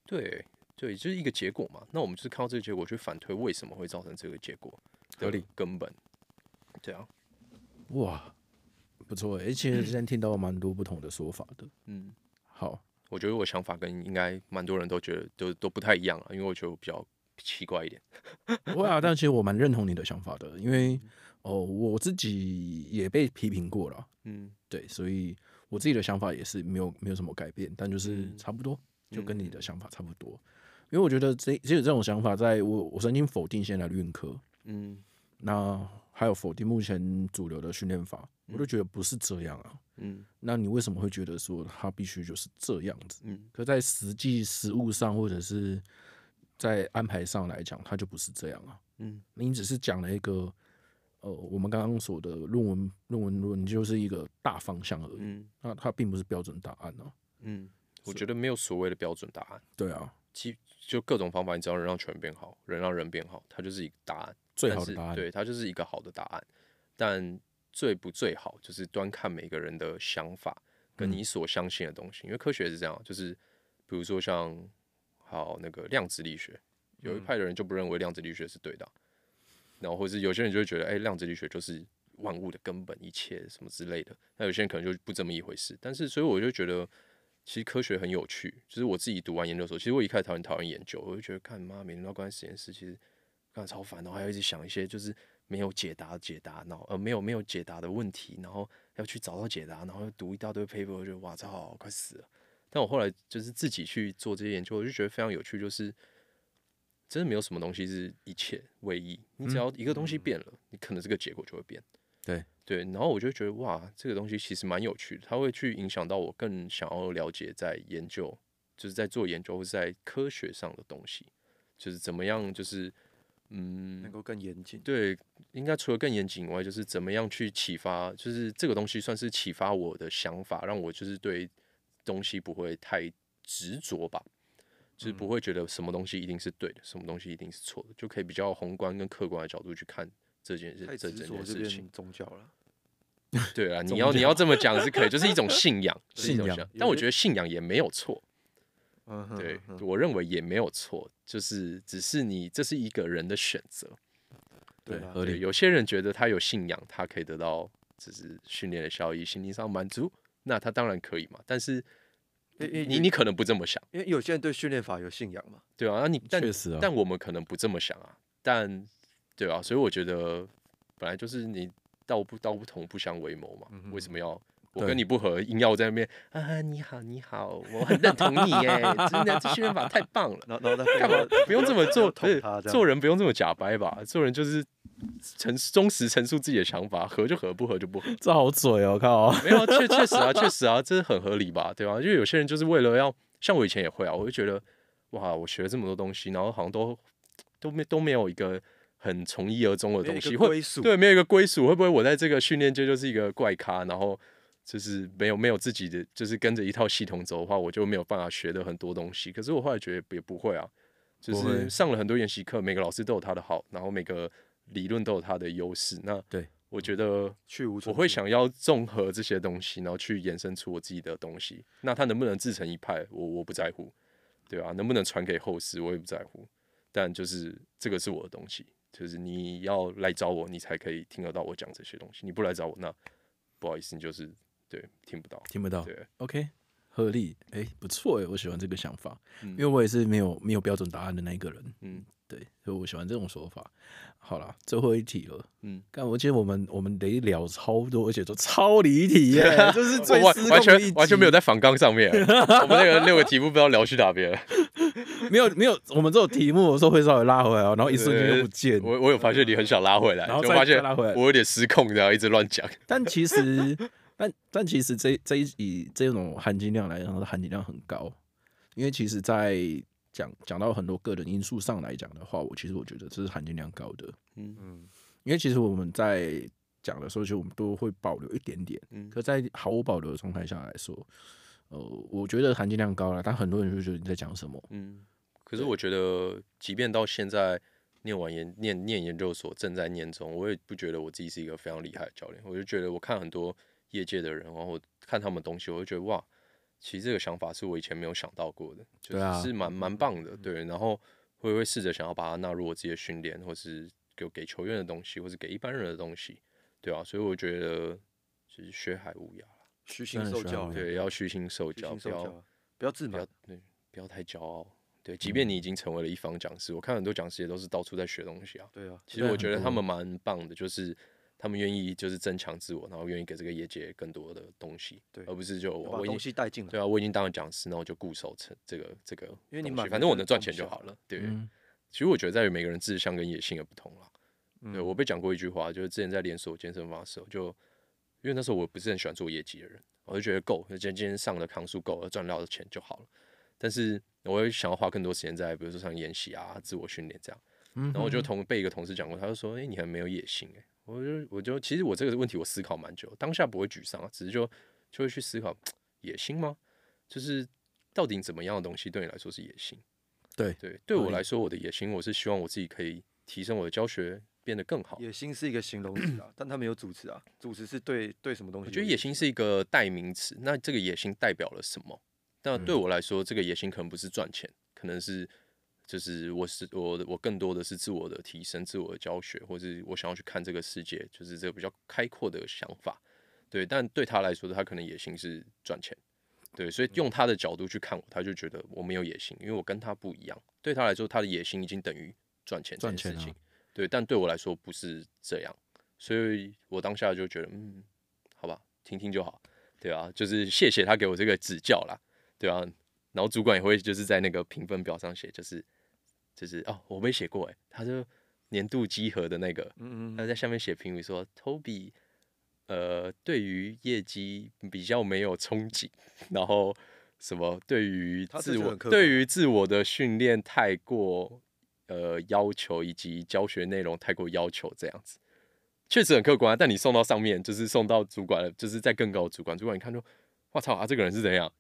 [SPEAKER 2] 对对，就是一个结果嘛。那我们就是看到这个结果去反推为什么会造成这个结果，
[SPEAKER 1] 合理
[SPEAKER 2] 根本。对啊，
[SPEAKER 1] 哇，不错欸，而且今天听到蛮多不同的说法的。
[SPEAKER 2] 嗯，
[SPEAKER 1] 好，
[SPEAKER 2] 我觉得我想法跟应该蛮多人都觉得都都不太一样啊，因为我觉得我比较奇怪一点。
[SPEAKER 1] 我啊，但其实我蛮认同你的想法的，因
[SPEAKER 2] 嗯
[SPEAKER 1] 为哦，我自己也被批评过了，
[SPEAKER 2] 嗯，
[SPEAKER 1] 对，所以我自己的想法也是没有没有什么改变，但就是
[SPEAKER 2] 嗯
[SPEAKER 1] 差不多，就跟你
[SPEAKER 2] 嗯
[SPEAKER 1] 的想法差不多。因为我觉得这只有这种想法，在我我曾经否定现在的运科，
[SPEAKER 2] 嗯
[SPEAKER 1] 那还有否定目前主流的训练法，我都觉得不是这样啊。
[SPEAKER 2] 嗯
[SPEAKER 1] 那你为什么会觉得说它必须就是这样子？
[SPEAKER 2] 嗯
[SPEAKER 1] 可在实际实务上，或者是在安排上来讲，它就不是这样啊。
[SPEAKER 2] 嗯
[SPEAKER 1] 你只是讲了一个，呃，我们刚刚说的论文论文论，就是一个大方向而已。
[SPEAKER 2] 嗯
[SPEAKER 1] 那它并不是标准答案哦、
[SPEAKER 2] 嗯，我觉得没有所谓的标准答案。
[SPEAKER 1] 对啊，
[SPEAKER 2] 基就各种方法，你只要能让全变好，能让人变好，它就是一个答案，
[SPEAKER 1] 最
[SPEAKER 2] 但
[SPEAKER 1] 好的
[SPEAKER 2] 是
[SPEAKER 1] 答案
[SPEAKER 2] 对，它就是一个好的答案。但最不最好，就是端看每个人的想法
[SPEAKER 1] 嗯
[SPEAKER 2] 跟你所相信的东西，因为科学是这样，就是比如说像好那个量子力学，有
[SPEAKER 1] 嗯
[SPEAKER 2] 一派的人就不认为量子力学是对的啊，然后或是有些人就会觉得，哎、量子力学就是万物的根本，一切什么之类的。那有些人可能就不这么一回事，但是所以我就觉得，其实科学很有趣。就是我自己读完研究所，其实我一开始讨厌讨厌研究，我就觉得看妈每天到关在实验室，其实干超烦，然后还要一直想一些就是没有解答的解答，然后呃没有没有解答的问题，然后要去找到解答，然后又读一大堆 paper，我就觉得哇操，快死了。但我后来就是自己去做这些研究，我就觉得非常有趣，就是真的没有什么东西是一切唯一，你只要一个东西变了，你可能这个结果就会变。
[SPEAKER 1] 对
[SPEAKER 2] 对，然后我就觉得哇，这个东西其实蛮有趣的，它会去影响到我更想要了解在研究，就是在做研究或是在科学上的东西，就是怎么样，就是嗯，
[SPEAKER 3] 能够更严谨。
[SPEAKER 2] 对，应该除了更严谨以外，就是怎么样去启发，就是这个东西算是启发我的想法，让我就是对东西不会太执着吧，就是
[SPEAKER 3] 嗯
[SPEAKER 2] 不会觉得什么东西一定是对的，什么东西一定是错的，就可以比较宏观跟客观的角度去看这件事
[SPEAKER 3] 太，
[SPEAKER 2] 这
[SPEAKER 3] 执
[SPEAKER 2] 整
[SPEAKER 3] 着
[SPEAKER 2] 件
[SPEAKER 3] 就
[SPEAKER 2] 事情
[SPEAKER 3] 变。宗教了，
[SPEAKER 2] 对啊，你
[SPEAKER 1] 宗
[SPEAKER 2] 要你
[SPEAKER 1] 教
[SPEAKER 2] 要这么讲是可以，就是一种信 仰，是一
[SPEAKER 1] 信
[SPEAKER 2] 种
[SPEAKER 1] 仰
[SPEAKER 2] 但
[SPEAKER 3] 有
[SPEAKER 2] 我
[SPEAKER 3] 些
[SPEAKER 2] 觉得信仰也没有错，
[SPEAKER 3] 嗯哼，
[SPEAKER 2] 对
[SPEAKER 3] 嗯哼
[SPEAKER 2] 我认为也没有错，就是只是你这是一个人的选择，
[SPEAKER 3] 对
[SPEAKER 1] 对
[SPEAKER 3] 啊
[SPEAKER 1] 合
[SPEAKER 2] 对，
[SPEAKER 1] 理。
[SPEAKER 2] 有些人觉得他有信仰，他可以得到就是训练的效益，心灵上满足，那他当然可以嘛。但是
[SPEAKER 3] 因为
[SPEAKER 2] 你你可能不这么想，
[SPEAKER 3] 因为有些人对训练法有信仰嘛，
[SPEAKER 2] 对啊，那你但
[SPEAKER 1] 确实啊
[SPEAKER 2] 但我们可能不这么想啊，但对啊，所以我觉得本来就是你道不道不同不相为谋嘛，为什么要？我
[SPEAKER 1] 嗯对
[SPEAKER 2] 跟你不合，硬要在那边啊！你好，你好，我很认同你 耶，真的，这训练法太棒了。
[SPEAKER 3] 然后然后再
[SPEAKER 2] 干嘛不用这么 做？不
[SPEAKER 3] 捅
[SPEAKER 2] 是
[SPEAKER 3] 他这样，
[SPEAKER 2] 做人不用这么假掰吧？做人就是陈忠实陈述自己的想法，合就合，不合就不合。
[SPEAKER 1] 这好嘴哦，靠！
[SPEAKER 2] 没有啊，确确实啊，确实啊，这很合理吧？对吧、因为有些人就是为了要，像我以前也会啊，我就觉得哇，我学了这么多东西，然后好像都都没都没有一个很从一而终的
[SPEAKER 3] 没有一
[SPEAKER 2] 东
[SPEAKER 3] 个
[SPEAKER 2] 西，会
[SPEAKER 3] 归属
[SPEAKER 2] 对，没有一个归属，会不会我在这个训练界就是一个怪咖，然后就是没有没有自己的，就是跟着一套系统走的话，我就没有办法学的很多东西。可是我后来觉得也不会啊，就
[SPEAKER 1] 不会
[SPEAKER 2] 是上了很多研习课，每个老师都有他的好，然后每个理论都有他的优势。那
[SPEAKER 1] 对
[SPEAKER 2] 我觉得
[SPEAKER 3] 去无存
[SPEAKER 2] 我会
[SPEAKER 3] 菁
[SPEAKER 2] 想要综合这些东西，然后去延伸出我自己的东西。那它能不能自成一派，我我不在乎，对啊，能不能传给后世，我也不在乎。但就是这个是我的东西，就是你要来找我，你才可以听得到我讲这些东西。你不来找我，那不好意思，你就是对听不到。
[SPEAKER 1] 听不到
[SPEAKER 2] 对，
[SPEAKER 1] ，OK，合理，哎、不错哎，我喜欢这个想法，
[SPEAKER 2] 嗯
[SPEAKER 1] 因为我也是没有没有标准答案的那一个人，
[SPEAKER 2] 嗯
[SPEAKER 1] 对，所以我喜欢这种说法。好啦，最后一题了。
[SPEAKER 2] 嗯，
[SPEAKER 1] 但我觉得我们我们得聊超多，而且都超离题耶，这是最
[SPEAKER 2] 啊我完
[SPEAKER 1] 失控
[SPEAKER 2] 完
[SPEAKER 1] 的一
[SPEAKER 2] 全完全没有
[SPEAKER 1] 集
[SPEAKER 2] 在反纲上 面，我们那个六个题目不知道聊去哪边了。
[SPEAKER 1] 没有没有，我们这种题目有时候会稍微拉回来哦，然后一瞬间就不见。
[SPEAKER 2] 我我有发现你很想拉回来，
[SPEAKER 1] 然后
[SPEAKER 2] 就
[SPEAKER 1] 再
[SPEAKER 2] 发现
[SPEAKER 1] 再拉回来
[SPEAKER 2] 我有点失控，然后一直乱讲。
[SPEAKER 1] 但其实，但但其实这这一以这种含金量来讲，它的含金量很高，因为其实，在讲讲到很多个人因素上来讲的话，我其实我觉得这是含金量高的，
[SPEAKER 2] 嗯
[SPEAKER 3] 嗯，
[SPEAKER 1] 因为其实我们在讲的时候，其实我们都会保留一点点，
[SPEAKER 2] 嗯
[SPEAKER 1] 可在毫无保留的状态下来说，呃，我觉得含金量高了，但很多人就觉得你在讲什么，
[SPEAKER 2] 嗯，可是我觉得，即便到现在念完研念念研究所，正在念中，我也不觉得我自己是一个非常厉害的教练。我就觉得，我看很多业界的人，然后我看他们东西，我就觉得哇，其实这个想法是我以前没有想到过的，就
[SPEAKER 1] 对啊
[SPEAKER 2] 是是蛮蛮棒的。对，然后我也会试着想要把它纳入我自己的训练，或是给给球员的东西，或是给一般人的东西，对啊，所以我觉得就是学海无涯，
[SPEAKER 3] 虚心
[SPEAKER 1] 真的
[SPEAKER 3] 受
[SPEAKER 1] 需要
[SPEAKER 3] 教
[SPEAKER 1] 无
[SPEAKER 3] 啊，
[SPEAKER 1] 涯
[SPEAKER 2] 对，要虚心受
[SPEAKER 3] 虚
[SPEAKER 2] 教，
[SPEAKER 3] 心
[SPEAKER 2] 不
[SPEAKER 3] 受
[SPEAKER 2] 要
[SPEAKER 3] 教啊，不要自
[SPEAKER 2] 不要
[SPEAKER 3] 满，
[SPEAKER 2] 对，不要太骄傲。对，即
[SPEAKER 3] 嗯
[SPEAKER 2] 便你已经成为了一方讲师，我看很多讲师也都是到处在学东西啊。
[SPEAKER 3] 对啊，
[SPEAKER 2] 其实
[SPEAKER 1] 对
[SPEAKER 2] 我
[SPEAKER 1] 很
[SPEAKER 2] 觉得他
[SPEAKER 1] 多
[SPEAKER 2] 们蛮棒的，就是他们愿意就是增强自我，然后愿意给这个业界更多的东西，
[SPEAKER 3] 对
[SPEAKER 2] 而不是就
[SPEAKER 3] 要
[SPEAKER 2] 我
[SPEAKER 3] 把
[SPEAKER 2] 呃我已
[SPEAKER 3] 东
[SPEAKER 2] 经
[SPEAKER 3] 西带进来
[SPEAKER 2] 对。啊，我已经当了讲师，那我就固守成这个这个东西，
[SPEAKER 3] 因为你满了
[SPEAKER 2] 反正我能赚
[SPEAKER 3] 就是
[SPEAKER 2] 钱就
[SPEAKER 3] 放不
[SPEAKER 2] 好了。对，
[SPEAKER 1] 嗯，
[SPEAKER 2] 其实我觉得在于每个人志向跟野心也不同啊啦。对
[SPEAKER 3] 嗯
[SPEAKER 2] 我被讲过一句话，就是之前在连锁健身房的时候，就因为那时候我不是很喜欢做业绩的人，我就觉得够，今天今天上的康数够了，赚到的钱就好了。但是我会想要花更多时间在比如说像研习啊、自我训练这样。
[SPEAKER 1] 嗯
[SPEAKER 2] 然后我就同被一个同事讲过，他就说：“哎、你很没有野心。”哎，我就我就其实我这个问题我思考蛮久，当下不会沮丧啊，只是就就会去思考野心吗？就是到底怎么样的东西对你来说是野心？
[SPEAKER 1] 对
[SPEAKER 2] 对，对我
[SPEAKER 1] 理
[SPEAKER 2] 来说，我的野心我是希望我自己可以提升我的教学，变得更好。
[SPEAKER 3] 野心是一个形容词 啊，但它没有主词啊，主词是对对什么东西
[SPEAKER 2] 我
[SPEAKER 3] 有？
[SPEAKER 2] 觉得野心是一个代名词，那这个野心代表了什么？那对
[SPEAKER 3] 嗯
[SPEAKER 2] 我来说，这个野心可能不是赚钱，可能是就是我是我的我更多的是自我的提升、自我的教学，或是我想要去看这个世界，就是这个比较开阔的想法。对，但对他来说，他可能野心是赚钱。对，所以
[SPEAKER 1] 嗯
[SPEAKER 2] 用他的角度去看我，他就觉得我没有野心，因为我跟他不一样。对他来说，他的野心已经等于赚钱这
[SPEAKER 1] 赚
[SPEAKER 2] 件事
[SPEAKER 1] 钱啊
[SPEAKER 2] 情。对，但对我来说不是这样，所以我当下就觉得，嗯，好吧，听听就好，对啊，就是谢谢他给我这个指教啦，对啊，然后主管也会就是在那个评分表上写，就是就是哦，我没写过哎，他就年度集合的那个，
[SPEAKER 3] 嗯
[SPEAKER 2] 他
[SPEAKER 3] 嗯，
[SPEAKER 2] 在下面写评语说，Toby，呃，对于业绩比较没有憧憬，然后什么对于
[SPEAKER 3] 他这
[SPEAKER 2] 自
[SPEAKER 3] 就
[SPEAKER 2] 我
[SPEAKER 3] 很刻
[SPEAKER 2] 对
[SPEAKER 3] 板
[SPEAKER 2] 于自我的训练太过呃要求，以及教学内容太过要求这样子，确实很客观啊、但你送到上面，就是送到主管了，就是在更高的主管，主管一看就，我操啊，这个人是怎样？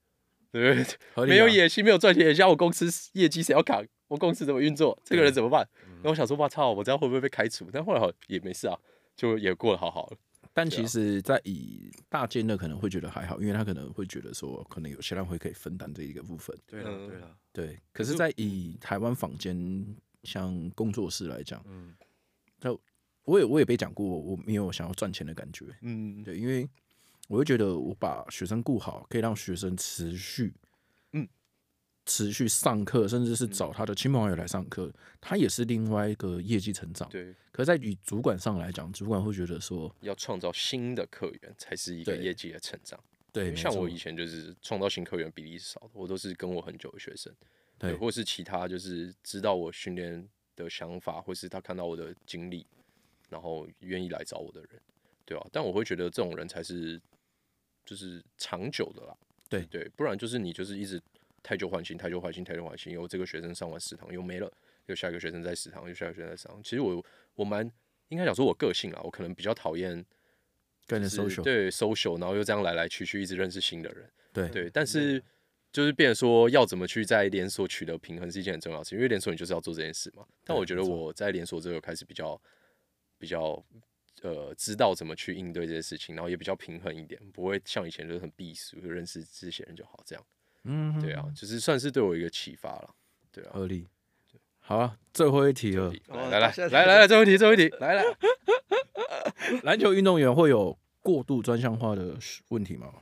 [SPEAKER 2] 对不对？
[SPEAKER 1] 合理啊
[SPEAKER 2] 没有野心，没有赚钱野心，我公司业绩谁要扛？我公司怎么运作？这个人怎么办？然后我想说，哇操，我这样会不会被开除？但后来好也没事啊，就也过得好好了。
[SPEAKER 1] 但
[SPEAKER 2] 对啊
[SPEAKER 1] 其实，在以大件的可能会觉得还好，因为他可能会觉得说，可能有些人会可以分担这一个部分。
[SPEAKER 3] 对了
[SPEAKER 2] 嗯
[SPEAKER 3] 对了，
[SPEAKER 1] 对，可
[SPEAKER 2] 是嗯
[SPEAKER 1] 是，在以台湾坊间像工作室来讲，
[SPEAKER 3] 嗯，
[SPEAKER 1] 我也我也被讲过，我没有想要赚钱的感觉。
[SPEAKER 2] 嗯，
[SPEAKER 1] 对，因为我会觉得我把学生顾好，可以让学生持续，
[SPEAKER 2] 嗯，
[SPEAKER 1] 持续上课，甚至是找他的亲朋好友来上课，他也是另外一个业绩成长。
[SPEAKER 2] 对，
[SPEAKER 1] 可在与主管上来讲，主管会觉得说，
[SPEAKER 2] 要创造新的客源才是一个
[SPEAKER 1] 对
[SPEAKER 2] 业绩的成长。因
[SPEAKER 1] 对，
[SPEAKER 2] 为
[SPEAKER 1] 没
[SPEAKER 2] 像我
[SPEAKER 1] 错
[SPEAKER 2] 以前就是创造新客源比例是少的，我都是跟我很久的学生，
[SPEAKER 1] 对
[SPEAKER 2] 或是其他就是知道我训练的想法，或是他看到我的经历，然后愿意来找我的人，对啊，但我会觉得这种人才是就是长久的啦，
[SPEAKER 1] 对
[SPEAKER 2] 对，不然就是你就是一直太旧换新，太旧换新，太旧换新，有这个学生上完食堂又没了，又下一个学生在食堂，又下一个学生在食堂。其实我我蛮应该讲说我个性啊，我可能比较讨厌
[SPEAKER 1] 跟人
[SPEAKER 2] 是
[SPEAKER 1] social，
[SPEAKER 2] 对 social，然后又这样来来去去，一直认识新的人。
[SPEAKER 1] 对啊
[SPEAKER 2] 对，但是就是变成说要怎么去在连锁取得平衡是一件很重要的事，因为连锁你就是要做这件事嘛。但
[SPEAKER 1] 对啊
[SPEAKER 2] 我觉得
[SPEAKER 1] 没错
[SPEAKER 2] 我在连锁之后开始比较比较呃知道怎么去应对这些事情，然后也比较平衡一点，不会像以前就是很避俗，就认识这些人就好这样。
[SPEAKER 1] 嗯，
[SPEAKER 2] 对啊，就是算是对我一个启发了。对啊，
[SPEAKER 1] 合理。好啊，最后一题了。
[SPEAKER 3] 哦
[SPEAKER 2] 来来
[SPEAKER 3] 大家
[SPEAKER 2] 来来来来，最后一题，最后一题，来来。
[SPEAKER 1] 篮球运动员会有过度专项化的问题吗？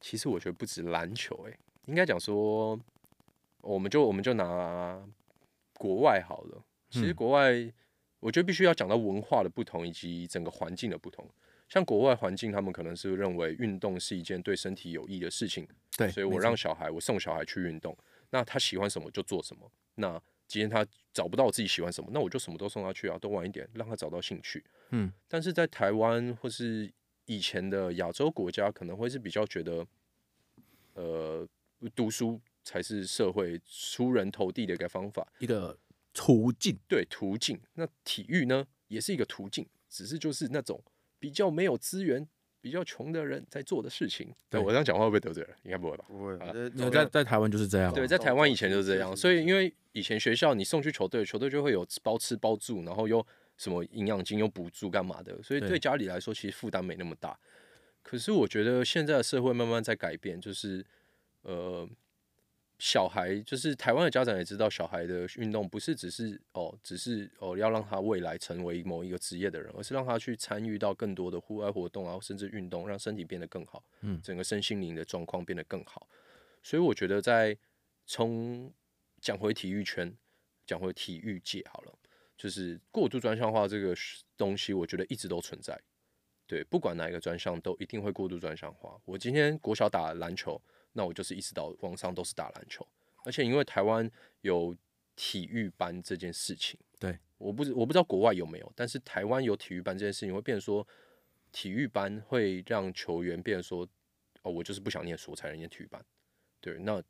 [SPEAKER 2] 其实我觉得不止篮球、欸，应该讲说，我们就我们就拿国外好了。其实
[SPEAKER 1] 嗯
[SPEAKER 2] 国外，我觉得必须要讲到文化的不同以及整个环境的不同。像国外环境，他们可能是认为运动是一件对身体有益的事情，
[SPEAKER 1] 对
[SPEAKER 2] 所以我让小孩，我送小孩去运动，那他喜欢什么就做什么。那今天他找不到自己喜欢什么，那我就什么都送他去啊，多玩一点，让他找到兴趣。
[SPEAKER 1] 嗯，
[SPEAKER 2] 但是在台湾或是以前的亚洲国家，可能会是比较觉得，呃，读书才是社会出人头地的一个方法，
[SPEAKER 1] 一个途径，
[SPEAKER 2] 对途径。那体育呢，也是一个途径，只是就是那种比较没有资源、比较穷的人在做的事情。
[SPEAKER 1] 对
[SPEAKER 2] 对我这样讲话会不会得罪人？应该不会吧？
[SPEAKER 3] 不会，
[SPEAKER 2] 啊
[SPEAKER 3] 我觉得
[SPEAKER 1] 那
[SPEAKER 3] 早
[SPEAKER 1] 在
[SPEAKER 3] 上
[SPEAKER 1] 在台湾就是这样啊。
[SPEAKER 2] 对，在
[SPEAKER 3] 懂
[SPEAKER 2] 台
[SPEAKER 3] 懂
[SPEAKER 2] 湾以前
[SPEAKER 3] 是
[SPEAKER 2] 就是这
[SPEAKER 3] 是
[SPEAKER 2] 样，
[SPEAKER 3] 是
[SPEAKER 2] 所以
[SPEAKER 3] 是
[SPEAKER 2] 因为以前学校你送去球队，球队就会有包吃包住，然后又什么营养金又补助干嘛的，所以
[SPEAKER 1] 对
[SPEAKER 2] 对家里来说其实负担没那么大。可是我觉得现在的社会慢慢在改变，就是呃，小孩就是台湾的家长也知道，小孩的运动不是只是哦，只是哦要让他未来成为某一个职业的人，而是让他去参与到更多的户外活动啊，甚至运动，让身体变得更好，
[SPEAKER 1] 嗯
[SPEAKER 2] 整个身心灵的状况变得更好。所以我觉得在从讲回体育圈，讲回体育界好了，就是过度专项化这个是东西，我觉得一直都存在。对，不管哪一个专项都一定会过度专项化。我今天国小打篮球，那我就是一直到往上都是打篮球，而且因为台湾有体育班这件事情，
[SPEAKER 1] 对，
[SPEAKER 2] 我不知我不知道国外有没有，但是台湾有体育班这件事情，会变成说体育班会让球员变成说，哦，我就是不想念书我才来念体育班，对，那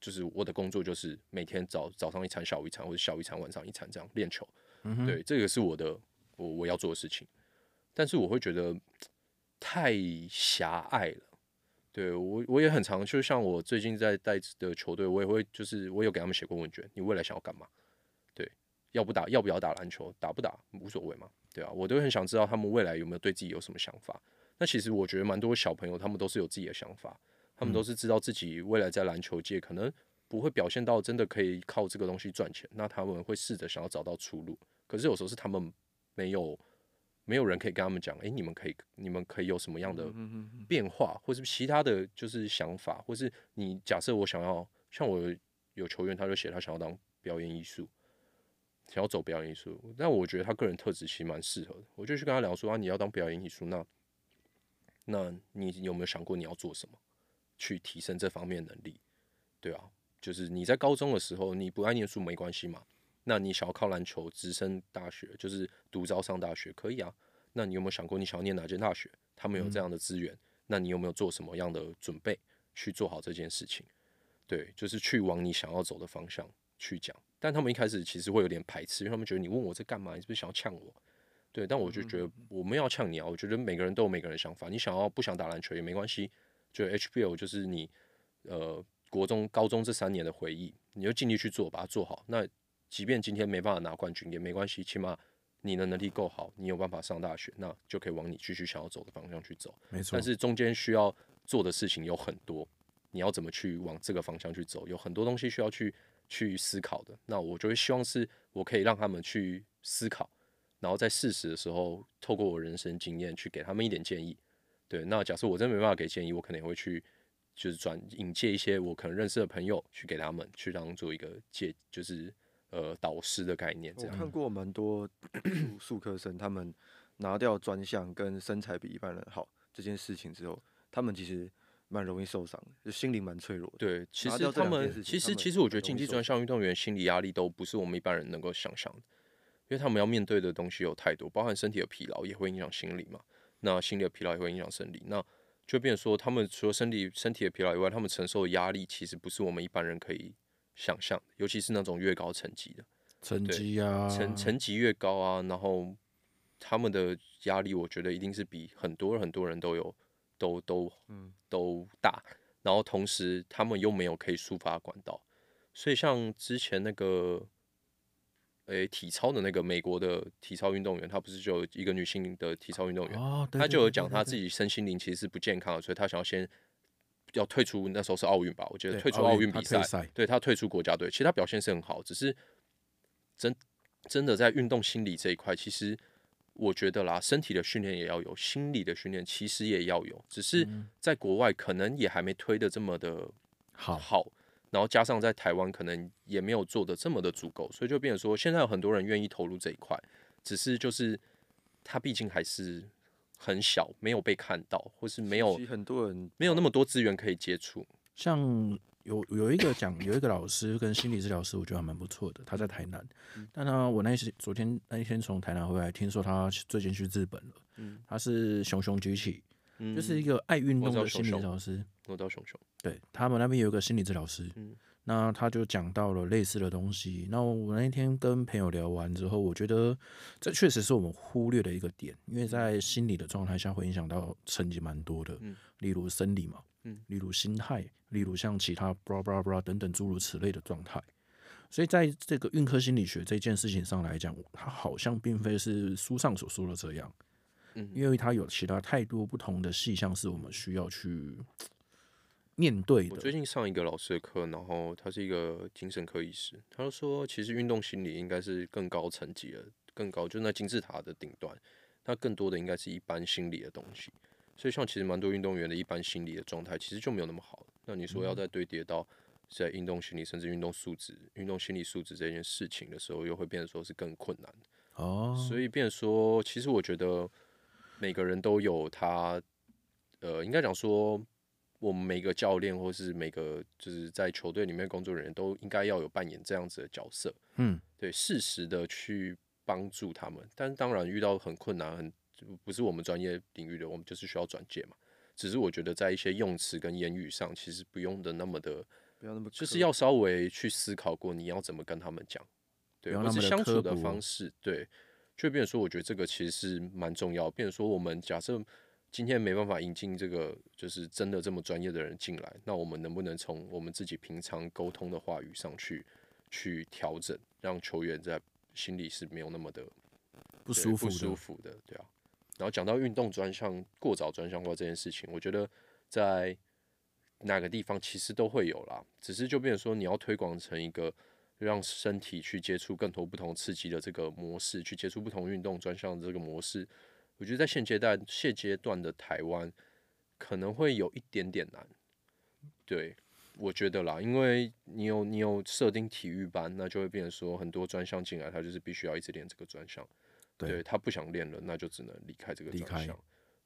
[SPEAKER 2] 就是我的工作就是每天早早上一餐，下午一餐，或者下午一餐，晚上一餐这样练球。
[SPEAKER 1] 嗯哼
[SPEAKER 2] 对，这个是我的我我要做的事情，但是我会觉得太狭隘了。对我我也很常，就像我最近在带的球队，我也会就是我有给他们写过问卷，你未来想要干嘛？对，要不打要不要打篮球，打不打无所谓嘛，对啊，我都很想知道他们未来有没有对自己有什么想法。那其实我觉得蛮多小朋友他们都是有自己的想法，他们都是知道自己未来在篮球界可能不会表现到真的可以靠这个东西赚钱，那他们会试着想要找到出路。可是有时候是他们没有没有人可以跟他们讲，诶，你们可以你们可以有什么样的
[SPEAKER 3] 嗯嗯嗯
[SPEAKER 2] 变化，或是其他的就是想法，或是你假设我想要，像我有有球员他就写他想要当表演艺术，想要走表演艺术，但我觉得他个人特质其实蛮适合的，我就去跟他聊说啊，你要当表演艺术，那那你有没有想过你要做什么？去提升这方面能力，对啊，就是你在高中的时候你不爱念书没关系嘛，那你想要靠篮球直升大学，就是独招上大学可以啊，那你有没有想过你想要念哪间大学？他们有这样的资源，那你有没有做什么样的准备去做好这件事情？对，就是去往你想要走的方向去讲。但他们一开始其实会有点排斥，因为他们觉得你问我这干嘛？你是不是想要呛我？对，但我就觉得我没有要呛你啊，我觉得每个人都有每个人的想法，你想要不想打篮球也没关系，就 HBL 就是你呃国中、高中这三年的回忆，你就尽力去做，把它做好。那即便今天没办法拿冠军也没关系，起码你的能力够好，你有办法上大学，那就可以往你继续想要走的方向去走。
[SPEAKER 1] 没错
[SPEAKER 2] 但，是中间需要做的事情有很多，你要怎么去往这个方向去走，有很多东西需要去去思考的。那我就会希望是我可以让他们去思考，然后在适时的时候，透过我人生经验去给他们一点建议。对，那假设我真的没办法给建议，我可能也会去就是转引介一些我可能认识的朋友去给他们，去当做一个借，就是呃导师的概念这
[SPEAKER 3] 我
[SPEAKER 2] 样。
[SPEAKER 3] 看过蛮多数数科生，他们拿掉专项跟身材比一般人好这件事情之后，他们其实蛮容易受伤的，就心灵蛮脆弱的。
[SPEAKER 2] 对，其
[SPEAKER 3] 拿
[SPEAKER 2] 实
[SPEAKER 3] 掉这
[SPEAKER 2] 他
[SPEAKER 3] 两件
[SPEAKER 2] 们
[SPEAKER 3] 事情
[SPEAKER 2] 其
[SPEAKER 3] 他
[SPEAKER 2] 实
[SPEAKER 3] 们
[SPEAKER 2] 其实我
[SPEAKER 3] 很
[SPEAKER 2] 觉得
[SPEAKER 3] 容
[SPEAKER 2] 竞
[SPEAKER 3] 易
[SPEAKER 2] 技
[SPEAKER 3] 受
[SPEAKER 2] 专项运动员心理压力都不是我们一般人能够想象的，因为他们要面对的东西有太多，包含身体的疲劳也会影响心理嘛，那心理的疲劳也会影响生理，那就变成说他们除了身体身体的疲劳以外，他们承受的压力其实不是我们一般人可以想象的，尤其是那种越高层级的，
[SPEAKER 1] 成
[SPEAKER 2] 对
[SPEAKER 1] 绩啊，
[SPEAKER 2] 层层级越高啊，然后他们的压力，我觉得一定是比很多很多人都有都都
[SPEAKER 3] 嗯
[SPEAKER 2] 都大，然后同时他们又没有可以抒发的管道，所以像之前那个，诶、体操的那个美国的体操运动员，她不是就有一个女性的体操运动员，
[SPEAKER 1] 啊，对
[SPEAKER 2] 他
[SPEAKER 1] 对
[SPEAKER 2] 就有
[SPEAKER 1] 对
[SPEAKER 2] 讲
[SPEAKER 1] 对
[SPEAKER 2] 他
[SPEAKER 1] 对
[SPEAKER 2] 自己身心灵其实是不健康的，所以他想要先要退出。那时候是奥运吧，我觉得
[SPEAKER 1] 对
[SPEAKER 2] 退出
[SPEAKER 1] 奥
[SPEAKER 2] 奥
[SPEAKER 1] 运
[SPEAKER 2] 运
[SPEAKER 1] 他
[SPEAKER 2] 比
[SPEAKER 1] 退
[SPEAKER 2] 赛，
[SPEAKER 1] 赛
[SPEAKER 2] 对他退出国家队，其实他表现是很好，只是真真的在运动心理这一块，其实我觉得啦，身体的训练也要有，心理的训练其实也要有，只是
[SPEAKER 1] 嗯
[SPEAKER 2] 在国外可能也还没推的这么的
[SPEAKER 1] 好，
[SPEAKER 2] 好，然后加上在台湾可能也没有做的这么的足够，所以就变成说，现在有很多人愿意投入这一块，只是就是他毕竟还是很小，没有被看到，或是没有
[SPEAKER 3] 其实很多人
[SPEAKER 2] 没有那么多资源可以接触。
[SPEAKER 1] 像有有一个讲有一个老师跟心理治疗师，我觉得还蛮不错的，他在台南。
[SPEAKER 2] 嗯
[SPEAKER 1] 但他我那一时昨天那一天从台南回来，听说他最近去日本了。
[SPEAKER 2] 嗯
[SPEAKER 1] 他是熊熊举起，
[SPEAKER 2] 嗯
[SPEAKER 1] 就是一个爱运
[SPEAKER 2] 我
[SPEAKER 1] 动
[SPEAKER 2] 知道
[SPEAKER 1] 的心理
[SPEAKER 2] 熊
[SPEAKER 1] 治
[SPEAKER 2] 熊
[SPEAKER 1] 疗师。
[SPEAKER 2] 我到熊熊，
[SPEAKER 1] 对他们那边有一个心理治疗师，
[SPEAKER 2] 嗯
[SPEAKER 1] 那他就讲到了类似的东西。那我那天跟朋友聊完之后，我觉得这确实是我们忽略的一个点，因为在心理的状态下会影响到成绩蛮多的，
[SPEAKER 2] 嗯
[SPEAKER 1] 例如生理嘛，
[SPEAKER 2] 嗯
[SPEAKER 1] 例如心态，例如像其他 blah blah blah 等等诸如此类的状态。所以在这个运科心理学这件事情上来讲，它好像并非是书上所说的这样，
[SPEAKER 2] 嗯
[SPEAKER 1] 因为它有其他太多不同的细项是我们需要去面对
[SPEAKER 2] 我
[SPEAKER 1] 的。
[SPEAKER 2] 最近上一个老师的课，然后他是一个精神科医师，他就说，其实运动心理应该是更高层级的，更高，就是那金字塔的顶端，那更多的应该是一般心理的东西。所以像其实蛮多运动员的一般心理的状态，其实就没有那么好。那你
[SPEAKER 1] 嗯
[SPEAKER 2] 说要再堆叠到在运动心理，甚至运动素质、运动心理素质这件事情的时候，又会变得说是更困难。
[SPEAKER 1] 哦，
[SPEAKER 2] 所以变成说，其实我觉得每个人都有他，呃，应该讲说，我们每个教练或是每个就是在球队里面工作人员都应该要有扮演这样子的角色，
[SPEAKER 1] 嗯，
[SPEAKER 2] 对，适时的去帮助他们。但是当然遇到很困难、很不是我们专业领域的，我们就是需要转介嘛。只是我觉得在一些用词跟言语上，其实不用的那么的，
[SPEAKER 3] 不要那么
[SPEAKER 2] 就是
[SPEAKER 3] 苛
[SPEAKER 2] 要稍微去思考过你要怎么跟他们讲，对，
[SPEAKER 1] 不要
[SPEAKER 2] 或
[SPEAKER 1] 那
[SPEAKER 2] 是
[SPEAKER 1] 么的
[SPEAKER 2] 相
[SPEAKER 1] 刻
[SPEAKER 2] 处的
[SPEAKER 1] 薄
[SPEAKER 2] 方式，对，就变成说，我觉得这个其实是蛮重要。变成说，我们假设今天没办法引进这个就是真的这么专业的人进来，那我们能不能从我们自己平常沟通的话语上去去调整，让球员在心里是没有那么的
[SPEAKER 1] 不
[SPEAKER 2] 对
[SPEAKER 1] 舒服
[SPEAKER 2] 不
[SPEAKER 1] 的，
[SPEAKER 2] 舒服的，对啊。然后讲到运动专项过早专项化这件事情，我觉得在哪个地方其实都会有啦，只是就变成说你要推广成一个让身体去接触更多不同刺激的这个模式，去接触不同运动专项的这个模式，我觉得在现阶段现阶段的台湾可能会有一点点难，对。我觉得啦，因为你有你有设定体育班，那就会变成说很多专项进来，他就是必须要一直练这个专项。
[SPEAKER 1] 对
[SPEAKER 2] 对他不想练了，那就只能离开这个
[SPEAKER 1] 离
[SPEAKER 2] 专
[SPEAKER 1] 开
[SPEAKER 2] 项。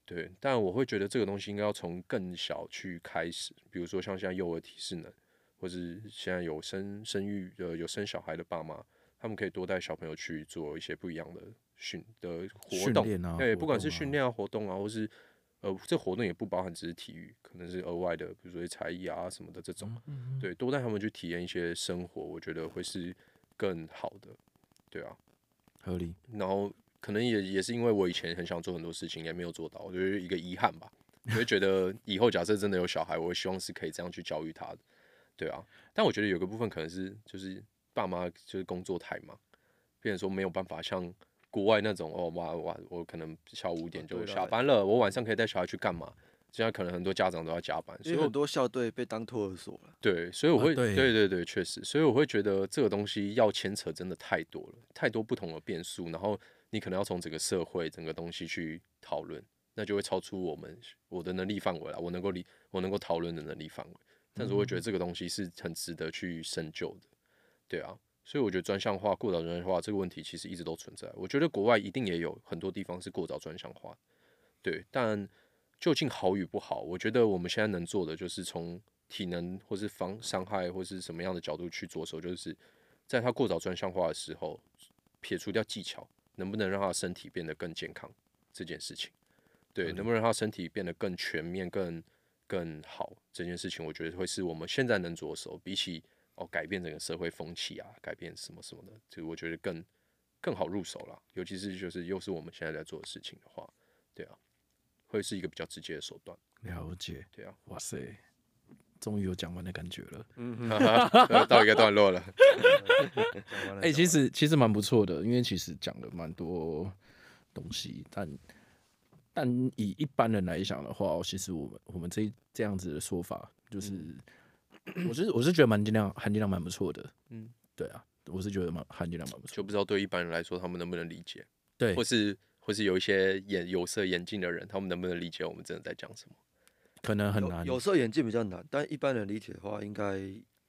[SPEAKER 2] 对，但我会觉得这个东西应该要从更小去开始，比如说像现在幼儿体适能，或是现在有生生育呃有生小孩的爸妈，他们可以多带小朋友去做一些不一样的训的活
[SPEAKER 1] 训
[SPEAKER 2] 动，
[SPEAKER 1] 练啊，
[SPEAKER 2] 对，
[SPEAKER 1] 活
[SPEAKER 2] 不管
[SPEAKER 1] 动
[SPEAKER 2] 是
[SPEAKER 1] 啊
[SPEAKER 2] 训，练啊、活动啊，或是呃，这活动也不包含只是体育，可能是额外的，比如说才艺啊什么的这种。
[SPEAKER 1] 嗯
[SPEAKER 2] 对，多带他们去体验一些生活，我觉得会是更好的。对啊，
[SPEAKER 1] 合理，
[SPEAKER 2] 然后可能也也是因为我以前很想做很多事情，也没有做到，我觉得一个遗憾吧。 我会觉得以后假设真的有小孩，我希望是可以这样去教育他的，对啊。但我觉得有个部分可能是就是爸妈就是工作太忙，变成说没有办法像国外那种哦哇哇，我可能下午五点就
[SPEAKER 3] 对啦
[SPEAKER 2] 下班了，我晚上可以带小孩去干嘛？现在可能很多家长都要加班，所
[SPEAKER 3] 因
[SPEAKER 2] 以
[SPEAKER 3] 为
[SPEAKER 2] 我
[SPEAKER 3] 很多校队被当托儿所了，
[SPEAKER 2] 对，所以我
[SPEAKER 1] 啊
[SPEAKER 2] 会、
[SPEAKER 1] 对
[SPEAKER 2] 对对对，确实，所以我会觉得这个东西要牵扯真的太多了，太多不同的变数，然后你可能要从整个社会、整个东西去讨论，那就会超出我们我的能力范围了，我能够理我能够讨论的能力范围。但是我会觉得这个东西是很值得去深究的，对啊，所以我觉得专项化、过早专项化这个问题其实一直都存在。我觉得国外一定也有很多地方是过早专项化，对，但究竟好与不好，我觉得我们现在能做的就是从体能或是防伤害或是什么样的角度去着手，就是在他过早专项化的时候，撇除掉技巧，能不能让他的身体变得更健康这件事情，对，能不能让他身体变得更全面、更更好这件事情，我觉得会是我们现在能着手，比起哦改变整个社会风气啊，改变什么什么的，这个我觉得更更好入手啦。尤其是就是又是我们现在在做的事情的话，对啊，会是一个比较直接的手段，
[SPEAKER 1] 了解，
[SPEAKER 2] 对啊，
[SPEAKER 1] 哇塞，终于有讲完的感觉了。
[SPEAKER 2] 到一个段落了，
[SPEAKER 1] 嗯哎、其实其实蛮不错的，因为其实讲了蛮多东西，但但以一般人来讲的话，哦其实我们我们这一这样子的说法，就是、我是我是觉得含金量含金量蛮不错的，嗯
[SPEAKER 2] 嗯，
[SPEAKER 1] 对啊，我是觉得蛮含金量蛮不错
[SPEAKER 2] 就，不知道对一般人来说他们能不能理解，
[SPEAKER 1] 对
[SPEAKER 2] 或，是或是有一些眼有色眼镜的人，他们能不能理解我们真的在讲什么？
[SPEAKER 1] 可能很
[SPEAKER 3] 有
[SPEAKER 1] 难，
[SPEAKER 3] 有色眼镜比较难，但一般人理解的话，应该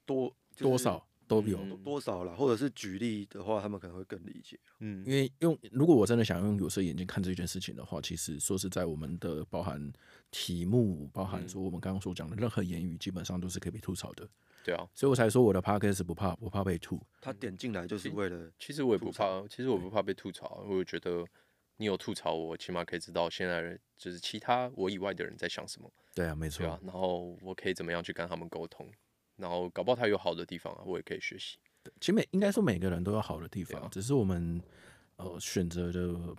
[SPEAKER 3] 多、就是嗯
[SPEAKER 1] 多少都
[SPEAKER 2] 嗯
[SPEAKER 1] 有，
[SPEAKER 3] 多多少啦，或者是举例的话，他们可能会更理解。
[SPEAKER 2] 嗯
[SPEAKER 1] 因为用如果我真的想用有色眼镜看这件事情的话，其实说是在我们的包含题目，包含
[SPEAKER 2] 嗯
[SPEAKER 1] 说我们刚刚所讲的任何言语，基本上都是可以被吐槽的，
[SPEAKER 2] 对啊，
[SPEAKER 1] 所以我才说我的 podcast 不怕不怕被吐。
[SPEAKER 3] 他点进来就是
[SPEAKER 2] 其
[SPEAKER 3] 为了
[SPEAKER 2] 其实我也不
[SPEAKER 3] 吐
[SPEAKER 2] 怕，其实我不怕被吐槽，啊我觉得你有吐槽我，起码可以知道现在就是其他我以外的人在想什么，
[SPEAKER 1] 对啊，没
[SPEAKER 2] 对啊，然后我可以怎么样去跟他们沟通，然后搞不好他有好的地方啊，我也可以学习。
[SPEAKER 1] 其实每应该说每个人都有好的地
[SPEAKER 2] 对
[SPEAKER 1] 方
[SPEAKER 2] 啊，
[SPEAKER 1] 只是我们呃选择的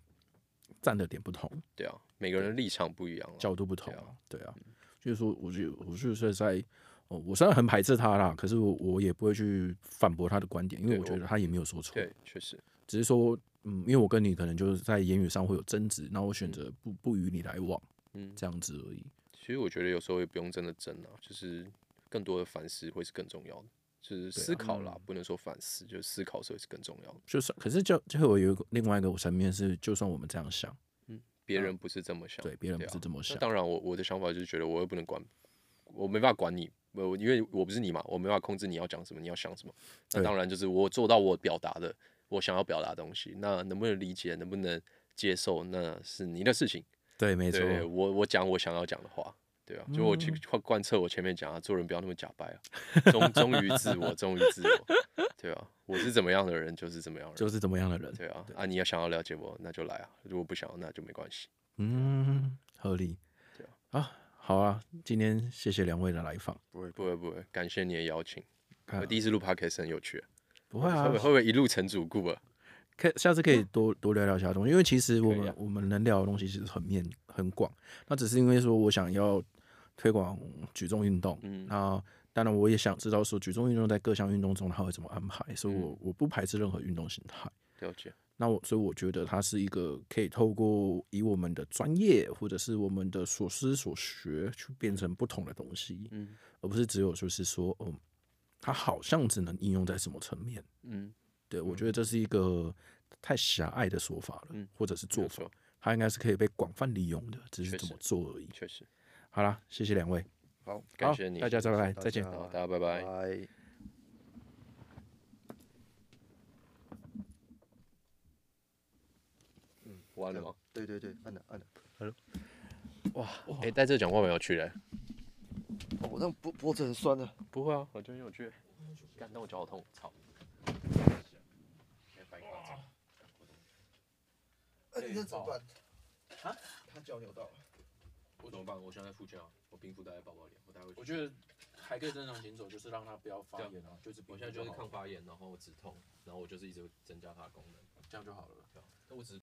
[SPEAKER 1] 站的点不同，
[SPEAKER 2] 对啊，每个人的立场不一样啊，
[SPEAKER 1] 角度不同
[SPEAKER 2] 对啊
[SPEAKER 1] 啊，对啊，就是说，我就我就是在。哦，我虽然很排斥他啦，可是我我也不会去反驳他的观点，因为
[SPEAKER 2] 对
[SPEAKER 1] 我觉
[SPEAKER 2] 我
[SPEAKER 1] 得他也没有说错。
[SPEAKER 2] 对，确实，
[SPEAKER 1] 只是说，嗯，因为我跟你可能就是在言语上会有争执，那我选择不不与你来往
[SPEAKER 2] 嗯，
[SPEAKER 1] 这样子而已。
[SPEAKER 2] 其实我觉得有时候也不用真的争啊，就是更多的反思会是更重要的，就是
[SPEAKER 1] 啊
[SPEAKER 2] 思考啦，
[SPEAKER 1] 嗯
[SPEAKER 2] 不能说反思，就是思考是会是更重要的。
[SPEAKER 1] 就算可是就就我有一个另外一个层面是，就算我们这样想，
[SPEAKER 2] 别人不是这么想，
[SPEAKER 1] 嗯对别人
[SPEAKER 2] 对
[SPEAKER 1] 不是
[SPEAKER 2] 啊
[SPEAKER 1] 这么想
[SPEAKER 2] 那，当然我，我的想法就是觉得我又不能管，我没办法管你，我因为我不是你嘛，我没办法控制你要讲什么，你要想什么。那
[SPEAKER 1] 对
[SPEAKER 2] 当然就是我做到我表达的，我想要表达的东西。那能不能理解，能不能接受，那是你的事情。
[SPEAKER 1] 对，没错，嗯
[SPEAKER 2] 对我我讲我想要讲的话，对啊，就我去贯贯彻我前面讲啊，做人不要那么假掰啊，忠忠于自我，忠于自我，对啊，我是怎么样的人就是怎么样的
[SPEAKER 1] 就
[SPEAKER 2] 人，
[SPEAKER 1] 是怎么样的人，
[SPEAKER 2] 对啊，啊你要想要了解我，那就来啊，如果不想要那就没关系，
[SPEAKER 1] 嗯，合理。
[SPEAKER 2] 对啊
[SPEAKER 1] 啊，好啊，今天谢谢两位的来访，
[SPEAKER 3] 不会
[SPEAKER 2] 不会不会，感谢你的邀请，
[SPEAKER 1] 啊
[SPEAKER 2] 我第一次录 podcast 很有趣，
[SPEAKER 1] 不会啊
[SPEAKER 2] 会不会，会不会一路成主顾啊？
[SPEAKER 1] 可以下次可以多多聊聊其他东西，因为其实我
[SPEAKER 2] 嗯可以
[SPEAKER 1] 们
[SPEAKER 2] 啊
[SPEAKER 1] 我们能聊的东西其实很面很广，那只是因为说我想要推广举重运动，
[SPEAKER 2] 嗯
[SPEAKER 1] 那当然我也想知道说举重运动在各项运动中它会怎么安排，所以
[SPEAKER 2] 嗯
[SPEAKER 1] 我我不排斥任何运动形态。
[SPEAKER 2] 了解，
[SPEAKER 1] 那我所以我觉得它是一个可以透过以我们的专业或者是我们的所思所学去变成不同的东西，
[SPEAKER 2] 嗯
[SPEAKER 1] 而不是只有就是说，嗯，它好像只能应用在什么层面。
[SPEAKER 2] 嗯，
[SPEAKER 1] 对我觉得这是一个太狭隘的说法了，
[SPEAKER 2] 嗯
[SPEAKER 1] 或者是
[SPEAKER 2] 没
[SPEAKER 1] 做
[SPEAKER 2] 有
[SPEAKER 1] 法
[SPEAKER 2] 错，，
[SPEAKER 1] 它应该是可以被广泛利用的，只是
[SPEAKER 2] 确
[SPEAKER 1] 怎么
[SPEAKER 2] 实
[SPEAKER 1] 做而已。
[SPEAKER 2] 确实，
[SPEAKER 1] 好啦，谢谢两位，
[SPEAKER 3] 好，
[SPEAKER 2] 感谢你，
[SPEAKER 1] 大家再拜，
[SPEAKER 3] 大
[SPEAKER 1] 再见
[SPEAKER 3] 家。
[SPEAKER 2] 好，大家拜拜。
[SPEAKER 3] 拜。
[SPEAKER 2] 完了吗？
[SPEAKER 3] 对对对，按了按了。
[SPEAKER 2] 哎、在这讲话蛮有趣的、
[SPEAKER 3] 哦我那脖脖子很酸的、
[SPEAKER 2] 不会啊，我觉得很有趣。干，但我脚好痛，操！
[SPEAKER 4] 哎、你这怎么办？啊？他脚扭到了。
[SPEAKER 2] 我怎么办？我现在付钱啊，我冰敷带在包包里，我带回去。
[SPEAKER 1] 我觉得还可以正常行走，就是让它不要发炎啊，就是
[SPEAKER 2] 我现在就是抗发炎，然后止痛，然后我就是一直增加它的功能，
[SPEAKER 1] 这样就好了。
[SPEAKER 2] 但我只是